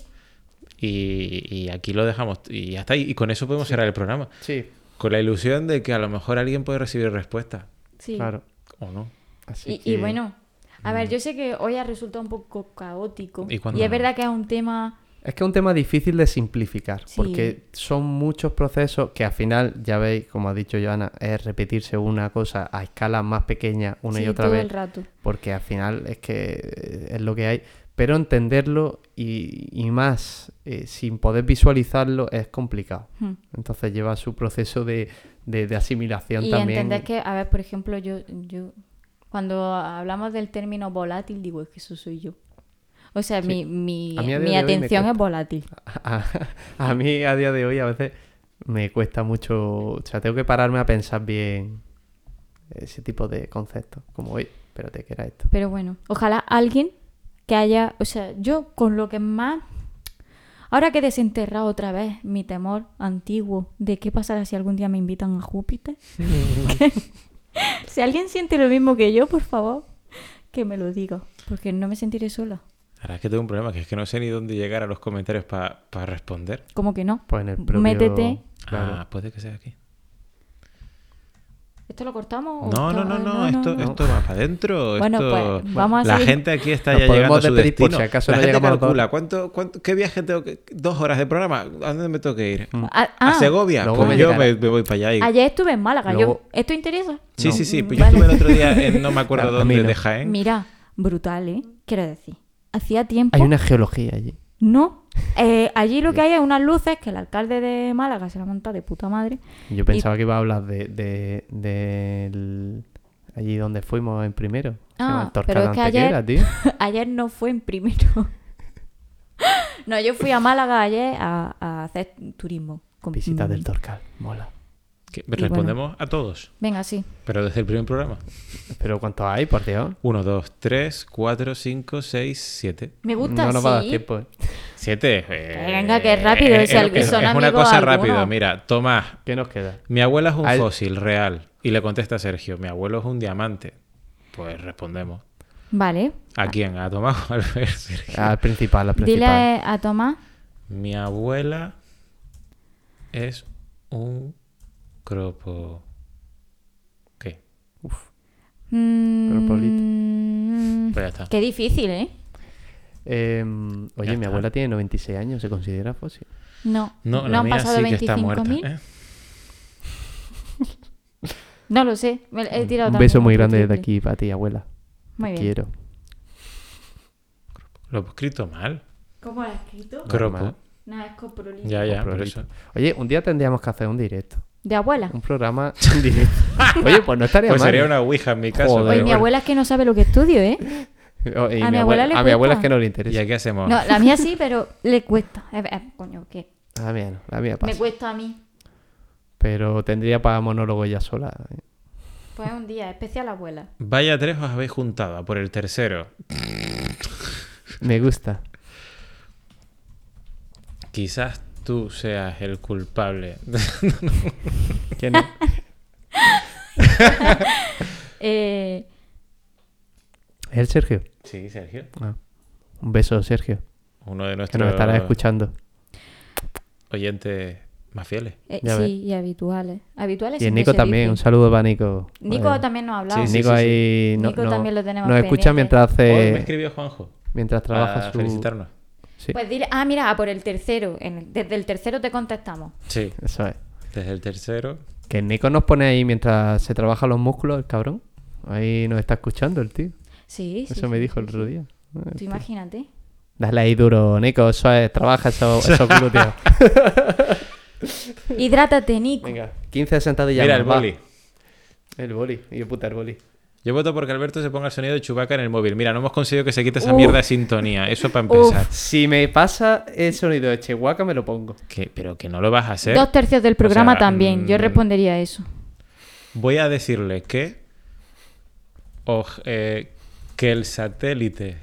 [SPEAKER 5] Y, y aquí lo dejamos. Y ya está. Y con eso podemos cerrar el programa.
[SPEAKER 2] Sí,
[SPEAKER 5] Con la ilusión de que a lo mejor alguien puede recibir respuesta.
[SPEAKER 6] Sí.
[SPEAKER 2] claro.
[SPEAKER 5] ¿O no?
[SPEAKER 2] Así
[SPEAKER 6] Y,
[SPEAKER 2] que- Mm.
[SPEAKER 6] y bueno, a ver, yo sé que hoy ha resultado un poco caótico.
[SPEAKER 5] ¿Y
[SPEAKER 6] Y,
[SPEAKER 5] cuándo
[SPEAKER 6] es
[SPEAKER 5] no?
[SPEAKER 6] verdad que es un tema...
[SPEAKER 2] Es que es un tema difícil de simplificar,
[SPEAKER 6] Sí.
[SPEAKER 2] porque son muchos procesos que al final, ya veis, como ha dicho Joana, es repetirse una cosa a escala más pequeña una
[SPEAKER 6] sí,
[SPEAKER 2] y otra
[SPEAKER 6] todo
[SPEAKER 2] vez.
[SPEAKER 6] el rato.
[SPEAKER 2] porque al final es que eh, es lo que hay. Pero entenderlo y, y más eh, sin poder visualizarlo es complicado.
[SPEAKER 6] Hmm.
[SPEAKER 2] Entonces lleva su proceso de, de- de asimilación
[SPEAKER 6] Y
[SPEAKER 2] también.
[SPEAKER 6] entender que, a ver, por ejemplo, yo, yo cuando hablamos del término volátil, digo, es que eso soy yo. O sea, mi, mi,
[SPEAKER 2] A mí a día de hoy
[SPEAKER 6] mi
[SPEAKER 2] me
[SPEAKER 6] atención es
[SPEAKER 2] cuesta.
[SPEAKER 6] volátil.
[SPEAKER 2] A, a mí a día de hoy a veces me cuesta mucho, o sea, tengo que pararme a pensar bien ese tipo de conceptos. Como, oye, espérate, ¿qué era esto?
[SPEAKER 6] Pero bueno, ojalá alguien que haya, o sea, yo con lo que más... Ahora que he desenterrado otra vez mi temor antiguo de qué pasará si algún día me invitan a Júpiter. que- si alguien siente lo mismo que yo, por favor, que me lo diga, porque no me sentiré sola.
[SPEAKER 5] Ahora es que tengo un problema, que es que no sé ni dónde llegar a los comentarios para responder.
[SPEAKER 6] Como que no.
[SPEAKER 2] Pues en el propio...
[SPEAKER 6] Métete.
[SPEAKER 2] Claro.
[SPEAKER 5] Ah, puede que sea aquí.
[SPEAKER 6] ¿Esto lo cortamos? o
[SPEAKER 5] No,
[SPEAKER 6] está-
[SPEAKER 5] no, no, no, esto,
[SPEAKER 6] Oh, no.
[SPEAKER 5] esto va para adentro.
[SPEAKER 6] Bueno,
[SPEAKER 5] esto-
[SPEAKER 6] pues, vamos a
[SPEAKER 5] La
[SPEAKER 6] seguir.
[SPEAKER 5] gente aquí está
[SPEAKER 2] Nos
[SPEAKER 5] ya
[SPEAKER 2] podemos
[SPEAKER 5] llegando a su
[SPEAKER 2] despedir por
[SPEAKER 5] destino.
[SPEAKER 2] si acaso
[SPEAKER 5] la
[SPEAKER 2] no
[SPEAKER 5] gente
[SPEAKER 2] llegamos a los
[SPEAKER 5] calcula, ¿cuánto, cuánto, ¿qué viaje tengo que...? ¿Dos horas de programa? ¿A dónde me tengo que ir?
[SPEAKER 6] Ah,
[SPEAKER 5] ¿A
[SPEAKER 6] ah,
[SPEAKER 5] Segovia?
[SPEAKER 2] Luego
[SPEAKER 5] Pues
[SPEAKER 2] me
[SPEAKER 5] yo
[SPEAKER 2] llegará.
[SPEAKER 5] me, me voy para allá y...
[SPEAKER 6] Ayer estuve en Málaga.
[SPEAKER 2] Luego-
[SPEAKER 6] Yo, ¿Esto interesa?
[SPEAKER 5] Sí,
[SPEAKER 2] No.
[SPEAKER 5] sí, sí. Pues
[SPEAKER 6] Vale.
[SPEAKER 5] Yo estuve el otro día en no me acuerdo
[SPEAKER 2] A mí
[SPEAKER 5] dónde,
[SPEAKER 2] no.
[SPEAKER 5] de Jaén.
[SPEAKER 6] Mira, brutal, ¿eh? Quiero decir, hacía tiempo...
[SPEAKER 2] Hay una geología allí.
[SPEAKER 6] No. Eh, allí lo que hay es unas luces que el alcalde de Málaga se la ha montado de puta madre.
[SPEAKER 2] Yo pensaba que iba a hablar de, de, del- allí donde fuimos en primero. Se llama
[SPEAKER 6] Ah, pero
[SPEAKER 2] Torcal
[SPEAKER 6] es que
[SPEAKER 2] Antequera,
[SPEAKER 6] ayer,
[SPEAKER 2] tío.
[SPEAKER 6] ayer no fue en primero. no, yo fui a Málaga ayer a, a hacer turismo. con-
[SPEAKER 2] Visita del
[SPEAKER 6] mm,
[SPEAKER 2] Torcal, mola.
[SPEAKER 5] Que
[SPEAKER 6] bueno.
[SPEAKER 5] Respondemos a todos,
[SPEAKER 6] Venga, sí.
[SPEAKER 5] pero desde el primer programa.
[SPEAKER 2] Pero ¿cuántos hay, por Dios?
[SPEAKER 5] 1, 2, 3, 4, 5, 6, 7.
[SPEAKER 6] Me gusta
[SPEAKER 2] No nos va a dar
[SPEAKER 6] sí.
[SPEAKER 2] tiempo. eh.
[SPEAKER 5] 7.
[SPEAKER 6] Venga, que rápido, si algo-
[SPEAKER 5] eh, Es,
[SPEAKER 6] son
[SPEAKER 5] es una
[SPEAKER 6] amigos
[SPEAKER 5] cosa
[SPEAKER 6] algunos.
[SPEAKER 5] rápida. Mira, Tomás,
[SPEAKER 2] ¿Qué nos queda?
[SPEAKER 5] mi abuela es un
[SPEAKER 2] Al-
[SPEAKER 5] fósil real. Y le contesta Sergio, mi abuelo es un diamante. Pues respondemos.
[SPEAKER 6] Vale.
[SPEAKER 5] ¿A quién? ¿A Tomás o al Sergio?
[SPEAKER 2] Al principal, al
[SPEAKER 6] Dile
[SPEAKER 2] principal.
[SPEAKER 6] a Tomás.
[SPEAKER 5] Mi abuela es un cropo... ¿Qué?
[SPEAKER 6] mm,
[SPEAKER 5] Pues ya está.
[SPEAKER 6] qué difícil, ¿eh?
[SPEAKER 2] Eh, oye,
[SPEAKER 5] Ya
[SPEAKER 2] mi
[SPEAKER 5] está.
[SPEAKER 2] abuela tiene 96 años, ¿se considera fósil?
[SPEAKER 6] No.
[SPEAKER 5] No,
[SPEAKER 6] No,
[SPEAKER 5] la
[SPEAKER 6] han
[SPEAKER 5] mía
[SPEAKER 6] pasado
[SPEAKER 5] sí que está
[SPEAKER 6] 25.000.
[SPEAKER 5] muerta. ¿eh?
[SPEAKER 6] No lo sé. Me la he tirado
[SPEAKER 2] Un
[SPEAKER 6] también
[SPEAKER 2] beso muy
[SPEAKER 6] un
[SPEAKER 2] grande desde
[SPEAKER 6] triple.
[SPEAKER 2] aquí para ti, abuela.
[SPEAKER 6] Muy
[SPEAKER 2] Te
[SPEAKER 6] bien.
[SPEAKER 2] Quiero.
[SPEAKER 5] Lo he escrito mal.
[SPEAKER 6] ¿Cómo has escrito?
[SPEAKER 5] Cropo.
[SPEAKER 6] Nada, es coprolito.
[SPEAKER 5] Ya, ya,
[SPEAKER 2] Comprobito.
[SPEAKER 5] por eso.
[SPEAKER 2] Oye, un día tendríamos que hacer un directo.
[SPEAKER 6] De abuela.
[SPEAKER 2] Un programa en directo. Oye, pues no estaría
[SPEAKER 5] Pues
[SPEAKER 2] mal.
[SPEAKER 5] sería una ouija en mi caso.
[SPEAKER 2] Joder,
[SPEAKER 5] pero
[SPEAKER 6] Oye, Pues mi
[SPEAKER 5] bueno.
[SPEAKER 6] abuela es que no sabe lo que estudio, ¿eh?
[SPEAKER 2] O- Oh, y
[SPEAKER 6] A mi abuela le
[SPEAKER 2] a mi abuela es
[SPEAKER 6] cuesta.
[SPEAKER 2] que no le
[SPEAKER 5] ¿Y
[SPEAKER 2] interesa.
[SPEAKER 5] aquí hacemos?
[SPEAKER 6] No, la mía sí, pero le cuesta. Es ver- eh, coño, ¿qué?
[SPEAKER 2] La mía no, la mía
[SPEAKER 6] Me
[SPEAKER 2] pasa.
[SPEAKER 6] cuesta a mí.
[SPEAKER 2] Pero tendría para monólogo ya sola. ¿eh?
[SPEAKER 6] Pues un día, especial abuela.
[SPEAKER 5] Vaya tres os habéis juntado a por el tercero.
[SPEAKER 2] Me gusta.
[SPEAKER 5] Quizás tú seas el culpable.
[SPEAKER 2] ¿Quién es?
[SPEAKER 6] Eh,
[SPEAKER 2] ¿Es el Sergio?
[SPEAKER 5] sí, Sergio.
[SPEAKER 2] Ah. Un beso, Sergio.
[SPEAKER 5] Uno de
[SPEAKER 2] Que
[SPEAKER 5] nuestros
[SPEAKER 2] nos estará escuchando.
[SPEAKER 5] oyentes más fieles.
[SPEAKER 6] eh,
[SPEAKER 2] Ya
[SPEAKER 6] sí, y habituales. Habituales
[SPEAKER 2] Y el
[SPEAKER 6] siempre
[SPEAKER 2] Nico
[SPEAKER 6] se
[SPEAKER 2] también. Un
[SPEAKER 6] dicen.
[SPEAKER 2] saludo para Nico.
[SPEAKER 6] Nico
[SPEAKER 2] Vale.
[SPEAKER 6] también nos ha
[SPEAKER 5] Sí,
[SPEAKER 6] hablado.
[SPEAKER 5] sí,
[SPEAKER 2] Nico ahí no-
[SPEAKER 6] Nico
[SPEAKER 2] no-
[SPEAKER 6] también lo tenemos
[SPEAKER 2] nos escucha
[SPEAKER 6] pendiente.
[SPEAKER 2] mientras
[SPEAKER 5] Hoy
[SPEAKER 2] hace
[SPEAKER 5] me escribió Juanjo.
[SPEAKER 2] mientras trabaja
[SPEAKER 5] para
[SPEAKER 2] su
[SPEAKER 5] felicitarnos.
[SPEAKER 2] Sí,
[SPEAKER 6] Pues dile, ah, mira, a por el tercero. en el- desde el tercero te contestamos.
[SPEAKER 5] Sí.
[SPEAKER 2] eso es.
[SPEAKER 5] Desde el tercero.
[SPEAKER 2] Que el Nico nos pone ahí mientras se trabaja los músculos, el cabrón. Ahí nos está escuchando el tío.
[SPEAKER 6] Sí, sí.
[SPEAKER 2] Eso me
[SPEAKER 6] sí,
[SPEAKER 2] dijo el
[SPEAKER 6] sí,
[SPEAKER 2] otro
[SPEAKER 6] sí.
[SPEAKER 2] día. Ah,
[SPEAKER 6] Tú imagínate.
[SPEAKER 2] Dale ahí duro, Nico. Eso es, trabaja esos esos glúteos.
[SPEAKER 6] Hidrátate, Nico.
[SPEAKER 2] Venga, 15 sentadillas.
[SPEAKER 5] Mira el
[SPEAKER 2] más, va.
[SPEAKER 5] boli.
[SPEAKER 2] El boli. Y puta, el boli.
[SPEAKER 5] Yo voto porque Alberto se ponga el sonido de Chubaca en el móvil. Mira, no hemos conseguido que se quite esa
[SPEAKER 6] Uf.
[SPEAKER 5] mierda de sintonía. Eso para empezar.
[SPEAKER 2] Si me pasa el sonido de Chihuahua, me lo pongo.
[SPEAKER 5] Que- Pero que no lo vas a hacer.
[SPEAKER 6] Dos tercios del programa
[SPEAKER 5] sea,
[SPEAKER 6] también. Yo
[SPEAKER 5] mm,
[SPEAKER 6] respondería a eso.
[SPEAKER 5] Voy a decirle que. oj- eh, que el satélite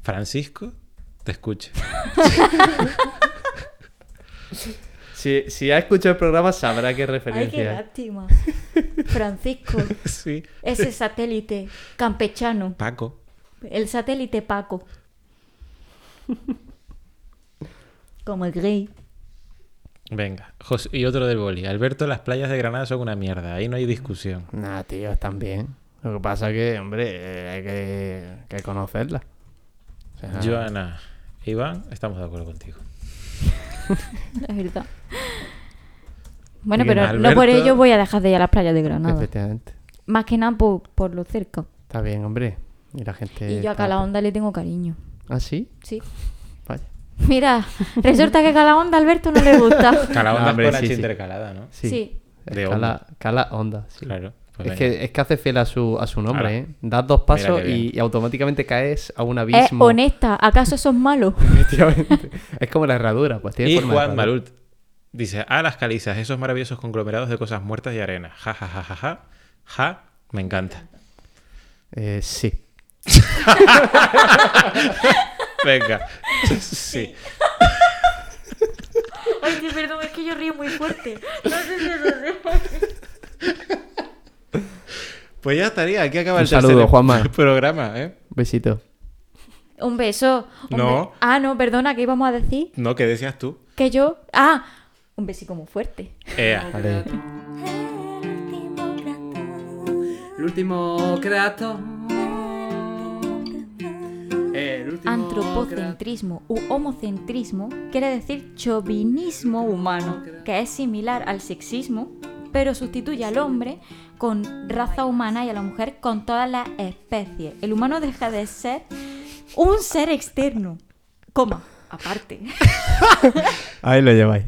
[SPEAKER 5] Francisco te escuche.
[SPEAKER 2] Si, si ha escuchado el programa, sabrá qué referencia. es.
[SPEAKER 6] lástima. Francisco,
[SPEAKER 5] Sí.
[SPEAKER 6] ese satélite campechano,
[SPEAKER 5] Paco.
[SPEAKER 6] el satélite Paco. Como el Grey.
[SPEAKER 5] Venga. Jos- y otro del boli. Alberto, las playas de Granada son una mierda. Ahí no hay discusión.
[SPEAKER 2] Nah, tío, están bien. Lo que pasa que, hombre, eh, hay que, que conocerla. O sea,
[SPEAKER 5] Joana, Iván, estamos de acuerdo contigo.
[SPEAKER 6] La verdad. Bueno,
[SPEAKER 5] Bien,
[SPEAKER 6] pero no por
[SPEAKER 5] Alberto.
[SPEAKER 6] ello voy a dejar de ir a las playas de Granada.
[SPEAKER 2] Efectivamente.
[SPEAKER 6] Más que nada por, por lo cerca.
[SPEAKER 2] Está bien, hombre. Y la gente.
[SPEAKER 6] Y yo a
[SPEAKER 2] está-
[SPEAKER 6] Calahonda le tengo cariño.
[SPEAKER 2] ¿Ah, sí?
[SPEAKER 6] Sí.
[SPEAKER 2] Vaya.
[SPEAKER 6] Mira, resulta que Calahonda a Alberto no le gusta.
[SPEAKER 5] Calahonda
[SPEAKER 2] hombre,
[SPEAKER 5] con
[SPEAKER 2] sí,
[SPEAKER 5] H
[SPEAKER 2] sí.
[SPEAKER 5] intercalada, ¿no?
[SPEAKER 2] Sí.
[SPEAKER 6] Sí.
[SPEAKER 2] Es
[SPEAKER 5] De
[SPEAKER 2] cala, cala onda. sí.
[SPEAKER 5] Claro. pues
[SPEAKER 2] es,
[SPEAKER 5] venga.
[SPEAKER 2] que, es que hace fiel a su, a su nombre,
[SPEAKER 5] Ala.
[SPEAKER 2] ¿eh? Das dos pasos
[SPEAKER 5] qué
[SPEAKER 2] y,
[SPEAKER 5] bien.
[SPEAKER 2] y automáticamente caes a un
[SPEAKER 6] Es
[SPEAKER 2] abismo.
[SPEAKER 6] honesta. ¿Acaso sos malo?
[SPEAKER 2] Efectivamente. es como la herradura, pues tiene
[SPEAKER 5] Y
[SPEAKER 2] forma de
[SPEAKER 5] Juan
[SPEAKER 2] herradura.
[SPEAKER 5] Malult dice, a las calizas, esos maravillosos conglomerados de cosas muertas y arena. Ja, ja, ja, ja, ja. Ja, me encanta.
[SPEAKER 2] Eh, sí.
[SPEAKER 5] Venga. Sí.
[SPEAKER 6] Ay, sí, perdón, es que yo río muy fuerte.
[SPEAKER 5] Pues ya estaría. Aquí acaba
[SPEAKER 2] Un
[SPEAKER 5] el tercer
[SPEAKER 2] saludo, Juanma.
[SPEAKER 5] programa, ¿eh?
[SPEAKER 2] Besito.
[SPEAKER 6] Un beso. un
[SPEAKER 5] No.
[SPEAKER 6] be- Ah, no, perdona, ¿qué íbamos a decir?
[SPEAKER 5] No, ¿qué decías tú?
[SPEAKER 6] Que yo. Ah, un besico muy fuerte.
[SPEAKER 5] Ea.
[SPEAKER 2] Vale.
[SPEAKER 7] El último
[SPEAKER 3] El último creato. El último creato.
[SPEAKER 6] Antropocentrismo u homocentrismo quiere decir chauvinismo humano, que es similar al sexismo, pero sustituye al hombre con raza humana y a la mujer con todas las especies. El humano deja de ser un ser externo, coma, aparte.
[SPEAKER 2] Ahí lo lleváis.